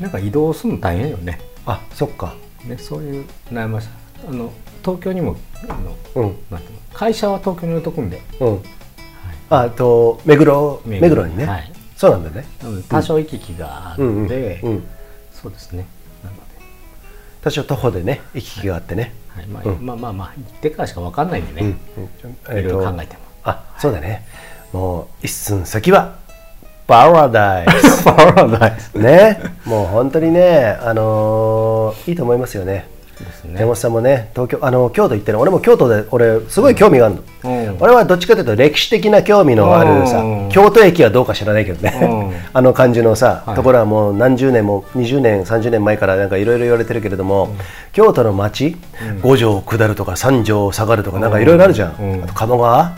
A: なんか移動するの大変よね
B: あそっか
A: ね、そういう悩ましさあの東京にもあの
B: うん
A: なんていうの会社は東京に置いとくんで
B: うんああと目黒
A: 目
B: 目
A: 黒
B: 黒にね、
A: はい
B: そうなんだね
A: なので多少行き来がある
B: うんうん
A: ので、
B: うん
A: そうですねなので、
B: 多少徒歩でね行き来があってね、
A: はいまあ
B: うん
A: まあまあまあ行ってからしか分かんないんで
B: う
A: ね
B: ん、
A: いろいろ考え ても
B: あそうだねもう一寸先はパラダイスパラダイス ねもう本当にねあのーいいと思いますよね
A: です
B: 山
A: ね
B: 本さんもね東京あの京都行ってる俺も京都で俺すごい興味があるの、
A: うん
B: 俺はどっちかというと歴史的な興味のあるさ、
A: うん
B: 京都駅はどうか知らないけどね、
A: う
B: あの感じのさ、
A: はい
B: ところはもう何十年も20年30年前からなんかいろいろ言われてるけれども、京都の街、五条下るとか三条下がるとかなんかいろいろあるじゃん、
A: うん
B: あと鴨川、
A: うん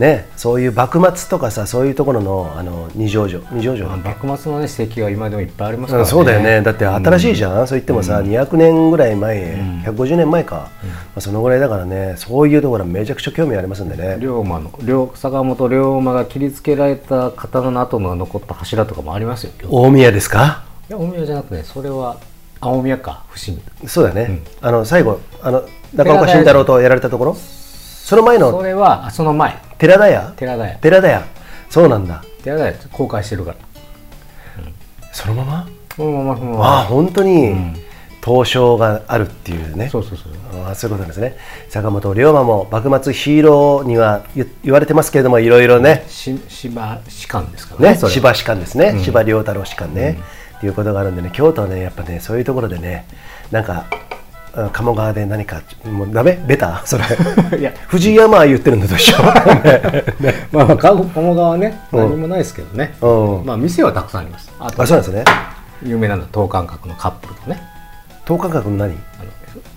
B: ねそういう幕末とかさそういうところのあの二条城二条城だっけ
A: あ幕末のね史跡が今でもいっぱいありますから
B: うん
A: ね
B: そうだよねだって新しいじゃん、そう言ってもさ、200年ぐらい前、150年前か、まあ、そのぐらいだからねそういうところはめちゃくちゃ興味ありますんでね
A: 龍馬の龍坂本龍馬が切りつけられた刀の跡の残った柱とかもありますよ今日い
B: 大宮ですか
A: や大宮じゃなくてねそれは青宮か伏見
B: そうだね、あの最後あの中岡慎太郎とやられたところその前
A: そ
B: の
A: れはあその前
B: 寺田屋
A: 寺田屋
B: 寺田屋そうなんだ
A: 寺田屋公開してるから
B: そのまま、
A: そのままそのま
B: あ
A: ま
B: あ本当に東証があるっていうね
A: そうそうそう
B: あーそういうことなんですね坂本龍馬も幕末ヒーローには言言われてますけれどもいろいろね
A: し芝士官ですからね
B: ね、
A: それは
B: 芝士官ですね、芝良太郎士官ね、っていうことがあるんでね、京都はね、やっぱね、そういうところでね、なんか、うん鴨川で何かもうダメベタ それ
A: いや
B: 藤山言ってるのと 一緒
A: まあ、まあ、か鴨川はね、
B: うん
A: 何もないですけどね、
B: うん
A: まあ、店はたくさんあります。あと
B: あそうなんですね
A: 有名なのは等間隔のカップルとね、
B: 等間隔の
A: あ
B: 何
A: の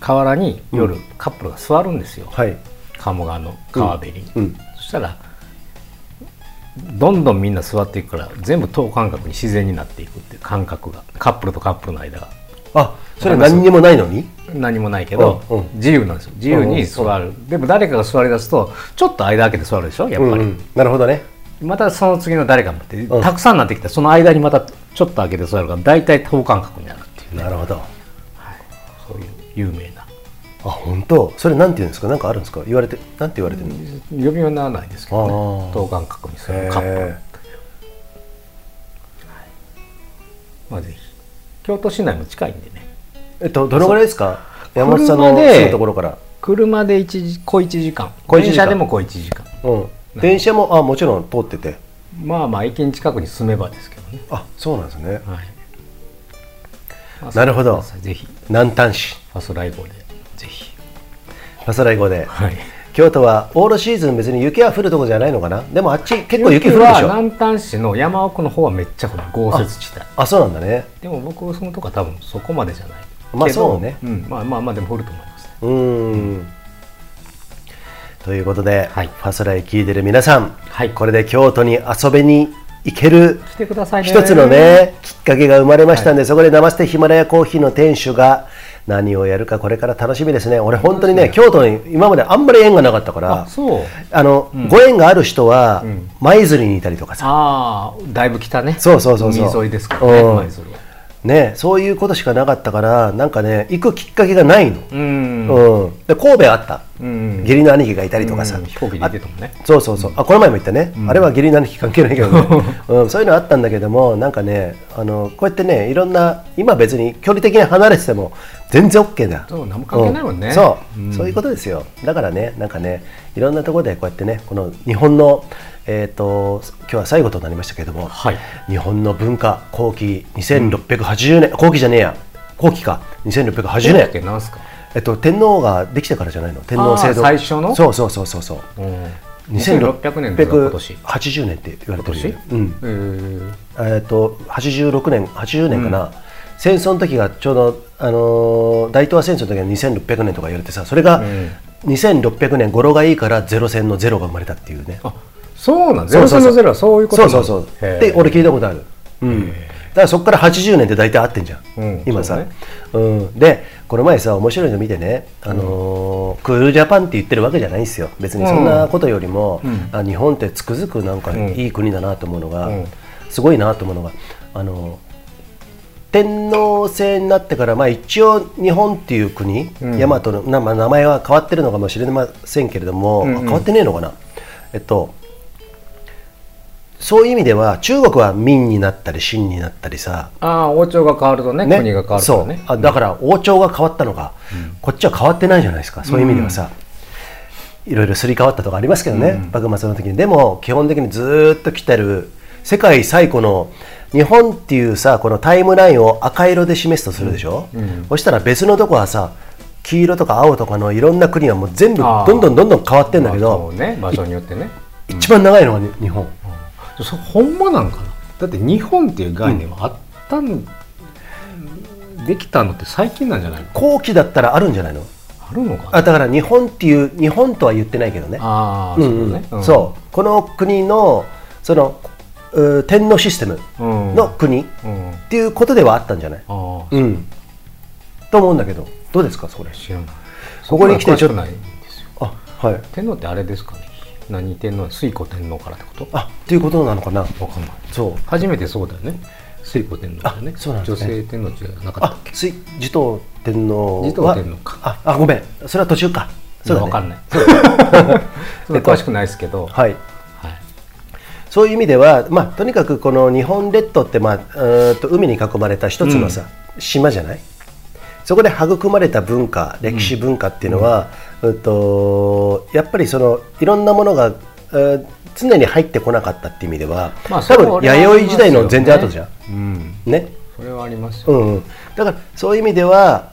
A: 河原に夜、
B: うん
A: カップルが座るんですよ、
B: はい
A: 鴨川の川べりに、
B: うん
A: そしたら、どんどんみんな座っていくから、全部等間隔に自然になっていくっていう感覚が、カップルとカップルの間が。
B: あそれは何にもないのに
A: 何もないけど、
B: うんうん
A: 自由なんですよ自由に座る、でも誰かが座り出すとちょっと間空けて座るでしょやっぱり、
B: うんうんなるほどね
A: またその次の誰かもって、
B: うん
A: たくさんなってきたらその間にまたちょっと開けて座るから大体等間隔になるっていうね
B: なるほどあ
A: そういう有名な
B: 本当それなんて言うんですかなんかあるんですか言われてなんて言われてるの
A: 呼びはならないですけど
B: あ
A: ね
B: ー
A: 等間隔にす
B: へ
A: る
B: ー
A: カップル、まあ、ぜひ京都市内も近いんでね
B: えっとどのぐらいですか山本さんの
A: 車で
B: 住むところから
A: 車で一時小1時間
B: 小一時
A: 電
B: 間
A: 車でも小1時間
B: うん電車もあもちろん通ってて
A: まあまあ駅に近くに住めばですけどね
B: あそうなんですね
A: はいまあ
B: なるほど
A: そうぜひフ
B: 南丹市
A: ァスライ号でぜひ
B: パスライ語で
A: はい
B: 京都はオールシーズン別に雪は降るとこじゃないのかなでもあっち結構雪降るで
A: は
B: しょ
A: 南丹市の山奥の方はめっちゃ降る豪雪地帯
B: あそうなんだね
A: でも僕そのとこは多分そこまでじゃない
B: まあ
A: けど
B: そうね
A: んまあまあまあでも降ると思います
B: うーんということで、
A: はい
B: ファスライ聞いてる皆さん、
A: はい
B: これで京都に遊びに行ける
A: 来てくださいね
B: 一つのねきっかけが生まれましたんで、そこで生してヒマラヤコーヒーの店主が何をやるかこれから楽しみですね俺本当にね京都に今まであんまり縁がなかったから
A: あそう
B: あの、ご縁がある人は
A: ん
B: 舞鶴にいたりとかさ
A: ああだいぶ来たね
B: そうそうそうそう
A: 海沿いですからね
B: うん
A: 舞鶴は
B: ね、そういうことしかなかったからなんかね行くきっかけがないの、
A: うん
B: うんで神戸あった、
A: ん
B: 義理の兄貴がいたりとかさ、
A: うん飛行機で行ってたもんね
B: あそうそうそう、あこの前も言ったね、あれは義理の兄貴関係ないけど、ね うん、そういうのあったんだけどもなんかねあのこうやってねいろんな今別に距離的に離れてても全然 OK だ
A: そう何も関係ないもんね
B: うそう、
A: うん
B: そういうことですよだからねなんかねいろんなところでこうやってねこの日本のえっ、と今日は最後となりましたけども、
A: はい
B: 日本の文化後期2680年、後期じゃねえや後期か2680
A: だっけ
B: 年、
A: なんすか
B: えっと、天皇ができてからじゃないの天皇制度
A: あー最初の
B: そうそうそうそうそう
A: うん2600年ですか今年
B: 2680年って言われてるよね
A: 今
B: うん
A: 年うん
B: えっと86年80年かな、戦争の時がちょうど、あのー大東亜戦争の時が2600年とか言われてさそれが
A: ん
B: 2600年語呂がいいからゼロ戦のゼロが生まれたっていうね
A: あそうなん
B: そ
A: ゼ
B: う
A: ロ
B: そう
A: 戦
B: そう
A: のゼロはそういうこと
B: そうそうそうで
A: で
B: 俺聞いたことある、うん、だからそこから80年って大体合ってんじゃん、
A: うん
B: 今さ
A: そううね
B: ん、でこの前さ面白いの見てね、あのークールジャパンって言ってるわけじゃないんですよ別にそんなことよりも、あ日本ってつくづくなんかいい国だなと思うのが、
A: うん
B: すごいなと思うのが、あのー天皇制になってから、まあ、一応日本っていう国、
A: うん
B: 大和のな、まあ、名前は変わってるのかもしれませんけれども、
A: うんうん
B: あ変わってねえのかなえっとそういう意味では中国は民になったり清になったりさ、
A: ああ王朝が変わるとね国が変わるとね
B: そうあだから王朝が変わったのか、こっちは変わってないじゃないですかそういう意味ではさ、いろいろすり替わったとかありますけどね、幕末の時にでも基本的にずーっと来てる世界最古の日本っていうさこのタイムラインを赤色で示すとするでしょ、そしたら別のとこはさ黄色とか青とかのいろんな国はもう全部
A: あ
B: ど
A: ー
B: んどんどんどん変わってんだけ
A: まあそ
B: ど
A: う、ね場所によってね
B: 一番長いのがに日本、
A: そほんまなんかなだって日本っていう概念はあったん、できたのって最近なんじゃないの
B: 後期だったらあるんじゃないの
A: あるのかな
B: あだから日本っていう日本とは言ってないけどね
A: あー
B: う
A: そ
B: ん
A: う
B: う
A: だね、
B: んそうこの国のそのうー天皇システム
A: うん
B: の国っ
A: うん、うん、あ
B: ていうことではあったんじゃない、
A: あ
B: うん、と思うんだけどどうですかそれ
A: 知らない
B: ここに来てちょっと
A: そんな詳しくないんですよ
B: あはい
A: 天皇ってあれですかね何天皇水古天皇からってこと
B: あっていうことなのかな
A: わかんない
B: そう
A: 初めてそうだよね水古天皇だよね
B: あそうなんですね
A: 女性天皇じゃなかった
B: あ
A: っけ
B: 水持統天皇は
A: 持統天皇か
B: ああごめんそれは途中か そうだ、ね、
A: わかんない そん
B: え
A: な
B: っと
A: 詳しくないですけど、
B: は
A: は
B: い
A: い
B: そういう意味では、まあ、とにかくこの日本列島って、まあ、うーんと海に囲まれた一つのさ、島じゃないそこで育まれた文化歴史文化っていうのは、うんとやっぱりそのいろんなものが、えー常に入ってこなかったっていう意味では、
A: まあ
B: 多
A: そこ
B: 分
A: はありますよね
B: 弥生時代の全然後じゃん。
A: うん
B: ね
A: それはありますよ
B: うんうん、だからそういう意味では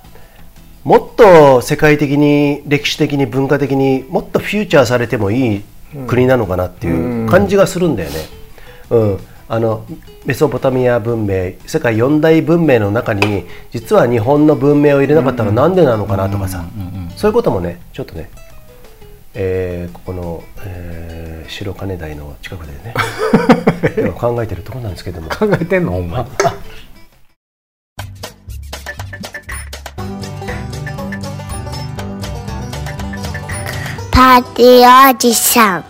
B: もっと世界的に歴史的に文化的にもっとフューチャーされてもいい国なのかなっていう感じがするんだよね。うん、あのメソポタミア文明世界四大文明の中に実は日本の文明を入れなかったらなんでなのかなとかさそういうこともねちょっとね、えーここの、えー白金台の近くでね 今考えてるところなんですけども
A: 考えてんのほんまに
J: パーティーおじさん。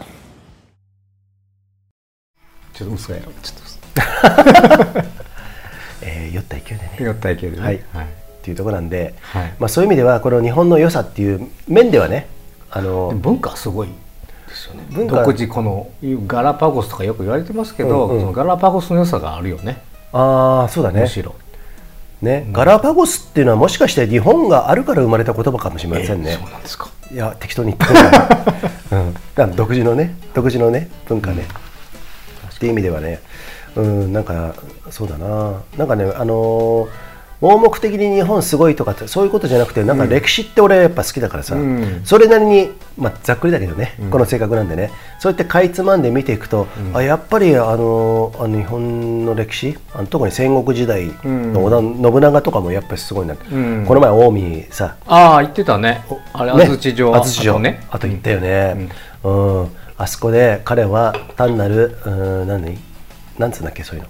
A: ちょっと嘘やろちょっと嘘
B: えー酔った勢いでね
A: やったらいけるね
B: はい
A: はい
B: っていうところなんで、
A: はい
B: まあ、そういう意味ではこの日本の良さっていう面ではねあ
A: で
B: の
A: も文化はすごい
B: 文化
A: 独自このガラパゴスとかよく言われてますけど、
B: うんうん
A: そのガラパゴスの良さがあるよね
B: ああそうだね
A: むしろ、
B: ねガラパゴスっていうのはもしかして日本があるから生まれた言葉かもしれませんね、
A: そうなんですか
B: いや適当に言ってるな うん、だから独自のね独自のね文化ね、っていう意味ではねうんなんかそうだななんかねあのー盲目的に日本すごいとかってそういうことじゃなくてなんか歴史って俺やっぱ好きだからさ、
A: うん
B: それなりに、まあ、ざっくりだけどね、この性格なんでねそうやってかいつまんで見ていくと、あやっぱりあのーあの日本の歴史あの特に戦国時代の織田信長とかもやっぱりすごいな、
A: ん
B: この前近江さ
A: ああ言ってたねおあれ
B: ね
A: 安土城
B: 安土城
A: 跡ね
B: あと言ったよね、うんあそこで彼は単なるうん何なんつうんだっけそういうの、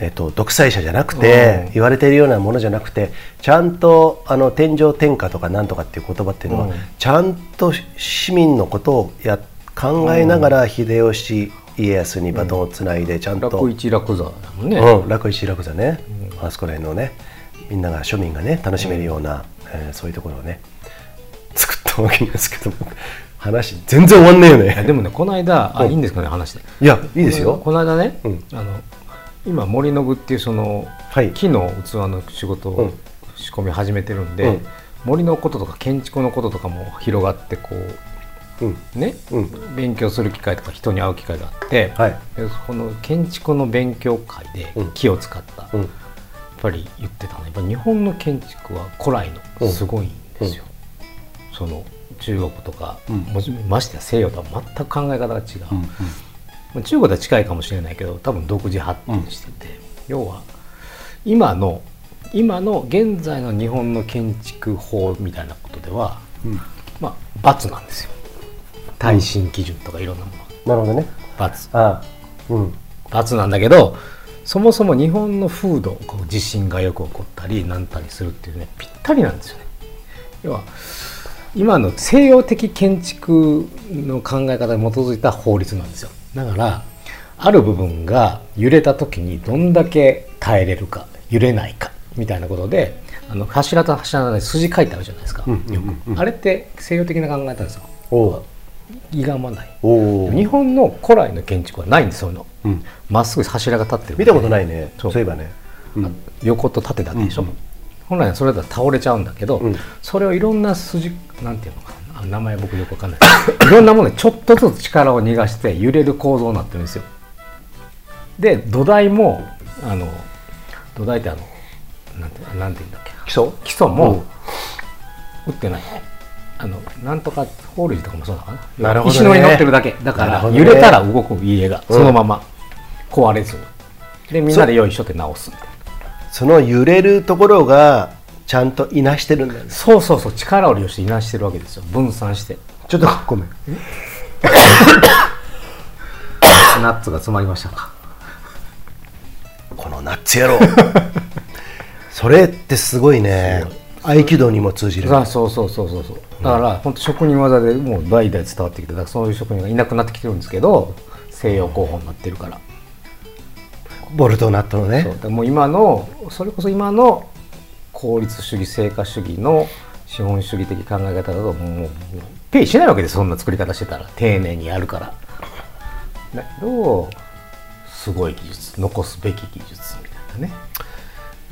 B: えっと独裁者じゃなくて、
A: うん
B: 言われているようなものじゃなくてちゃんとあの天上天下とかなんとかっていう言葉っていうのは、
A: うん
B: ちゃんと市民のことをや考えながら秀吉家康にバトンをつないでちゃんと、
A: 楽一楽座だもんね、
B: うん、楽石楽座ね、あそこら辺のねみんなが庶民がね楽しめるような、えーそういうところをね作ったわけですけども話全然終わんないよ
A: いや
B: ね
A: でもねこの間あいいんですかね話で
B: いやいいですよ
A: この間ね、
B: うん
A: あの今森の具っていうその、
B: はい
A: 木の器の仕事
B: う
A: を
B: ん
A: 仕込み始めてるんで、
B: うん
A: 森のこととか建築のこととかも広がってこう
B: うん
A: ね、
B: うん
A: 勉強する機会とか人に会う機会があって、
B: はい
A: でこの建築の勉強会で
B: うん
A: 木を使った、
B: う
A: や
B: ん
A: っぱり言ってたねやっぱ日本の建築は古来
B: う
A: の
B: ん
A: すごいんですよ、その中国とか、
B: ん
A: もしましてや西洋とは全く考え方が違う、まあ中国とは近いかもしれないけど多分独自発展してて、要は今の今の現在の日本の建築法みたいなことでは、まあ罰なんですよ耐震基準とかいろんなものが
B: なるほどね
A: 罰
B: ああうん
A: 罰なんだけどそもそも日本の風土こう地震がよく起こったりなんたりするっていうねぴったりなんですよね。要は今の西洋的建築の考え方に基づいた法律なんですよ。だからある部分が揺れた時にどんだけ耐えれるか揺れないかみたいなことであの柱と柱の間に筋書いてあるじゃないですか、
B: うんうんうんうん
A: よくあれって西洋的な考え方ですよ
B: おお
A: 歪まない
B: おお
A: 日本の古来の建築はないんですそういうの
B: うん
A: まっすぐ柱が立ってる
B: 見たことないねそ
A: そうう
B: いえばねうん
A: 横と縦だけでしょ、
B: うんうん
A: 本来はそれだと倒れちゃうんだけど、
B: うん
A: それをいろんな筋なんていうのかなあ名前僕よくわかんない いろんなものにちょっとずつ力を逃がして揺れる構造になってるんですよで土台もあの土台ってあのなんてなんて言うんだっけ
B: 基礎
A: 基礎も打ってない、あのなんとか法隆寺とかもそうだからな
B: なるほどね
A: 石の上に乗ってるだけだか
B: なる
A: ら
B: ほどね
A: 揺れたら動く家が
B: うん
A: そのまま壊れずにでみんなでよいしょって直すみたいな
B: その揺れるところがちゃんといなしてるんだよね
A: そうそうそう力を利用していなしてるわけですよ分散して
B: ちょっとごめん
A: ナッツが詰まりましたか
B: このナッツ野 郎それってすごいね合気道にも通じる
A: あそうそうそうそうそうだから本当職人技でもう代々伝わってきてだからそういう職人がいなくなってきてるんですけど西洋工法になってるから
B: ボルトナットのね
A: そうだからもう今のそれこそ今の効率主義成果主義の資本主義的考え方だともうもうペイしないわけですそんな作り方してたら丁寧にやるからだけどすごい技術残すべき技術みたいなね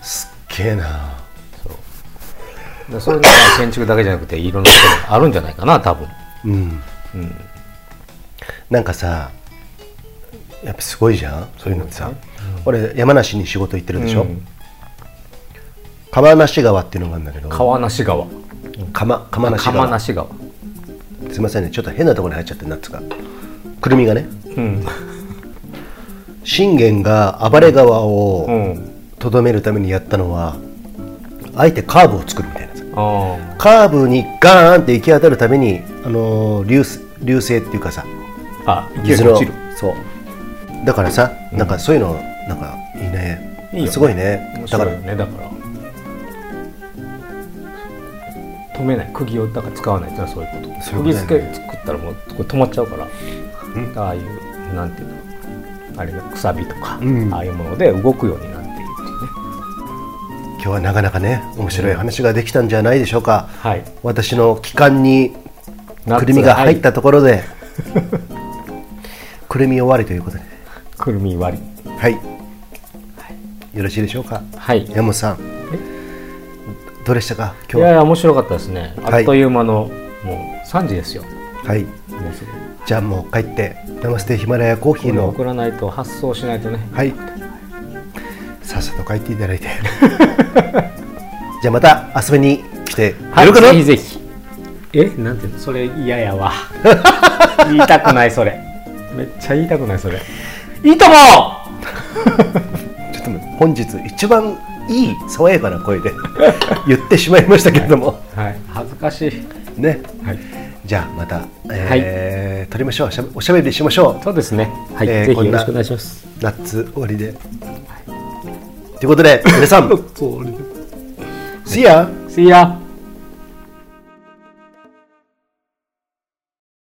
B: すっげえな
A: だからそういうのが建築だけじゃなくていろんなことがあるんじゃないかな多分
B: うん、なんかさやっぱすごいじゃんそういうのってさ、俺山梨に仕事行ってるでしょ、
A: うん
B: 釜梨川っていうのがあるんだけど
A: 川梨川
B: 釜釜梨川
A: 釜梨川
B: すいませんねちょっと変なところに入っちゃってナッツがくるみがね
A: うん
B: 信玄が暴れ川をとどめるためにやったのは、あえてカーブを作るみたいなやつ
A: あ
B: カーブにガーンって行き当たるために、あのー流す流星っていうかさ
A: ああ勢い
B: 水
A: が
B: の
A: 落ちる
B: そうだからさなんかそういうのなんかいいね
A: いいよね
B: すごいね
A: 面
B: だか
A: 白い
B: ら
A: よねだから止めない釘をだから使わないってのはそういうこと
B: そうい
A: 釘
B: うこと
A: 付
B: だよ
A: け作ったらもうこれ止まっちゃうからああいうなんていうのあれのくさびとか、
B: うん
A: ああいうもので動くようになっているっていうね
B: 今日はなかなかね面白い話ができたんじゃないでしょうか、
A: はい
B: 私の気管に
A: ナッツ
B: くるみが入ったとこ ろでくるみ終わりということで
A: くるみ割
B: はい、よろしいでしょうか
A: りはい
B: 山本さんどうでしたか
A: い
B: 今日
A: やい
B: は
A: や面白かったですね
B: はい
A: あっという間の、もう3時ですよ
B: はい
A: もうすぐ
B: じゃあもう帰って「ナマステヒマラヤコーヒ
A: こ
B: ー
A: れ
B: の
A: 送」らないと発送しないとね
B: はいさっさと帰っていただいてじゃあまた遊びに来てくれるかな、
A: ぜひぜひえなんていうのそれ嫌やわ 言いたくないそれめっちゃ言いたくないそれいいとも
B: ちょっと待って本日一番いい爽やかな声で 言ってしまいましたけれども、
A: はい恥ずかしい
B: ね
A: はい
B: じゃあまた、えー撮りましょうしゃべおしゃべりしましょ
A: そうですねはい、
B: えー
A: ぜ
B: こ
A: ひ
B: ん
A: よ
B: な
A: ろしくお願いします
B: う夏終わりでということで皆さん
A: そう
B: See ya!
A: See ya